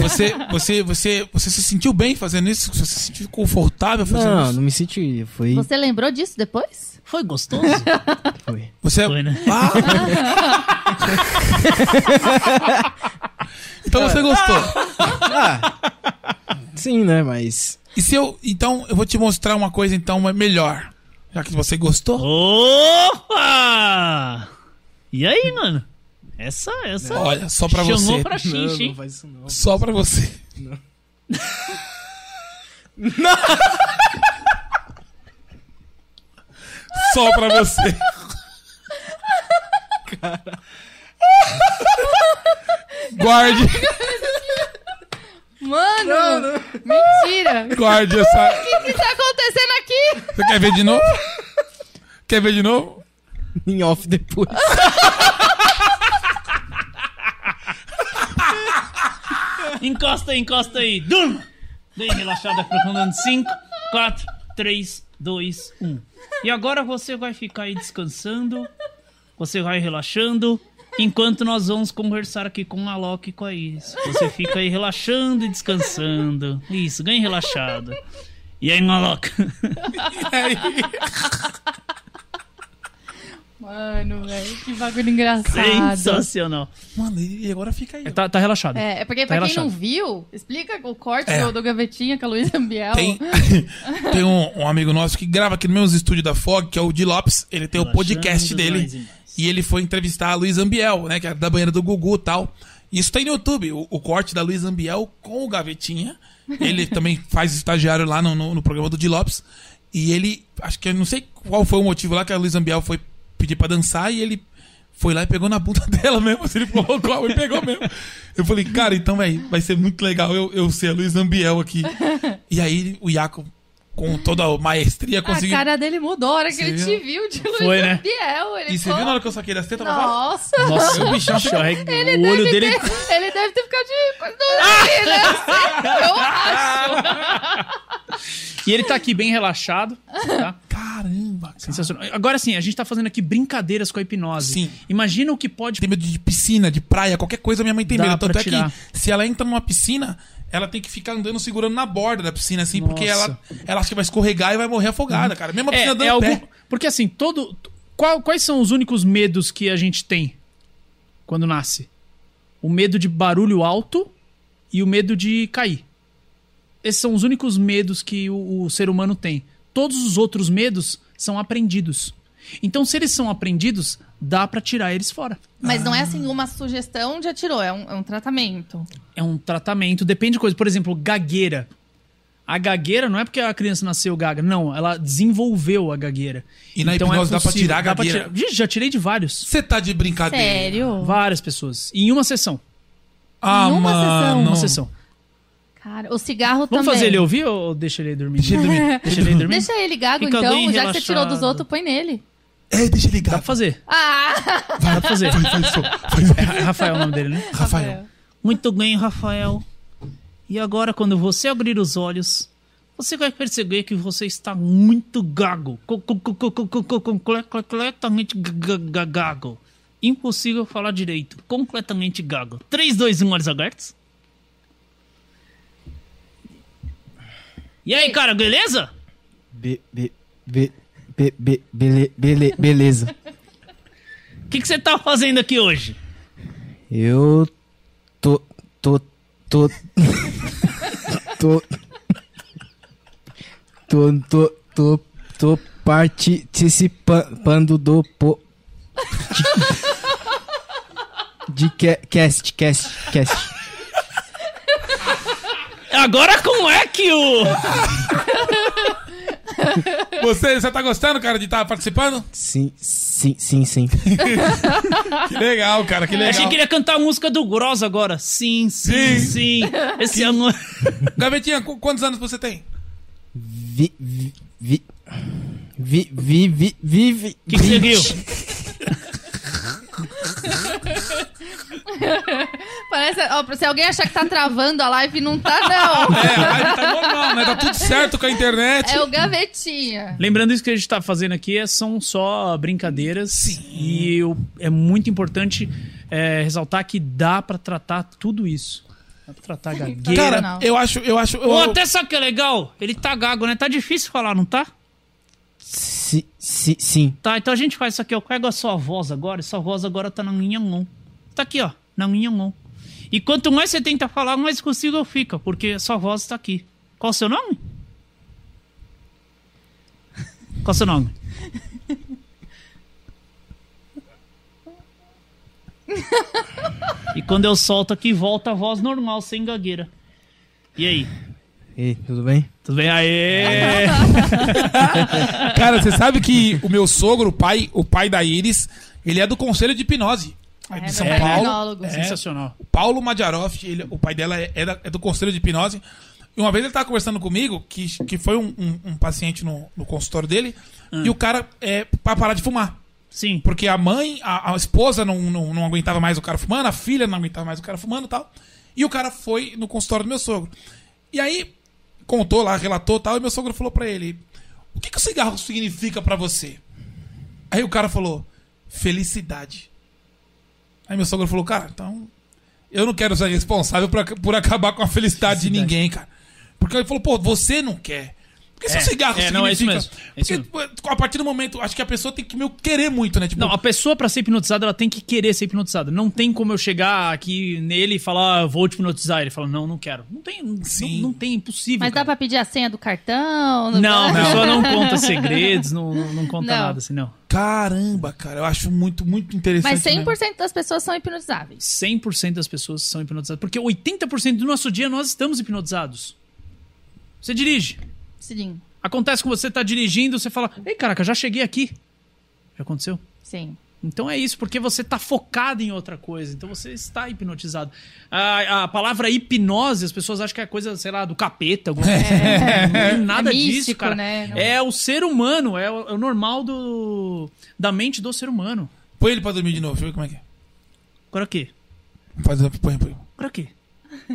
Você, você, você, você se sentiu bem fazendo isso? Você se sentiu confortável fazendo
Não,
isso?
não me senti. Foi.
Você lembrou disso depois?
Foi gostoso?
Foi.
Você é-
Foi, né?
Ah! então você gostou.
Ah! sim, né? Mas.
E se eu. Então, eu vou te mostrar uma coisa então melhor. Já que você gostou.
Opa! E aí, mano? Essa, essa.
Olha, só pra
chamou
você.
pra
Não,
xixi,
não
hein?
faz isso não.
Só pra você. Não. Só pra você. Guarde,
Mano! Mentira! O
guarde essa.
que tá acontecendo aqui?
Você quer ver de novo? Quer ver de novo?
Em off depois.
Encosta aí, encosta aí. Durma! Bem relaxada, profundando. 5, 4, 3, 2, 1. E agora você vai ficar aí descansando. Você vai relaxando. Enquanto nós vamos conversar aqui com a Loki e com a Iris. Você fica aí relaxando e descansando. Isso, bem relaxado. E aí, Maloca?
Mano, velho, que bagulho engraçado.
Sensacional.
Mano, e agora fica aí. ó.
Tá, tá relaxado.
É, é porque
Tá
pra quem
relaxado.
não viu, explica o corte
É.
do, do gavetinha com a Luísa Ambiel.
Tem, tem um, um amigo nosso que grava aqui nos meus estúdios da FOG, que é o Di Lopes. Ele tem o
Relaxando
podcast
mais
dele.
e mais.
E ele foi entrevistar a Luiz Ambiel, né? Que é da banheira do Gugu e tal. Isso tem no YouTube, o, o corte da Luiz Ambiel com o Gavetinha. Ele também faz estagiário lá no, no- no programa do Di Lopes. E ele, acho que eu não sei qual foi o motivo lá que a Luiz Ambiel foi pedir pra dançar e ele foi lá e pegou na bunda dela mesmo. assim, Ele colocou e pegou mesmo. Eu falei, cara, então véi, vai ser muito legal eu, eu ser a Luiz Ambiel aqui. E aí o Iaco, com toda a maestria,
A
conseguiu.
cara dele mudou a hora que ele
viu?
te viu de Luísa
Foi, né?
Ambiel. Ele
E você
ficou-
viu na hora que eu saquei da teta?
Nossa!
Nossa, o bichão arreg- O olho
Ele
dele.
deve- Ele deve ter ficado de... né?" coisa do-
Ah!
Ele deve ser- Eu acho.
E ele tá aqui bem relaxado, tá?
Caramba, cara.
Sensacional. Agora sim, a gente tá fazendo aqui brincadeiras com a hipnose.
Sim.
Imagina o que pode.
tem medo de piscina, de praia, qualquer coisa minha mãe tem
Dá
medo. Tanto
pra
é que
tirar.
se ela entra numa piscina, ela tem que ficar andando segurando na borda da piscina, assim, porque
Nossa.
ela, ela acha que vai escorregar e vai morrer afogada, cara. Mesmo a
É,
piscina dando
é algum...
pé.
Porque assim, todo. qual- quais são os únicos medos que a gente tem quando nasce? O medo de barulho alto e o medo de cair. Esses são os únicos medos que o, o ser humano tem. Todos os outros medos são aprendidos. Então, se eles são aprendidos, dá pra tirar eles fora.
Mas
Ah.
não é assim uma sugestão de atirou, é um, é um tratamento.
é um tratamento, depende de coisa. Por exemplo, gagueira. A gagueira não é porque a criança nasceu gaga, não, ela desenvolveu a gagueira. Então é
E na hipnose dá pra
possível,
tirar a
dá pra
gagueira?
tirar. Vixe, já tirei de vários.
Você tá de brincadeira.
Sério?
Várias pessoas. Em uma sessão.
Ah,
Numa
mano.
sessão.
Uma sessão.
Cara, o cigarro
Vamos
também.
fazer ele um ouvir ou deixa ele dormir?
Deixa ele dormir.
Deixa ele dormir?
Deixa ele gago,
Fica
então. Já
bem
que você tirou dos
relaxado.
outros, põe nele.
É, deixa ele ligar.
Dá pra fazer.
Ah!
Dá pra fazer.
Faz isso.
É Rafael é o nome dele, né?
Rafael.
Muito bem, Rafael. E agora, quando você abrir os olhos, você vai perceber que você está muito gago. Co- co- co- co- co- co- co- comple- Completamente ga- ga- gago. Impossível falar direito. Completamente gago. 3, 2, 1, olhos abertos. E aí, cara, beleza?
Be, be, be, be, be, bele- bele- beleza.
O que que você tá fazendo aqui hoje?
Eu tô. tô. tô. tô. tô. tô. tô. tô participando do. Po, de. de ca- cast, cast, cast.
Agora como é que o...
Você, você tá gostando, cara, de estar participando?
Sim, sim, sim, sim.
Que legal, cara,
É,
que legal.
Achei que ele ia cantar a música do Gross agora. Sim, sim, sim. Esse ano...
Gavetinha, qu- quantos anos você tem?
Vi. vi. vi. vi. vi. vi. vi. vi
O que, que você viu?
Parece, ó, se alguém achar que tá travando a live, não tá, não.
É, a live tá normal, né? Tá tudo certo com a internet.
É o gavetinha.
Lembrando isso que a gente tá fazendo aqui é- são só brincadeiras. E o- é muito importante é, ressaltar que dá pra tratar tudo isso. Dá pra tratar gagueira.
Cara,
Cara, Tá Não.
eu acho, eu acho. Eu,
Ou até sabe o que é legal? Ele tá gago, né? Tá difícil falar, não tá?
Sim, sim, sim.
Tá, então a gente faz isso aqui. Eu pego a sua voz agora e sua voz agora tá na minha mão. Tá aqui, ó. Na minha mão. E quanto mais você tenta falar, mais consigo fica, porque a sua voz tá aqui. Qual o seu nome? Qual o seu nome? e quando eu solto aqui, volta a voz normal, sem gagueira. E aí?
Ei, tudo bem?
Tudo bem? Aê!
Cara, você sabe que o meu sogro, o pai, o pai da Iris, ele é do Conselho de Hipnose.
É,
de São
meu pai é
Paulo.
hipnólogo.
Sensacional.
Paulo Madiaroff, ele- o pai dela é, é da- é do Conselho de Hipnose. E uma vez ele tava conversando comigo, que, que foi um, um- um paciente no, no consultório dele, e o cara é pra parar de fumar.
Sim.
Porque a mãe, a, a esposa não, não, não aguentava mais o cara fumando, a filha não aguentava mais o cara fumando e tal. E o cara foi no consultório do meu sogro. E aí, contou lá, relatou e tal, e meu sogro falou pra ele: O que, que o cigarro significa pra você? Aí o cara falou: Felicidade. Aí meu sogro falou: Cara, então. Eu não quero ser responsável pra, por acabar com a felicidade, de ninguém, cara. Porque ele falou: Pô, você não quer. Porque se o cigarro
é,
significa.
não, é isso mesmo, é isso
Porque, a partir do momento, acho que a pessoa tem que meio querer muito, né? Tipo,
Não, a pessoa pra ser hipnotizada, ela tem que querer ser hipnotizada. Não tem como eu chegar aqui nele e falar, "Ah, vou te hipnotizar. Ele fala, não, não quero. Não tem, não,
Sim.
não tem, é impossível.
Mas dá
cara.
pra pedir a senha do cartão? do
Não, a
banco?
pessoa não conta segredos, não, não, não conta
Não.
nada assim, não.
Caramba, cara, eu acho muito, muito interessante.
Mas
mesmo.
100% das pessoas são hipnotizáveis.
100% das pessoas são hipnotizadas. Porque 80% do nosso dia nós estamos hipnotizados. Você dirige.
Sim,
Acontece com você tá dirigindo, você fala: Ei, caraca, já cheguei aqui. Já aconteceu?
sim.
Então é isso, porque você tá focado em outra coisa, então você está hipnotizado. A, a palavra hipnose, as pessoas acham que é coisa, sei lá, do capeta, alguma coisa. assim. Não tem nada
É
disso,
místico,
cara.
né? Não-
É o ser humano, é o, é o normal do, da mente do ser humano.
Põe ele pra dormir de novo, deixa eu ver como é que é.
Agora o quê?
Faz, põe, põe.
Pra quê? A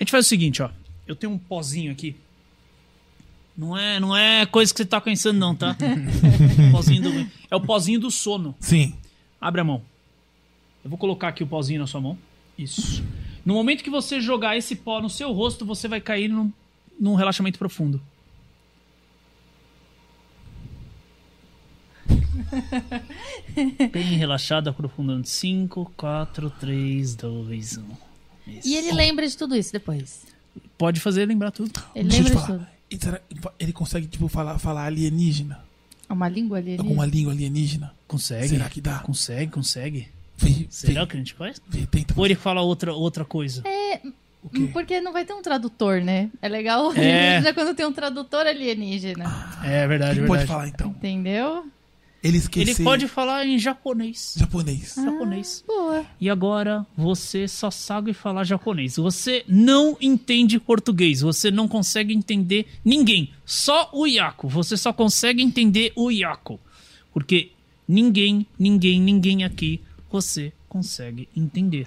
gente faz o seguinte, ó. Eu tenho um pozinho aqui.
Não é, não é coisa que você tá pensando, não, tá?
Pozinho do- é o pozinho do sono.
Sim.
Abre a mão. Eu vou colocar aqui o pozinho na sua mão. Isso. No momento que você jogar esse pó no seu rosto, você vai cair num, num relaxamento profundo.
Bem relaxada, aprofundando. 5, 4, 3, 2, 1.
E ele lembra de tudo isso depois.
Pode fazer lembrar tudo.
Ele
Deixa eu te
lembra de tudo.
falar. E será- Ele consegue, tipo, falar, falar alienígena?
É uma língua ali.
Alguma língua alienígena?
Consegue?
Será que dá?
Consegue, consegue.
Vê,
Será que a gente faz?
vê, vê, tenta.
Ou ele fala outra, outra coisa?
É.
Porque não vai ter um tradutor, né? É legal alienígena quando tem um tradutor alienígena.
É verdade,
Ele pode falar, então.
Entendeu?
Ele esqueceu.
Ele pode falar em japonês.
Japonês.
Ah.
Japonês.
Boa.
E agora você só sabe falar japonês. Você não entende português. Você não consegue entender ninguém. Só o Iaco. Você só consegue entender o Iaco. Porque ninguém, ninguém, ninguém aqui você consegue entender.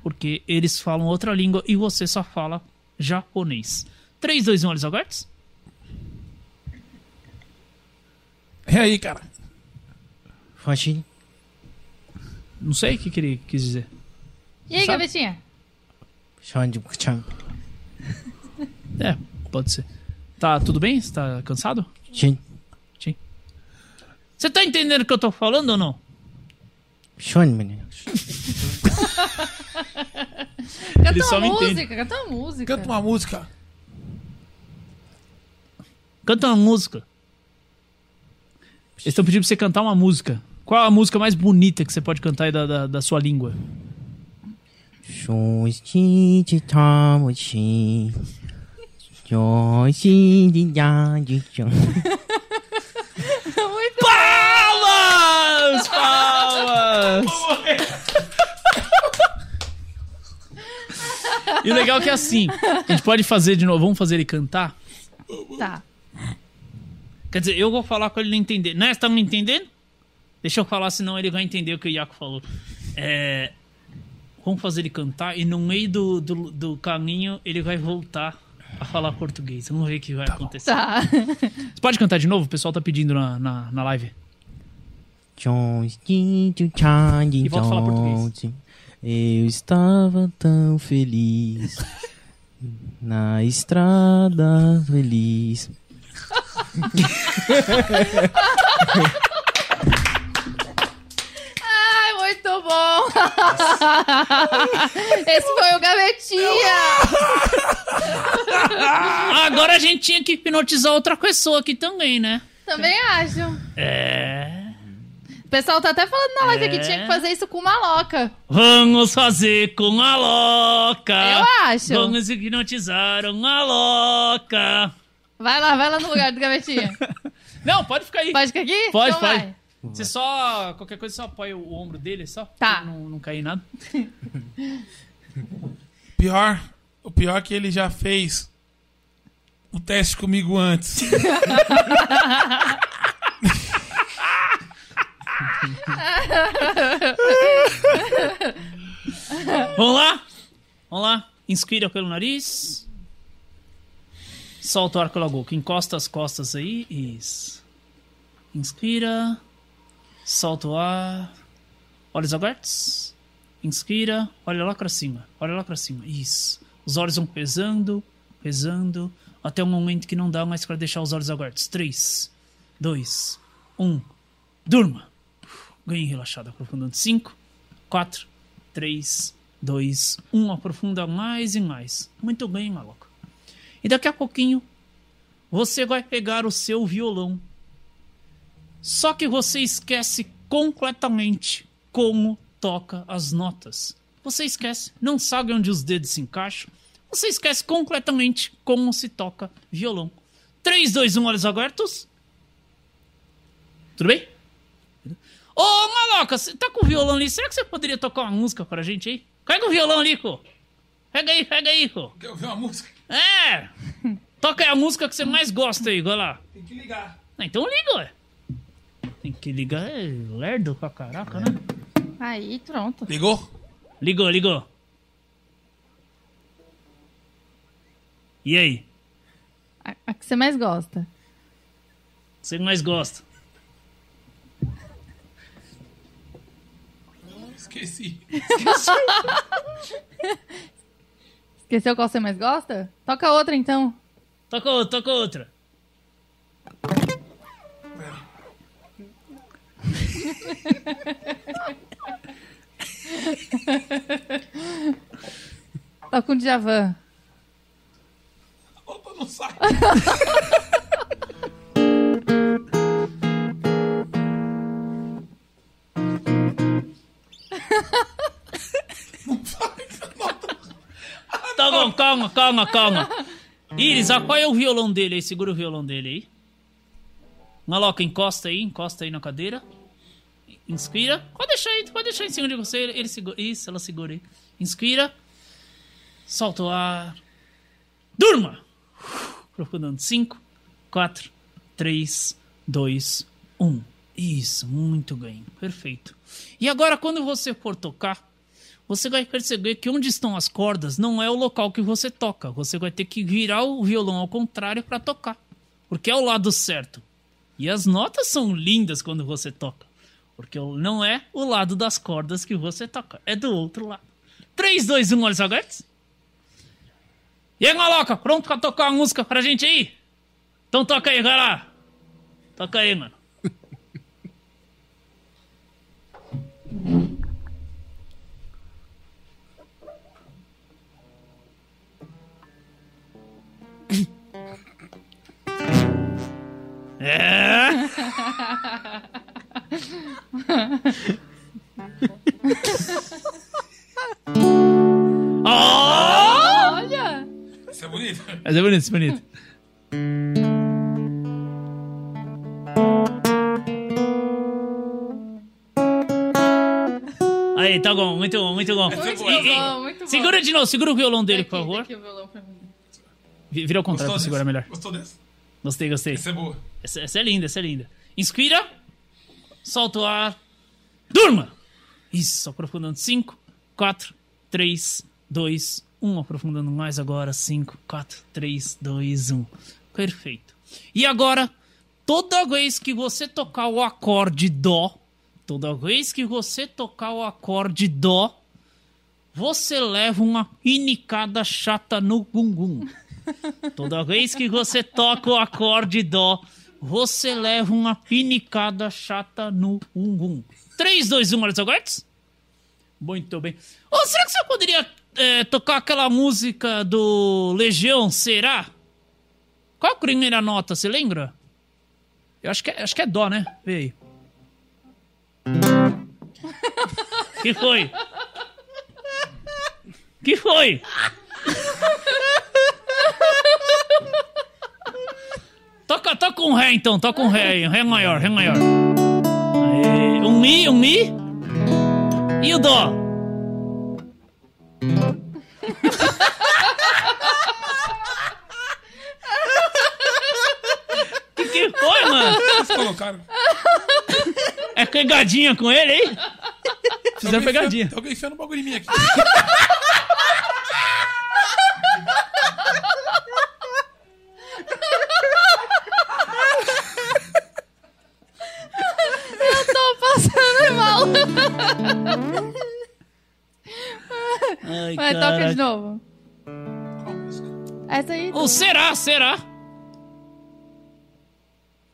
Porque eles falam outra língua e você só fala japonês. 3, 2, 1, olhos abertos?
É aí, cara.
Faxinha.
Não sei o que, que ele quis dizer.
E aí,
Sabe?
gavetinha?
Xande, tchan.
É, pode ser. Tá tudo bem? Você tá cansado?
Tchin.
Você tá entendendo o que eu tô falando ou não?
Xande, menino.
Canta
só
uma
me entende.
música, canta uma música.
Canta uma música.
Canta uma música. Eles estão pedindo pra você cantar uma música. Qual é a música mais bonita que você pode cantar aí da, da, da sua língua?
Xunxi de tamoxi. Xunxi de yadi chan.
Palmas! Palmas! e o legal é que é assim. A gente pode fazer de novo. Vamos fazer ele cantar?
Tá.
Quer dizer, eu vou falar com ele não entender. Né? Você tá me entendendo? Deixa eu falar, senão ele vai entender o que o Iaco falou. É... Vamos fazer ele cantar e no meio do, do, do caminho ele vai voltar a falar português. Vamos ver o que vai acontecer.
Tá.
Você pode cantar de novo? O pessoal tá pedindo na, na, na live.
Xunxi de chan de
E volta a falar português.
Johnson. Eu estava tão feliz. Na estrada feliz.
Ai, muito bom! Esse foi o Gavetinha!
Agora a gente tinha que hipnotizar outra pessoa aqui também, né?
Também acho.
É.
O pessoal tá até falando na live aqui que tinha que fazer isso com uma loca.
Vamos fazer com a louca.
Eu acho.
Ah, Vamos hipnotizar uma louca.
Vai lá, vai lá no lugar do Gavetinha.
Não, pode ficar aí.
Pode ficar aqui?
Pode,
Então vai.
pode. Você só. Qualquer coisa, só apoia o, o ombro dele, só?
Tá.
pra Não, não cair em nada.
Pior, o pior é que ele já fez o teste comigo antes.
Vamos lá? Vamos lá. Inspira pelo nariz. Solta o ar pela boca. Encosta as costas aí. Isso. Inspira. Solta o ar. Olhos abertos. Inspira. Olha lá pra cima. Olha lá pra cima. Isso. Os olhos vão pesando, pesando. Até o momento que não dá mais pra deixar os olhos abertos. 3, 2, 1. Durma. Ganhe relaxada, aprofundando. 5, 4, 3, 2, 1. Aprofunda mais e mais. Muito bem, maluco. E daqui a pouquinho, você vai pegar o seu violão. Só que você esquece completamente como toca as notas. Você esquece, não sabe onde os dedos se encaixam. Você esquece completamente como se toca violão. 3, 2, 1, olhos abertos. Tudo bem? Ô, maloca, você tá com o violão ali? Será que você poderia tocar uma música pra gente aí? Pega o violão ali, co. Pega aí, pega aí, co.
Quer ouvir uma música?
É! Toca aí a música que você mais gosta aí, vai lá.
Tem que ligar.
Ah, então liga, ué. Tem que ligar, é lerdo pra caraca, né?
Aí, pronto.
Ligou?
Ligou, ligou. E aí?
A, a que você mais gosta.
Você mais gosta?
Esqueci.
Esqueceu qual você mais gosta? Toca outra então.
Toca outra, toca outra.
Toca um Djavan.
Opa, não sai.
Tá bom, calma, é calma, calma. Iris, apoia o violão dele aí, segura o violão dele aí. Maloca, encosta aí, encosta aí na cadeira. Inspira. Pode deixar aí, pode deixar em cima de você. Ele, ele segura. Isso, ela segura aí. Inspira. Solta o ar. Durma! Procurando. 5, 4, 3, 2, 1. Isso, muito ganho. Perfeito. E agora, quando você for tocar, você vai perceber que onde estão as cordas não é o local que você toca. Você vai ter que virar o violão ao contrário para tocar, porque é o lado certo. E as notas são lindas quando você toca, porque não é o lado das cordas que você toca, é do outro lado. 3, 2, 1, olhos abertos. E aí, maloca, pronto pra tocar a música pra gente aí? Então toca aí, vai lá. Toca aí, mano. Ah!
Olha!
Isso é bonito.
Mas é bonito, isso é bonito.
Aí, tá bom, muito bom, muito bom.
Muito
E- e-
bom, muito bom.
segura de novo, segura o violão dele,
Aqui,
por favor.
aqui o violão pra mim.
Vi- Vira ao contrário pra
dessa?
segurar melhor.
Gostou dessa?
Gostei, gostei.
Essa é boa.
Essa, essa é linda, essa é linda. Inspira. Solta o ar. Durma! Isso, aprofundando. 5, 4, 3, 2, 1. Aprofundando mais agora. 5, 4, 3, 2, 1. Perfeito. E agora, toda vez que você tocar o acorde Dó, toda vez que você tocar o acorde Dó, você leva uma pinicada chata no bumbum. Toda vez que você toca o acorde dó, você leva uma pinicada chata no umbum. 3, 2, 1, olha só, Gortz. Muito bem. Ô, será que você poderia eh, tocar aquela música do Legião, será? Qual a primeira nota, você lembra? Eu acho que é, acho que é dó, né? Vê aí. que foi? que foi? Toca, toca um ré então, toca um ré aí, um ré maior, ré maior. Aê, um mi, um mi. E o dó. que que foi, mano?
Vocês colocaram.
É pegadinha com ele, hein?
Fizeram pegadinha.
Tem alguém enfiando um bagulho em mim aqui.
Tô passando mal.
Ai,
Vai, toca de
caraca.
novo. Essa aí.
Ou será, será?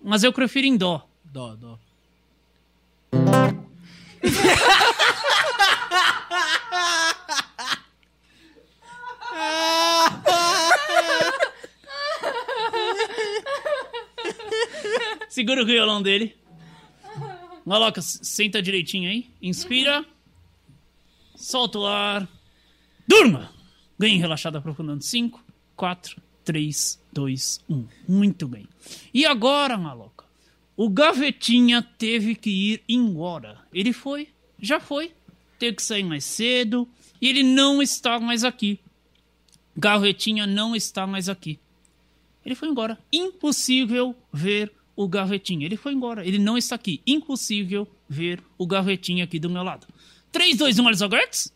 Mas eu prefiro em dó.
Dó, dó.
Segura o violão dele. Maloca, s- senta direitinho aí. Inspira. Solta o ar. Durma! Bem relaxada, aprofundando. 5, 4, 3, 2, 1. Muito bem. E agora, maloca? O gavetinha teve que ir embora. Ele foi, já foi. Teve que sair mais cedo. E ele não está mais aqui. Gavetinha não está mais aqui. Ele foi embora. Impossível ver o Garretinho. Ele foi embora. Ele não está aqui. Impossível ver o Garretinho aqui do meu lado. um, 3, 2, 1, Alisson Gertz?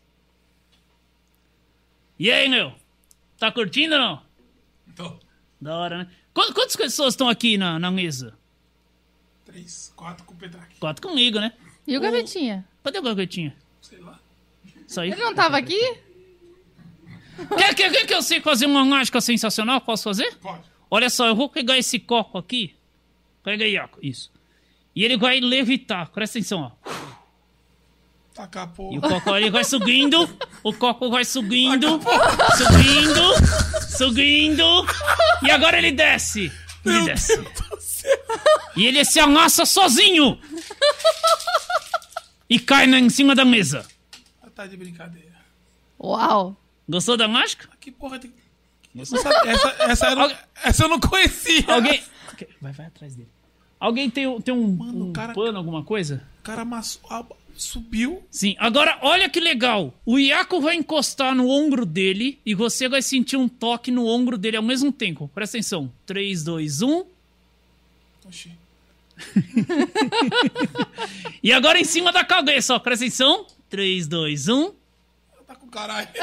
E aí, meu? Tá curtindo ou não?
Então,
Da hora, né? Qu- Quantas pessoas estão aqui na, na mesa?
três, quatro com o Petraque.
Quatro comigo, né?
E o gavetinha?
Cadê o Garretinho?
Sei lá.
Isso aí.
Ele não tava aqui?
Quer, quer, quer que eu sei fazer uma mágica sensacional? Posso fazer?
Pode.
Olha só, eu vou pegar esse copo aqui. Pega aí, ó. Isso. E ele vai levitar. Presta atenção, ó.
Tacar a
E o
porra.
copo ele vai subindo, o copo vai subindo, subindo, subindo, e agora ele desce. Ele desce. E ele se amassa sozinho. E cai na, em cima da mesa.
Tá de brincadeira. Tá,
Uau!
Gostou da mágica?
Que porra tem. Essa, essa, essa, eu não- essa eu não conhecia.
Alguém. Vai, vai atrás dele. Alguém tem, um- tem um,
Mano, o
um
cara-
pano, alguma coisa?
O cara amassou, a- subiu.
Sim, agora olha que legal. O Iaco vai encostar no ombro dele e você vai sentir um toque no ombro dele ao mesmo tempo. Presta atenção. um. 3, 2, 1.
Oxi.
E agora em cima da cabeça, ó. Presta atenção. um. 3, 2, 1.
Tá com caralho.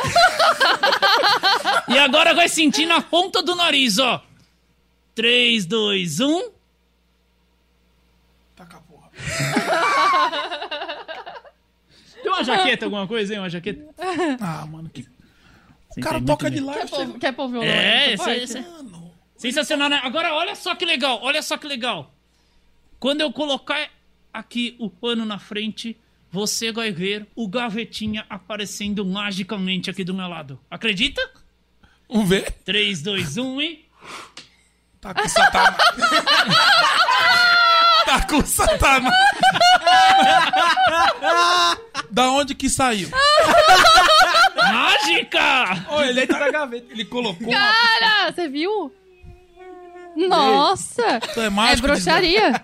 E agora vai sentir na ponta do nariz, ó. um. 3, 2, 1.
Tá com a porra.
Tem uma jaqueta, alguma coisa, hein? Uma jaqueta.
Ah, mano, que.
Você
O cara
entende
toca
muito
de né?
bem.
lá.
Quer
você-
pôr, quer pôr violão?
É,
nessa
essa,
parte?
essa,
Mano.
Sensacional, né? Agora olha só que legal, olha só que legal. Quando eu colocar aqui o pano na frente, você vai ver o gavetinha aparecendo magicamente aqui do meu lado. Acredita?
Vamos ver.
3, 2, 1 e.
Tá com satana. tá com satana. da onde que saiu?
Mágica!
Ô, ele entra na gaveta. Ele colocou.
É
Cara, você viu? Nossa!
Então é
É
mágico.
bruxaria.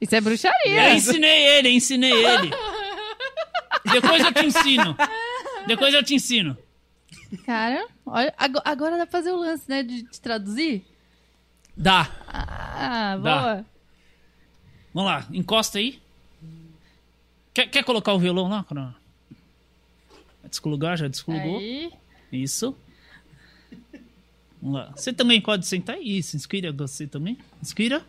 Isso é
Eu
bruxaria.
ensinei ele, eu ensinei ele. Depois eu te ensino. Depois eu te ensino.
Cara, olha, ago- agora dá pra fazer o lance, né? De, de traduzir.
Dá.
Ah,
Dá.
boa.
Vamos lá, encosta aí. Quer, quer colocar o violão lá? Coronel? Desculugar, já desculugou.
Aí.
Isso. Vamos lá. Você também pode sentar aí. Se inspira, você também. Inspira.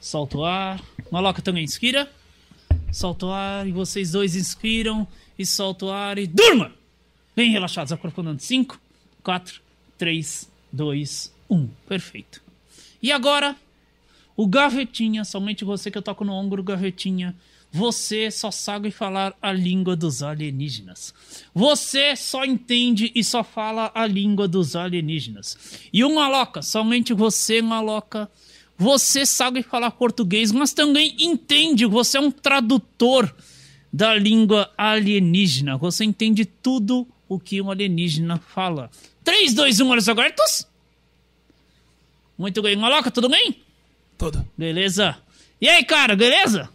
Solta o ar. Maloca também inspira. Solta o ar. E vocês dois inspiram e solta o ar e durma! Bem relaxados, aprofundando. 5, 4, 3, 2, 1. Perfeito. E agora, o Gavetinha, somente você que eu toco no ombro, Gavetinha. Você só sabe falar a língua dos alienígenas. Você só entende e só fala a língua dos alienígenas. E o Maloca, somente você, Maloca. Você sabe falar português, mas também entende. Você é um tradutor da língua alienígena. Você entende tudo o que um alienígena fala. um, 3, 2, 1, olhos abertos. é Muito bem, Maloca, tudo bem?
Todo.
Beleza? E aí, cara, beleza?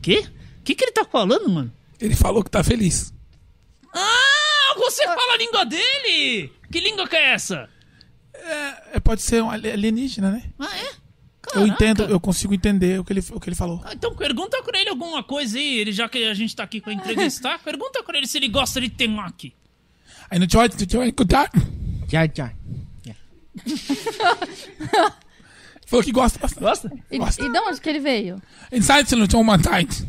Que? Que que ele tá falando, mano?
Ele falou que tá feliz.
Ah, você fala a língua dele! Que língua que é essa?
É, pode ser um ali- alienígena, né?
Ah, é?
Eu
Caraca.
entendo, eu consigo entender o que ele, o que ele falou.
Ah, Então pergunta pra ele alguma coisa aí, ele, já que a gente tá aqui pra entrevistar, pergunta pra ele se ele gosta de temaki.
Aí no George, no George,
Já, já.
falou que gosta bastante.
Gosta?
E,
Gosta.
e de onde que ele veio?
Inside, se não tinha uma tight.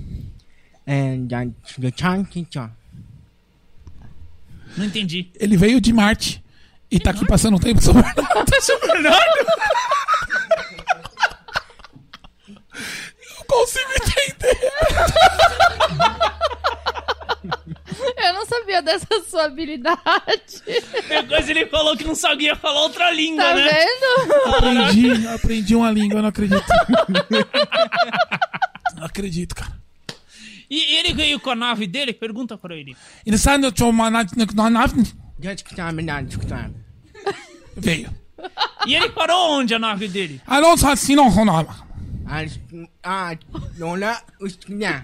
É, já, já, já, já.
Não entendi.
Ele veio de Marte e
É
tá aqui passando um tempo sobre.
Tá
Eu consigo entender.
Eu não sabia dessa sua habilidade.
Depois ele falou que não sabia falar outra língua,
Tá
né?
vendo?
Aprendi, aprendi uma língua, eu não acredito. Não acredito, cara.
E ele veio com a nave dele, pergunta pra ele.
Inside, não tinha uma night, não- não-
Já, já, já, já.
Veio.
E ele parou onde a nave dele?
Ah, não, sabe assim, não, não, não.
Ah, ah, não, lá, os, já.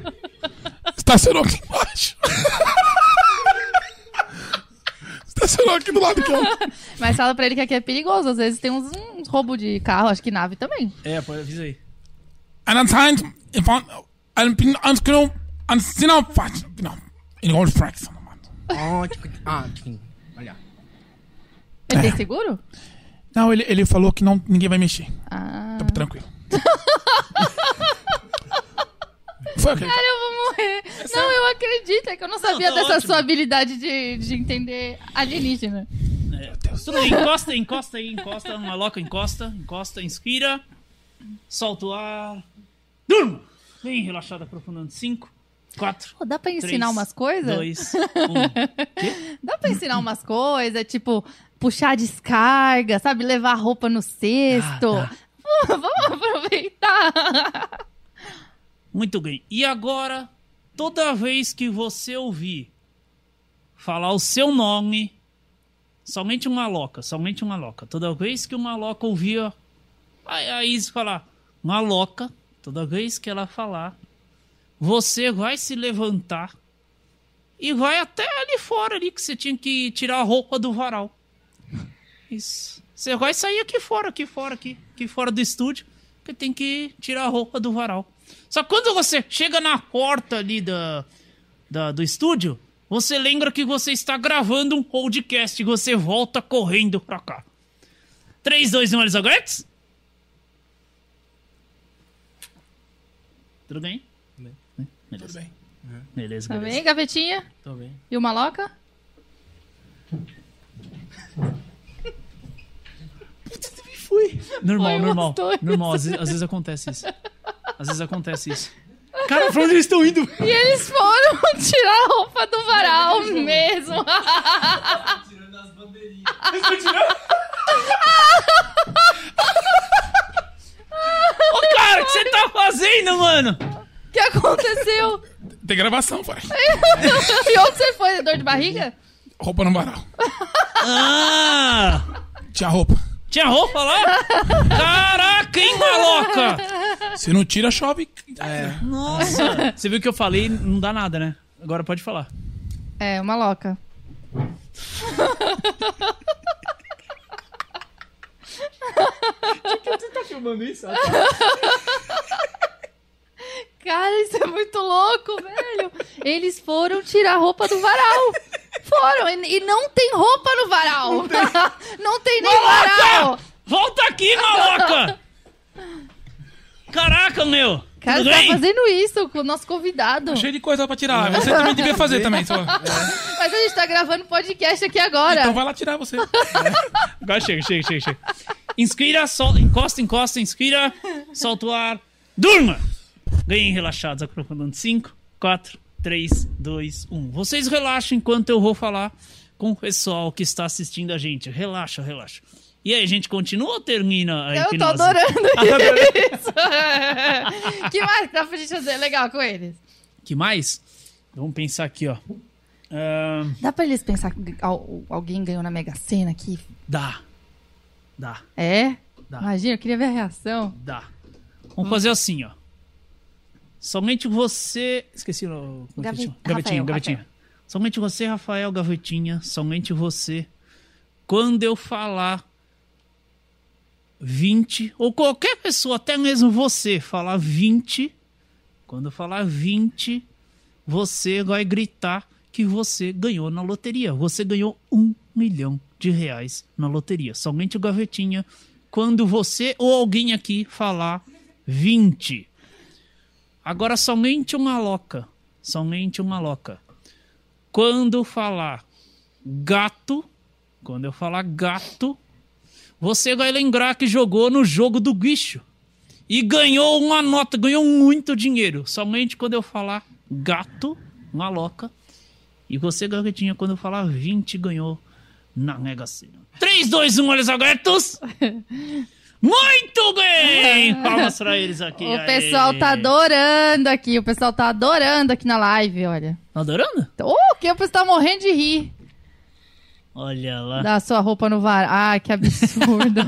Estacionou aqui embaixo. Estacionou aqui do lado que eu.
Mas fala pra ele que aqui é perigoso. Às vezes tem uns, uns roubo de carro, acho que nave também.
É, pô, avisa aí.
Andersheim, ein bin Ansklo, an Sinopfat, genau. In Goldfrax.
Ah, ah, olha.
Ele tem seguro?
Não, ele, ele falou que não, ninguém vai mexer.
Ah.
Tá tranquilo. Foi aquele.
Cara, eu vou morrer. Não, eu acredito. É que eu não sabia
tá
dessa
ótimo.
sua habilidade de, de entender alienígena.
Tudo bem, encosta, encosta aí, encosta, maloca, encosta, encosta, inspira, solta o ar, durma! Bem relaxado, aprofundando. 5, 4,
Pô, dá pra ensinar umas coisas?
2, 1.
Dá pra ensinar umas coisas, tipo, puxar a descarga, sabe? Levar a roupa no cesto.
Ah, tá.
Pô, vamos aproveitar.
Muito bem. E agora, toda vez que você ouvir falar o seu nome, somente uma loca, somente uma loca. Toda vez que uma loca ouvia Aí a Izzy fala, uma louca, toda vez que ela falar, você vai se levantar e vai até ali fora ali, que você tinha que tirar a roupa do varal. Isso. Você vai sair aqui fora, aqui fora, aqui, aqui fora do estúdio, que tem que tirar a roupa do varal. Só que quando você chega na porta ali da, da- do estúdio, você lembra que você está gravando um podcast e você volta correndo pra cá. um, 3, 2, 1, olhos aguetes? Tudo bem? Beleza.
bem.
Beleza,
Tá
beleza.
bem, gavetinha?
Tô bem.
E o maloca?
Normal,
Foi os
normal.
dois.
Normal, às vezes, às vezes acontece isso. Às vezes acontece isso. Cara, pra onde eles estão indo?
E eles foram tirar a roupa do varal mesmo.
Ô, cara, o que você tá fazendo, mano?
O que aconteceu?
Tem gravação, vai.
E onde você foi? Dor de barriga?
Roupa no varal.
Ah!
Tinha roupa.
Tinha roupa lá? Caraca, hein, maloca?
Se não tira, chove.
Você viu que eu falei, não dá nada, né? Agora pode falar.
É, uma loca. Cara, isso é muito louco, velho. Eles foram tirar a roupa do varal. Foram. E, e não tem roupa no varal. Não tem, nem varal.
Volta aqui, maloca! Caraca, meu!
Cara,
Tudo
tá
bem?
fazendo isso com o nosso convidado.
Tá Cheio de coisa pra tirar. Você também devia fazer também. Só...
Mas a gente tá gravando podcast aqui agora.
Então vai lá tirar você.
Agora chega, chega, chega, chega. Inspira, sol... encosta, encosta, inspira, solta o ar. Durma! Ganhem relaxados, aprofundando 5, 4, 3, 2, 1. Vocês relaxam enquanto eu vou falar com o pessoal que está assistindo a gente. Relaxa, relaxa. E aí, a gente continua ou termina a
Eu tô
hipnose?
adorando
Ah, tá adorando.
isso. que mais que dá pra gente fazer legal com eles?
que mais? Vamos pensar aqui, ó. Ahn,
Dá pra eles pensar que al- alguém ganhou na Mega Sena aqui?
dá. Dá,
É?
Dá.
Imagina, eu queria ver a reação.
dá. Vamos fazer assim, ó. Somente você. Esqueci o. como é
Gavi-
que chama? Gavetinha,
Rafael,
gavetinha.
Rafael.
Somente você, Rafael Gavetinha. Somente você. Quando eu falar 20, ou qualquer pessoa, até mesmo você, falar 20. Quando eu falar 20, você vai gritar que você ganhou na loteria. Você ganhou um milhão de reais na loteria. Somente o Gavetinha. Quando você ou alguém aqui falar 20. Agora somente uma loca. Somente uma loca. Quando falar gato, quando eu falar gato, você vai lembrar que jogou no jogo do guicho e ganhou uma nota, ganhou muito dinheiro. Somente quando eu falar gato, uma loca. E você, garotinha, quando eu falar 20, ganhou na Mega Sena. 3, 2, 1, olhos abertos! Muito bem! Palmas pra eles aqui.
O
aê.
pessoal tá adorando aqui. O pessoal tá adorando aqui na live, olha.
Tá adorando?
Oh, que o pessoal tá morrendo de rir
Olha lá.
da sua roupa no varal. Ai, que absurdo.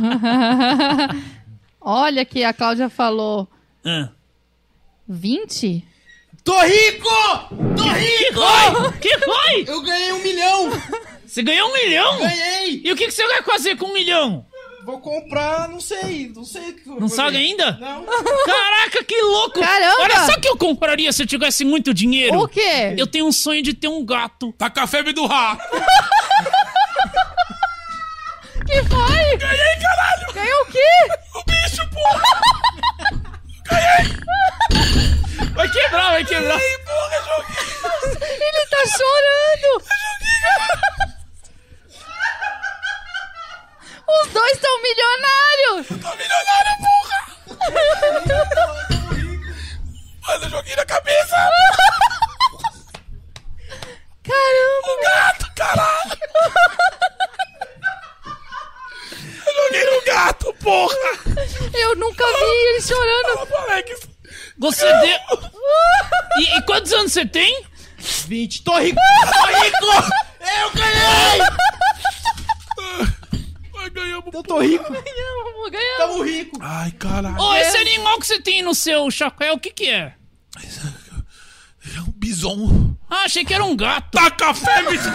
olha que a Cláudia falou.
Ah.
20?
Tô rico! Tô rico!
Que foi?
Eu ganhei um milhão!
Você ganhou um milhão?
Ganhei!
E o que, que você vai fazer com um milhão?
Vou comprar, não sei, não sei. o que eu vou
Não sabe
fazer.
ainda?
Não.
Caraca, que louco!
Caramba!
Olha só o que eu compraria se eu tivesse muito dinheiro.
O quê?
Eu tenho um sonho de ter um gato.
Tá com a febre do ra.
que foi? Ganhei, caralho! Ganhou o quê?
Bicho, porra!
Vai quebrar, vai quebrar.
Ele tá chorando! Os dois são milionários!
Mano, eu joguei na cabeça!
Caramba!
Gato, caralho! Eu joguei no gato, porra!
Eu nunca vi ele chorando!
Fala pro Alex.
Você deu. E, e quantos anos você tem?
20, tô rico!
Tô rico! Eu ganhei! Ganhamos.
Eu tô rico.
Ganhamos, ganhamos.
Tamo rico.
Ai, caralho.
Ô, esse animal que você tem no seu chapéu, o que que é?
É um bison.
Ah, achei que era um gato.
Tá café, bicho.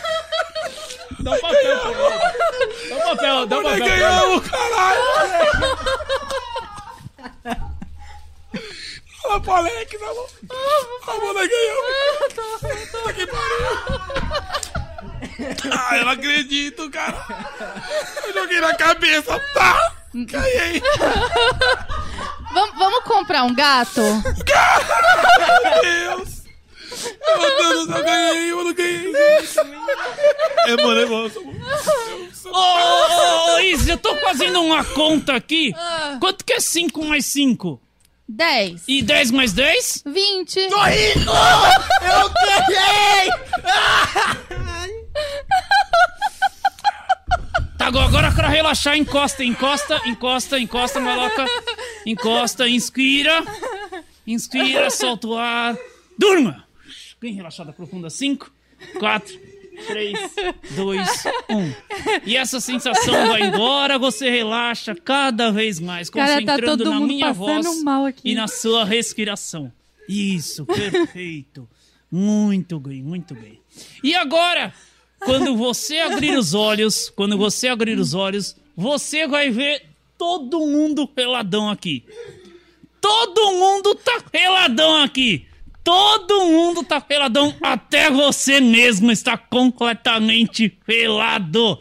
Dá um papel pra ele. Dá um papel, dá um
Nós
papel. pra
é
ele.
ganhamos, caralho. Fala pro Alex, alô. Alô, nós ganhamos. Puta que pariu. Ah, eu não acredito, cara. Eu joguei na cabeça. Tá. Ganhei.
Vamos, vamos comprar um gato?
Deus! Meu Deus, eu ganhei, eu não ganhei. É, mano, é bom. eu sou bom.
Ô, ô, ô, ô, Izzy, eu tô fazendo uma conta aqui. Quanto que é 5 mais 5?
10.
E 10 mais 10?
20.
Tá, agora- agora pra relaxar, encosta, encosta, encosta, encosta, maloca. Encosta, inspira. Inspira, solta o ar. Durma! Bem relaxada profunda. 5, 4, 3, 2, 1. E essa sensação vai embora, você relaxa cada vez mais,
Cara,
concentrando
tá todo
na
mundo
minha
passando
voz
mal aqui.
e na sua respiração. Isso, perfeito. Muito bem, muito bem. E agora, quando você abrir os olhos, quando você abrir os olhos, você vai ver todo mundo peladão aqui. Todo mundo tá peladão aqui. Todo mundo tá peladão, até você mesmo está completamente pelado. um,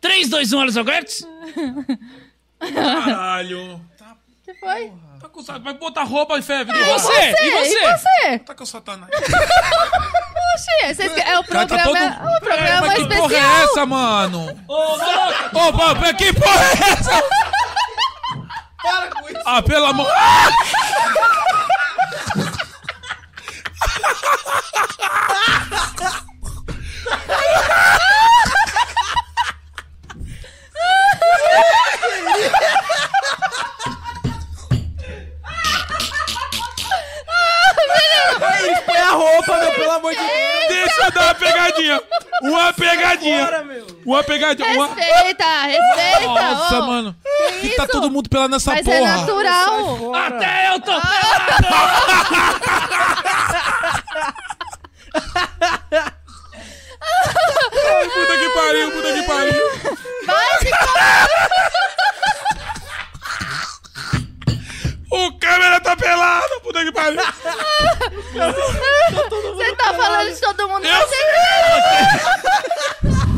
3, 2, 1, olhos abertos?
Caralho. Tá,
que foi?
tá com saco. Vai botar roupa e febre.
É Você! E você?
E você?
Tá com satanás.
Oxê, vocês que- é o
Cara,
programa,
tá todo-
o programa
Mas que porra
especial.
é essa, mano? Ô, Bob, que porra é essa?
Para com isso.
Ah, pelo amor...
Põe a roupa, meu, pelo amor de Deus.
Deixa eu dar uma pegadinha. Uma pegadinha.
Para, meu.
Uma pegadinha. Uma...
Respeita, respeita.
Nossa,
ô.
mano.
Que
E tá
isso?
todo mundo pelado nessa
Mas é
porra.
natural.
Até eu tô
Ai, puta que pariu, puta que pariu.
tá
O câmera tá pelado, puta que pariu.
Você tá falando de todo mundo.
Eu
mas você-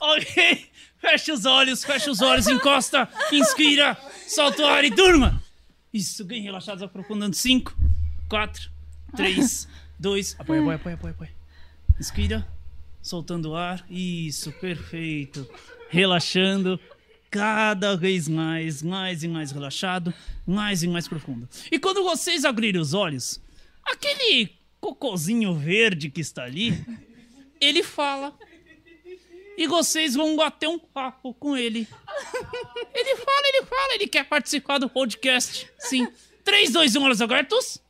Ok, fecha os olhos, fecha os olhos, encosta, inspira, solta o ar e durma. Isso, bem relaxados, aprofundando. 5, 4, 3, 2. Apoia, apoia, apoia, apoia, apoia. um. Inspira, soltando o ar. Isso, perfeito. Relaxando cada vez mais, mais e mais relaxado, mais e mais profundo. E quando vocês abrirem os olhos, aquele cocôzinho verde que está ali, ele fala e vocês vão bater um papo com ele. Ele fala, ele fala, ele quer participar do podcast. Sim. 3, 2, 1, olhos abertos.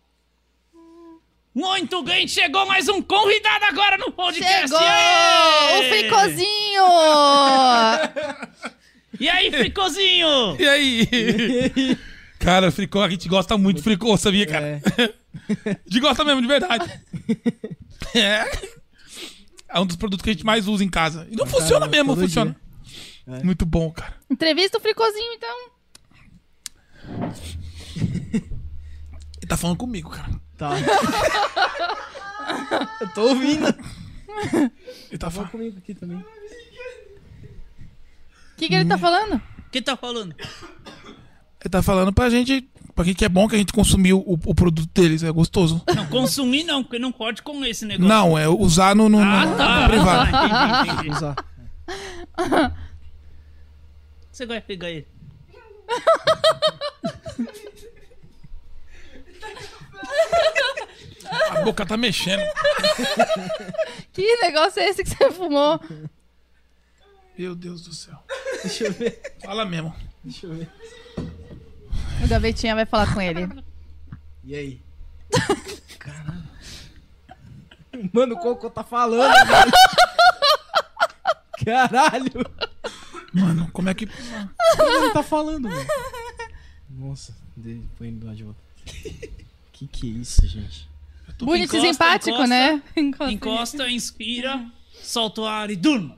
Muito bem, chegou mais um convidado agora no podcast.
Chegou!
Aê!
O Ficozinho!
E aí, Ficozinho?
E aí? Cara, fricô, a gente gosta muito de fricô, sabia, cara?
É.
A gente gosta mesmo, de verdade. É. É um dos produtos que a gente mais usa em casa. E não funciona mesmo,
todo
funciona.
É.
Muito bom, cara.
Entrevista o Fricozinho, então.
Ele tá falando comigo, cara.
Tá. Eu tô ouvindo.
Ele tá falando.
comigo aqui também.
O que, que
Hum.
ele tá falando?
Quem tá falando?
Ele tá falando pra gente. Pra quem que é bom que a gente consumiu o, o produto deles, é gostoso.
Não, consumir não, porque não pode comer esse negócio.
Não, é usar no, no, no-
Ah, tá.
no privado.
Ah, entendi, entendi.
Usar.
Você vai pegar ele.
A boca tá mexendo.
Que negócio é esse que você fumou?
Meu Deus do céu.
Deixa eu ver.
Fala mesmo.
Deixa eu ver.
O Gavetinha vai falar com ele.
E aí? Mano, o Cocô tá falando, velho. Caralho.
Mano, como é que.
Mano, ele tá falando, velho. Nossa, de- põe ele lá de volta. Que que é isso, gente?
Tu
Bonito e
encosta,
simpático,
encosta,
né? Encosta.
Encosta, inspira, solta o ar e durma.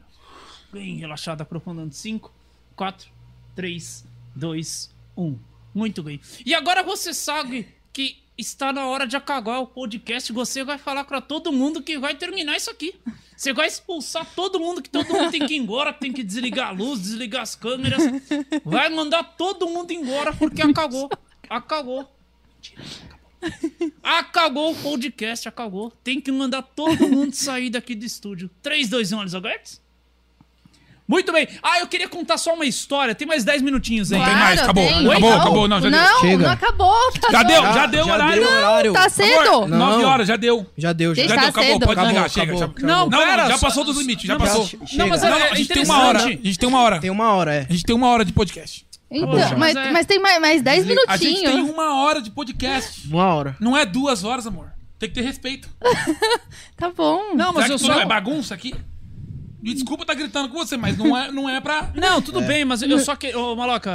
Bem relaxado, aprofundando. 5, 4, 3, 2, 1. Muito bem. E agora você sabe que está na hora de acabar o podcast. Você vai falar pra todo mundo que vai terminar isso aqui. Você vai expulsar todo mundo, que todo mundo tem que ir embora, tem que desligar a luz, desligar as câmeras. Vai mandar todo mundo embora porque acabou. Acabou. Acabou o podcast, acabou. Tem que mandar todo mundo sair daqui do estúdio. 3, 2, 1, olhos abertos?
um, Muito bem. Ah, eu queria contar só uma história. Tem mais 10 minutinhos aí.
Tem mais, acabou,
tem.
acabou, acabou, não, já deu.
não,
Chega.
não acabou. Tá
Já deu,
doido.
já deu o horário.
deu horário.
Tá cedo.
Não.
9 horas, já deu.
Já deu, já.
Deixa-
Já deu,
Tá
acabou,
cedo.
pode ligar,
Acabou,
chega.
acabou,
já-
acabou.
Não,
Não,
pera,
já
só-
passou dos limites, já
Não,
passou.
Chega.
Não, mas é,
Não,
é
a gente tem uma hora. A
interessante.
gente tem uma hora.
Tem uma hora, é.
A gente tem uma hora de podcast.
Então, mas,
é.
mas tem mais, mais 10
A gente tem um-
minutinhos.
uma hora de podcast.
Uma hora.
Não é duas horas, amor. Tem que ter respeito.
Tá bom.
Não, mas
Será
eu
que tudo
só.
é bagunça aqui? Me desculpa estar gritando com você, mas não é, não é pra...
Não, tudo bem, mas eu só que. Ô, Maloca,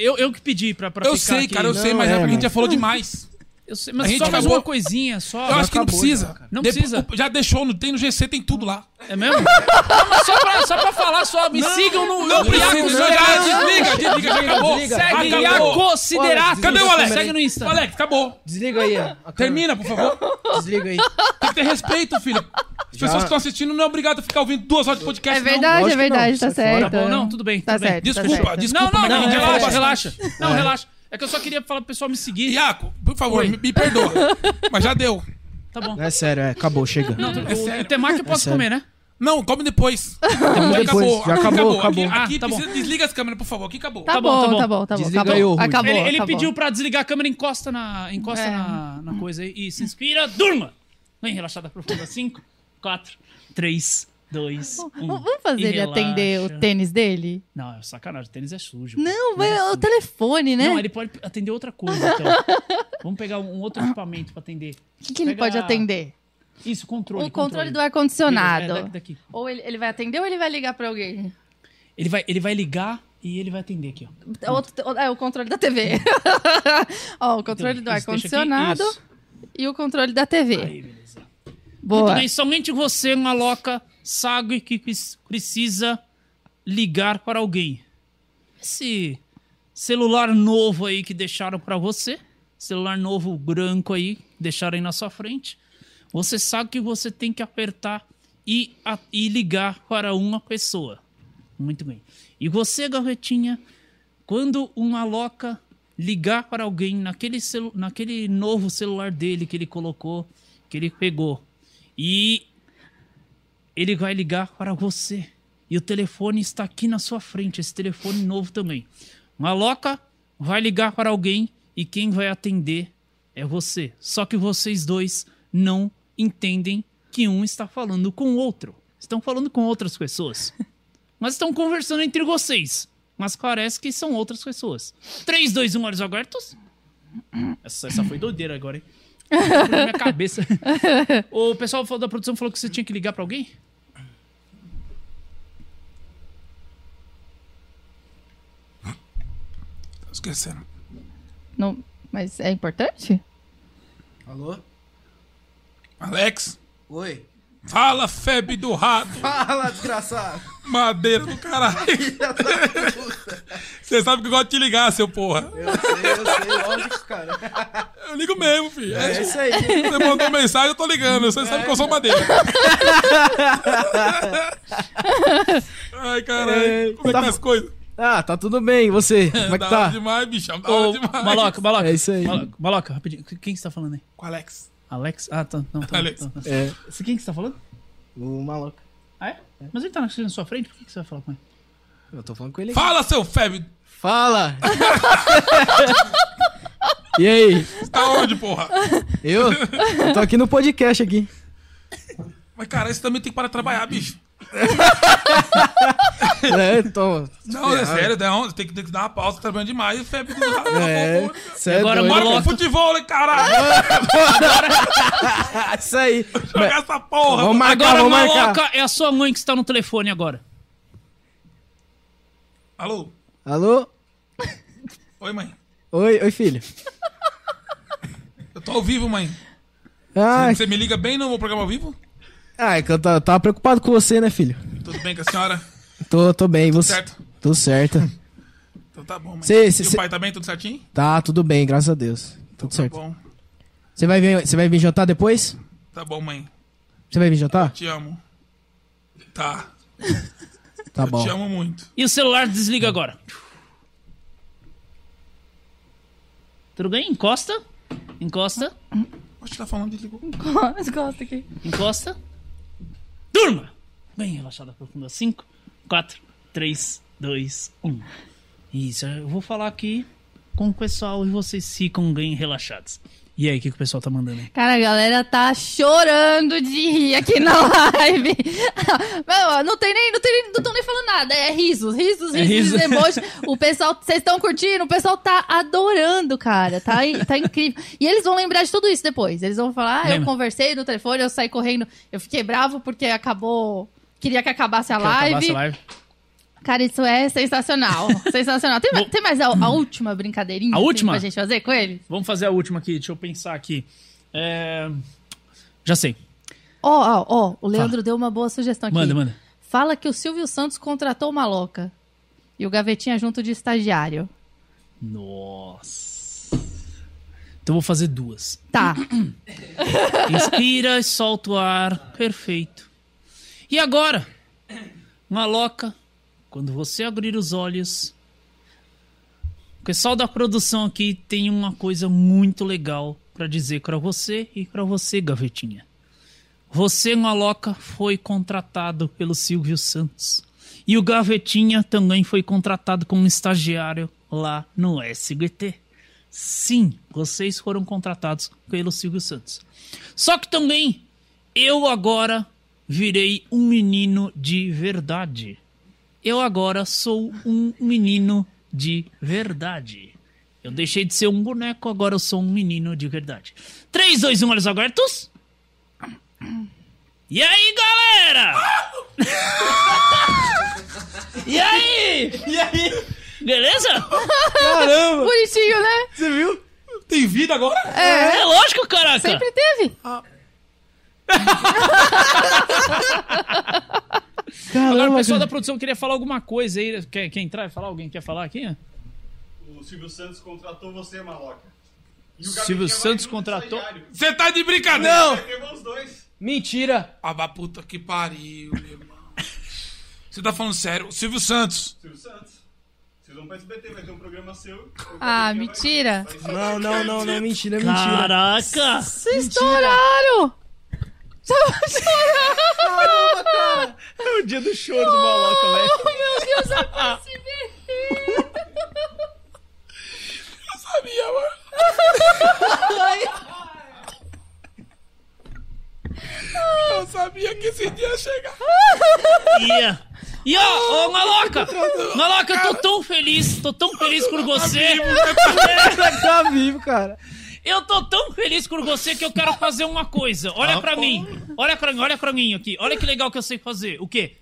eu, eu que pedi pra, pra
Eu
ficar
sei,
aqui.
cara, eu sei, mas
é,
é porque a gente
mano.
já falou demais.
Eu sei,
A
mas
gente
só mais
acabou.
uma coisinha, só.
Eu acho que não
acabou
precisa.
já, cara.
Não
Depois-
precisa.
Já deixou, no- tem no GC, tem tudo lá.
É mesmo? Não, mas só pra, só pra falar, só me sigam no.
Não
no
precisa,
Iaco
já,
Soares.
desliga, desliga, já acabou.
desliga.
Segue
Acabou.
Iaco Siderata.
Cadê o Alex?
Segue no Insta.
Alex, acabou.
Desliga aí, ó.
Termina, por favor.
Desliga aí.
Tem que ter respeito, filho. As
Já.
pessoas que estão assistindo não é obrigado a ficar ouvindo duas horas de podcast.
É verdade,
lógico
é
que não,
verdade,
isso é
tá certo.
Tá bom, não, tudo bem.
Tá
tudo bem.
certo.
Não. Desculpa,
certo.
desculpa.
Não,
mas
não,
a gente
relaxa,
fala
relaxa. Não, relaxa. É que eu só queria falar pro pessoal me seguir.
Iaco, por favor, me, me perdoa. Mas já deu.
Tá bom.
É sério, é. Acabou, chega.
O, o temaki eu posso
sério.
comer, né?
Não, come depois.
Depois,
Acabou,
já acabou, acabou.
Aqui, aqui
Ah, tá bom.
precisa- desliga as câmeras, por favor. Aqui acabou.
Tá,
Tá bom,
bom,
tá bom.
tá bom, tá bom.
Desliga
acabou,
aí, ô, Rui.
acabou,
Ele, ele
acabou.
pediu
um
pra desligar a câmera, encosta na, encosta
É.
na, na coisa aí e se inspira.
Inspira, durma. Bem relaxada, profunda. 5, 4, 3, 2, 1.
V- Vamos fazer ele atender o tênis dele?
Não, é sacanagem. O tênis é sujo.
Né?
Não, vai, é o telefone, né?
Não, ele pode atender outra coisa, então. Vamos pegar um outro equipamento pra atender.
O que, que ele
pega-
pode atender?
Isso,
O
controle.
controle, do
Beleza, é,
ar-condicionado.
da- daqui.
Ou ele, ele vai atender ou ele vai ligar pra alguém?
Ele vai, ele vai ligar e ele vai atender aqui, ó.
Outro- é o controle da TV. Ó, o controle do
Então, isso, deixa aqui,
ar-condicionado
isso.
e o controle da TV.
Aí, beleza.
Boa.
Muito bem, somente você, maloca, sabe que pres- precisa ligar para alguém. Esse celular novo aí que deixaram para você, celular novo branco aí, que deixaram aí na sua frente, você sabe que você tem que apertar e, a- e ligar para uma pessoa. Muito bem. E você, gavetinha, quando o maloca ligar para alguém naquele, celu- naquele novo celular dele que ele colocou, que ele pegou, e ele vai ligar para você. E o telefone está aqui na sua frente, esse telefone novo também. Maloca vai ligar para alguém e quem vai atender é você. Só que vocês dois não entendem que um está falando com o outro. Estão falando com outras pessoas. Mas estão conversando entre vocês. Mas parece que são outras pessoas. 3, 2, 1, olhos abertos.
Essa, essa foi doideira agora, hein? Na minha cabeça.
O pessoal falou- da produção falou que você tinha que ligar para alguém?
Tô Esquecendo.
Não, mas é importante?
Alô?
Alex,
Oi.
fala, febre do rato,
Fala, desgraçado.
madeira do caralho.
Filha da puta.
Você sabe que eu gosto de te ligar, seu porra.
Eu sei, eu sei, lógico, cara.
Eu ligo mesmo, filho.
É isso aí.
Você mandou mensagem, eu tô ligando. Você sabe que eu sou madeira. Ai, caralho. Como é que tá as coisas?
Ah, tá tudo bem, e você? Como é que
da
tá?
hora demais, bichão. Da hora
Ô,
demais.
maloca, maloca.
É isso aí.
Maloca, maloca, rapidinho. Quem que você tá falando aí?
Com o Alex.
Alex? Ah, tá. Não, tá,
Alex.
tá, tá.
É,
Você- Quem que você tá falando?
o maluco.
Ah, é? Mas ele tá na na sua frente, por que que você vai falar com ele?
Eu tô falando com ele aqui.
Fala, seu febre.
Fala! e aí?
Você tá onde, porra?
Eu? Eu tô aqui no podcast aqui.
Mas, cara, isso também tem que parar de trabalhar, bicho.
É, então.
Não, é sério, não. Tem que, tem que dar uma pausa, tá trabalhando demais. e Febre do rabo.
É,
tá
cê é
Agora
doido.
Bora pro futebol, hein, caralho.
Isso aí.
Jogar essa porra.
Vamos marcar,
Agora,
vamos Tá, marcar.
maloca, é a sua mãe que está no telefone agora.
Alô?
Alô?
Oi, mãe.
Oi, oi, filho.
Eu tô ao vivo, mãe.
Ah,
Você me liga bem no programa ao vivo?
ah, é que eu ta- tava preocupado com você, né, filho?
Tudo bem com a senhora?
Tô, tô bem, você.
certo.
Tudo certo.
Então tá bom, mãe.
Cê- cê-
e o
cê-
pai tá bem? Tudo certinho?
Tá, tudo bem, graças a Deus. Tudo
Tá
certo.
bom.
Você vai, vir, você vai vir jantar depois?
Tá bom, mãe.
Você vai vir jantar?
Te amo. Tá.
Tá
Eu
bom.
te amo muito.
E o celular desliga agora. Tudo bem? Encosta. Encosta.
Poxa, tá falando de ligou.
Gosto aqui.
Encosta. Durma! Bem relaxada, profunda. 5, 4, 3, 2, 1. Isso, eu vou falar aqui com o pessoal e vocês ficam bem relaxados. E aí, o que, que o pessoal tá mandando aí?
Cara, a galera tá chorando de rir aqui na live. Não, não tem nem, não tem nem, não estão nem falando nada. É risos, risos, risos, risos, emoji. O pessoal, vocês estão curtindo? O pessoal tá adorando, cara. Tá, tá incrível. E eles vão lembrar de tudo isso depois. Eles vão falar, ah, eu
Lembra.
conversei no telefone, eu saí correndo, eu fiquei bravo porque acabou, queria que acabasse a,
Quer acabar
live.
essa live?
Cara, isso é sensacional. sensacional. Tem, ma- tem mais a, a última brincadeirinha
A
assim,
última?
pra gente fazer com ele?
Vamos fazer a última aqui, deixa eu pensar aqui. É, Já sei.
Ó, ó, ó, o Leandro deu uma boa sugestão aqui.
Manda, manda.
Fala que o Silvio Santos contratou uma louca. E o Gavetinha junto de estagiário.
Nossa. Então eu vou fazer duas.
Tá.
Inspira e solta o ar. Perfeito. E agora, maloca, quando você abrir os olhos, o pessoal da produção aqui tem uma coisa muito legal pra dizer pra você e pra você, gavetinha. Você, maloca, foi contratado pelo Silvio Santos. E o Gavetinha também foi contratado como estagiário lá no SBT. Sim, vocês foram contratados pelo Silvio Santos. Só que também eu agora virei um menino de verdade. Eu agora sou um menino de verdade. Eu deixei de ser um boneco, agora eu sou um menino de verdade. 3, 2, 1, olhos abertos. E aí, galera? e aí? E aí? Beleza?
Caramba,
Bonitinho, né?
você viu?
Tem vida agora?
É, lógico, caraca.
Tá.
Sempre teve.
Agora o
Caramba,
pessoal da
cara.
produção queria falar alguma coisa aí. Quer, quer entrar e falar? Alguém quer falar aqui?
O Silvio Santos contratou você, maloca. E o
Silvio
Gabitinha vai
Santos
junto
contratou-
estagiário.
Você tá de brincadeira? Não!
Vai ter os dois.
Mentira.
Ah, vá puta que pariu, meu irmão. Você tá falando sério? Silvio Santos.
Silvio Santos. Vocês vão pra SBT, vai ter um programa seu. O
Ah,
Gabitinha vai um
mentira.
Não, não, não, não, mentira, mentira.
Caraca!
Vocês estouraram!
É o dia do choro do maloca, né? velho.
Meu Deus, eu percebi.
Sabia, mano. Eu sabia que esse dia ia chegar.
Ia. E ó, ô maloca! Maloca, eu tô tão feliz, tô tão feliz por você!
né, tá vivo, cara.
Eu tô tão feliz por você que eu quero fazer uma coisa.
Ah,
Olha pra mim, olha pra mim, olha pra mim aqui. Olha que legal que eu sei fazer. O quê?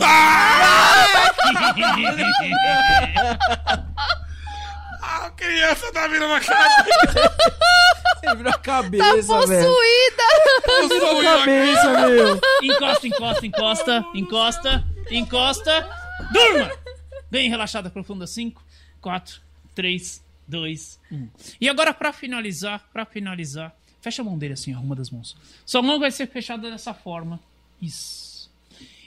Ah!
A criança tá virando a cara.
Você virou a
Tá
cabeça, velho.
possuída!
Eu
Virou
sou
a
eu.
cabeça, meu.
Encosta, encosta, encosta, encosta, encosta. Durma! Bem relaxada, profunda. 5, 4, 3, 2, 1. E agora, pra finalizar, pra finalizar, fecha a mão dele assim, arruma das mãos. Sua mão vai ser fechada dessa forma. Isso.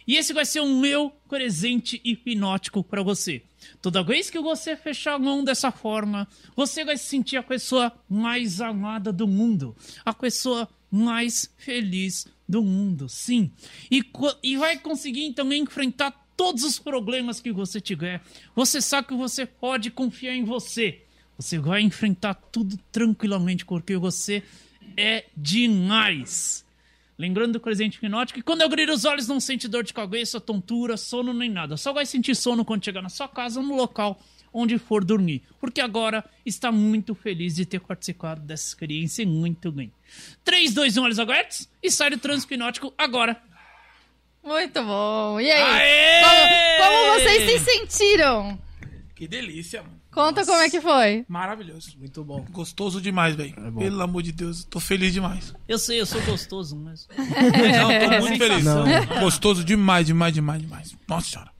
E esse vai ser um meu presente hipnótico pra você. Toda vez que você fechar a mão dessa forma, você vai se sentir a pessoa mais amada do mundo, a pessoa mais feliz do mundo, sim. E, co- e vai conseguir também enfrentar todos os problemas que você tiver. Você sabe que você pode confiar em você. Você vai enfrentar tudo tranquilamente, porque você é demais.
Lembrando do presente hipnótico, que quando eu abrir os olhos não sente dor de cabeça, tontura, sono nem nada. Só vai sentir sono quando chegar na sua casa ou no local onde for dormir. Porque agora está muito feliz de ter participado dessa experiência e muito bem. 3, 2, 1, olhos abertos e sai do trânsito hipnótico agora.
Muito bom. E aí? Como, como vocês se sentiram?
Que delícia, mano.
Conta como é que foi.
Maravilhoso.
Muito bom.
Gostoso demais, velho. Pelo amor de Deus, tô feliz demais.
Eu sei, eu sou gostoso, mas.
Não, tô muito feliz.
Não.
Gostoso demais, demais, demais, demais. Nossa senhora.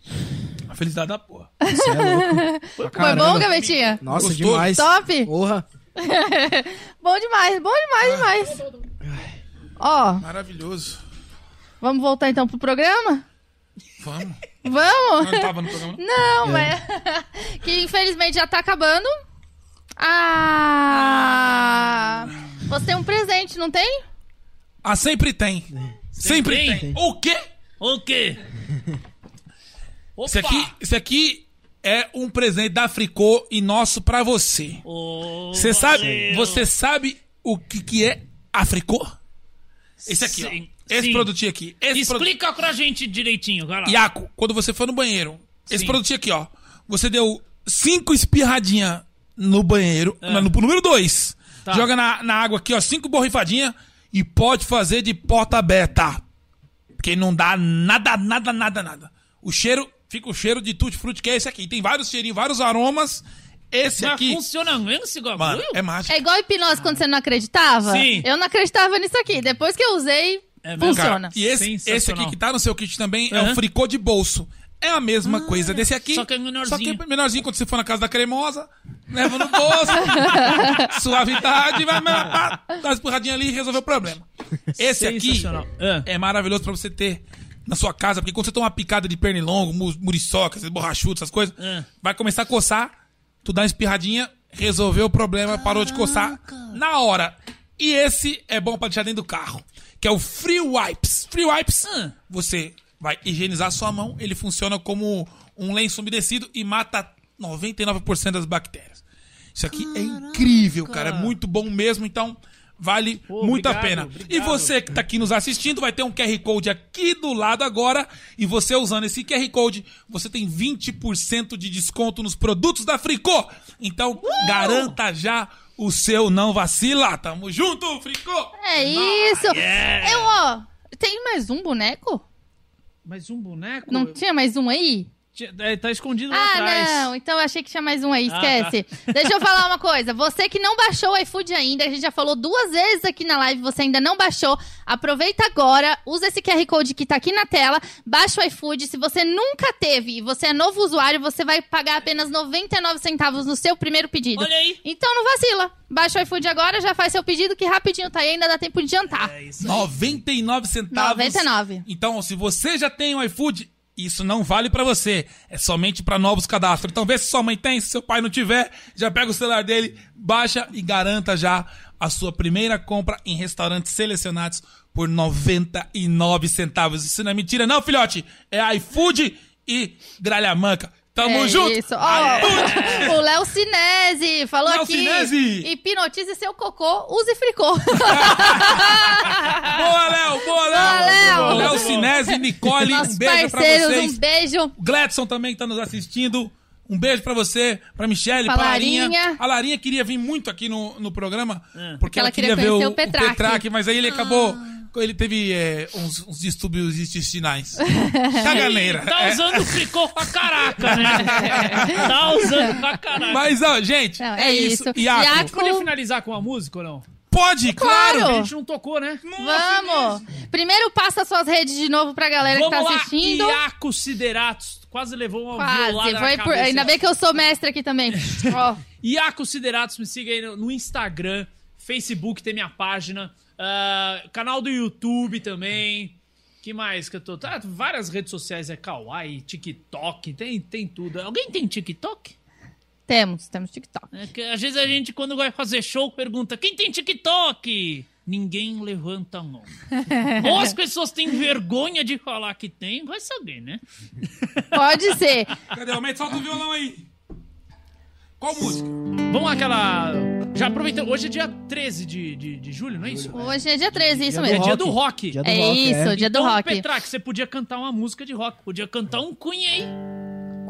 A felicidade da porra.
Você é louco. Pra
Foi
caramba.
bom, gavetinha?
Nossa,
Gostoso.
demais.
Top?
Porra.
Bom demais, bom demais, demais. Ó,
Maravilhoso.
vamos voltar então pro programa?
Vamos.
Vamos?
Eu não tava no programa, não?
Não, mas. que infelizmente já tá acabando. Ah! Você tem um presente, não tem?
Ah, sempre tem. Sempre tem. O quê?
O quê? Opa!
Isso aqui, isso aqui é um presente da Fricô e nosso pra você.
Ô,
Você sabe,
valeu.
você sabe o que, que é a Fricô? Esse aqui,
Sim,
ó. Esse
sim.
produtinho aqui. Esse produto-
Explica pra gente direitinho, vai lá.
Iaco, quando você for no banheiro, esse
Sim.
produtinho aqui, ó. Você deu cinco espirradinhas no banheiro,
É.
na- no, número dois.
Tá.
Joga na, na água aqui, ó, cinco borrifadinhas e pode fazer de porta aberta. Porque não dá nada, nada, nada, nada. O cheiro, fica o cheiro de tutti-frutti, que é esse aqui. Tem vários cheirinhos, vários aromas. Esse
Mas
aqui,
funciona mesmo esse bagulho?
mano, é mágico.
É igual hipnose quando você não acreditava?
Sim.
Eu não acreditava nisso aqui. Depois que eu usei,
mesmo,
Cara,
funciona.
e esse, esse aqui
Sensacional.
que tá no seu kit também é
Aham.
o fricô de bolso. É a mesma coisa desse aqui.
só que é menorzinho.
Só que é menorzinho quando você for na casa da cremosa, leva no bolso, suavidade, vai, vai, pá, dá uma espurradinha ali e resolveu o problema. Esse aqui
Sensacional. Ah.
é maravilhoso pra você ter na sua casa, porque quando você toma uma picada de pernilongo, mu- muriçoca, esses borrachudos, essas coisas,
Ah.
vai começar a coçar, tu dá uma espirradinha, resolveu o problema, parou de coçar na hora. E esse é bom pra deixar dentro do carro, que é o Free Wipes. Free Wipes,
Ah.
você vai higienizar sua mão, ele funciona como um lenço umedecido e mata 99% das bactérias. Isso aqui é incrível, cara, é muito bom mesmo, então vale muito a
obrigado,
pena. E
obrigado.
você que tá aqui nos assistindo, vai ter um QR Code aqui do lado agora. E você usando esse QR Code, você tem 20% de desconto nos produtos da Fricô. Então, garanta já o seu não vacila. Tamo junto, Fricô!
É isso! Eu, ó, tem mais um boneco?
Mas um boneco.
Não tinha mais um aí?
Tinha- é, tá escondido lá
Ah,
atrás.
não. Então eu achei que tinha mais um aí.
Ah,
Esquece. Deixa eu falar uma coisa. Você que não baixou o iFood ainda, a gente já falou duas vezes aqui na live, você ainda não baixou. Aproveita agora, usa esse QR Code que tá aqui na tela, baixa o iFood. Se você nunca teve e você é novo usuário, você vai pagar apenas 99 centavos no seu primeiro pedido.
Olha aí.
Então não vacila. Baixa o iFood agora, já faz seu pedido que rapidinho tá aí, ainda dá tempo de jantar.
É
99 centavos.
99.
Então, se você já tem o iFood, isso não vale pra você. É somente pra novos cadastros. Então, vê se sua mãe tem, se seu pai não tiver, já pega o celular dele, baixa e garanta já a sua primeira compra em restaurantes selecionados por 99 centavos. Isso não é mentira, não, filhote. É iFood e Gralhamanca. Tamo
é
junto.
Isso. Ó, o Léo Sinese falou
Léo
aqui.
Sinese.
Hipnotize seu cocô, use fricô.
Boa, Léo! Boa, Léo!
Léo.
Léo Sinese, Nicole,
Nossos
um beijo pra
parceiros,
vocês.
um beijo.
O Gladson também que tá nos assistindo. Um beijo pra você, pra Michelle,
Pra
pra, Larinha.
Larinha.
A Larinha queria vir muito aqui no, no programa,
É.
porque
Ela
ela,
queria
queria, ver
conhecer
o,
o Ah.
o
Petrarque.
Petrarque. mas aí ele acabou... Ele teve é, uns, uns distúrbios intestinais. Caganeira.
Então-
Tá
É.
usando o fricô pra caraca, né? tá usando pra caraca.
Mas, ó, gente,
Não,
é,
é
isso.
isso.
Iaco,
Iaco-
Podia finalizar com a música ou não?
pode, claro!
Claro.
A gente não tocou, né?
Vamos! Primeiro passa suas redes de novo pra galera
Vamos
que tá
lá,
assistindo.
Iaco Sideratos. Quase levou uma violada
Quase.
na
Foi por-
cabeça.
Ainda bem que eu sou mestre aqui também. Ó,
Iaco Sideratos, me siga aí no, no Instagram, Facebook tem minha página, ah, canal do YouTube também. Que mais que eu tô? Tá, várias redes sociais, é Kawaii, TikTok, tem, tem tudo. Alguém tem TikTok?
temos, temos TikTok.
É que às vezes a gente, quando vai fazer show, pergunta: quem tem TikTok? Ninguém levanta a mão. Ou as pessoas têm vergonha de falar que tem, vai saber, né?
Pode ser.
Cadê o Mete? Solta o violão aí. Qual música?
Vamos lá, aquela.
Já aproveitando, hoje é dia 13 de, de, de julho, não é isso?
Hoje é dia 13, isso
É
mesmo.
dia do rock.
é isso, dia do
então,
rock.
Petrax, você podia cantar uma música de rock. Podia cantar um Queen aí.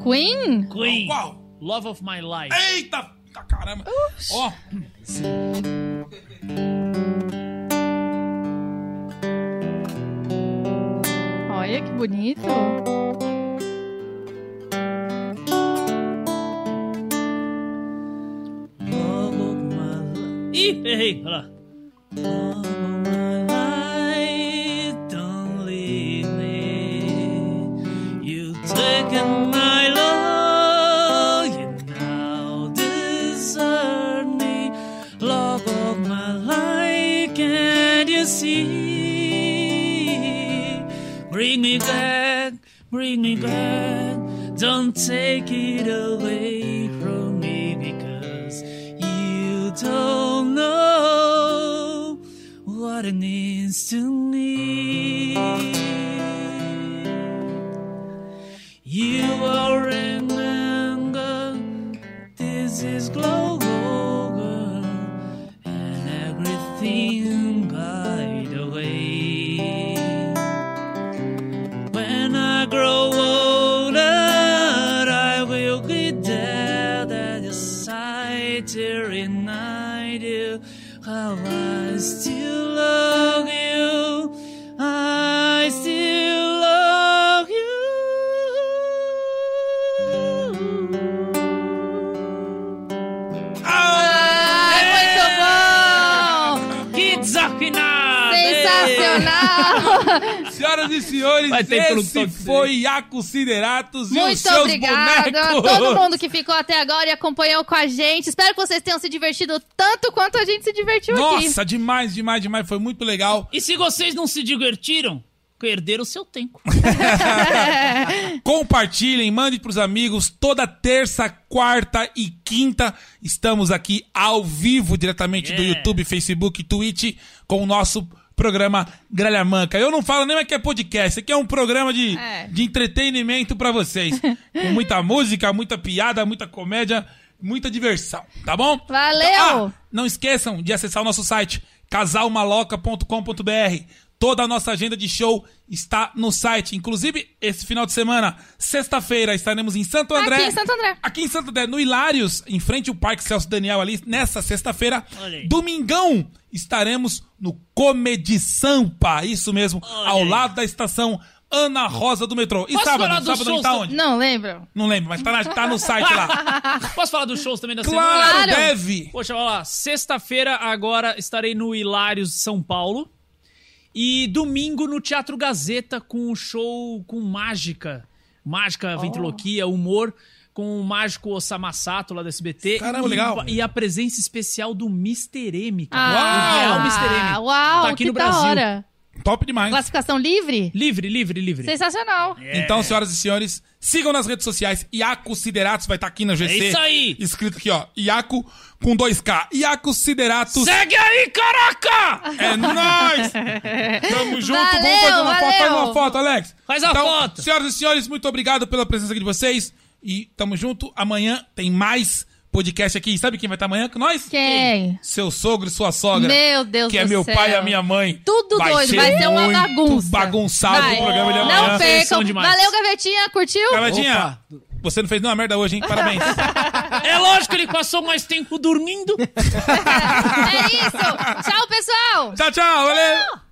Queen?
Queen.
Qual?
Love of My Life.
Eita, tá caramba. Ó.
Olha que bonito.
Ih, errei. Olha lá. Don't leave me. You've taken my love. You now desert me. Love of my life, can't you see? Bring me back, bring me back. Don't take it away from me because you don't know what it means to me. You will remember this is global and everything by the way. When I grow older, I will be dead at your side to remind you how I still love you. I still love you.
Ai, muito bom!
Que desafinado! hein?
Sensacional!
Senhoras e senhores,
Vai ter pelo
esse
toque dele.
foi a Consideratos e os
Muito
seus
obrigada a
bonecos.
todo mundo que ficou até agora e acompanhou com a gente. Espero que vocês tenham se divertido tanto quanto a gente se divertiu aqui.
Nossa, demais, demais, demais. Foi muito legal.
E se vocês não se divertiram, perderam o seu tempo.
Compartilhem, mandem pros amigos. Toda terça, quarta e quinta estamos aqui ao vivo, diretamente do
Yeah.
YouTube, Facebook, Twitch, com o nosso programa Gralha Manca. Eu não falo nem mais que é podcast, isso aqui é um programa de,
É.
de entretenimento pra vocês. com muita música, muita piada, muita comédia, muita diversão, tá bom?
Valeu!
Então, ah, não esqueçam de acessar o nosso site casalmaloca.com.br. Toda a nossa agenda de show está no site. Inclusive, esse final de semana, sexta-feira, estaremos em Santo André.
Aqui em Santo André.
Aqui em Santo André, no Hilários, em frente ao Parque Celso Daniel, ali, nessa sexta-feira.
Olha aí.
Domingão, estaremos no Comedy Sampa. Isso mesmo, ao
aí.
lado da estação Ana Rosa do metrô. E
Posso falar
sábado?
dos
Sábado não
shows
tá
do-
onde?
Não lembro.
Não lembro, mas tá, na- tá no site lá.
Posso falar dos shows também da semana?
Claro,
Claro.
deve!
Poxa, olha lá. Sexta-feira agora estarei no Hilários, São Paulo. E domingo no Teatro Gazeta com um show com mágica. Mágica, ventriloquia, humor. Com o mágico Osama Sato lá do SBT.
Caramba,
e,
legal.
E a presença especial do Mr. M, cara.
Ah,
É
O real Mr. M.
Uau,
Tá aqui
que
no
da
Brasil.
hora.
Top demais.
Classificação livre?
Livre, livre, livre.
Sensacional.
Então, senhoras e senhores, sigam nas redes sociais. Iaco Sideratos vai estar aqui na GC.
É isso aí.
Escrito aqui, ó. Iaco com 2K. Iaco Sideratos.
Segue aí, caraca!
É nóis! Tamo junto.
Valeu,
Vamos fazer uma foto.
valeu.
Faz uma foto, Alex.
Faz a
Então,
foto.
Senhoras e senhores, muito obrigado pela presença aqui de vocês. E tamo junto. Amanhã tem mais podcast aqui. E Sabe quem vai estar amanhã com nós?
Quem?
Seu sogro e sua sogra.
Meu Deus
Que é
do
meu
céu.
pai e a minha mãe.
Tudo doido, vai ser uma
muito
bagunça.
bagunçado
Vai.
o programa de amanhã.
Não
Vocês
percam.
são demais.
Valeu, gavetinha. Curtiu?
Cavadinha, você não fez nenhuma merda hoje, hein? Parabéns.
É lógico que ele passou mais tempo dormindo.
É isso. Tchau, pessoal.
tchau, tchau. Valeu.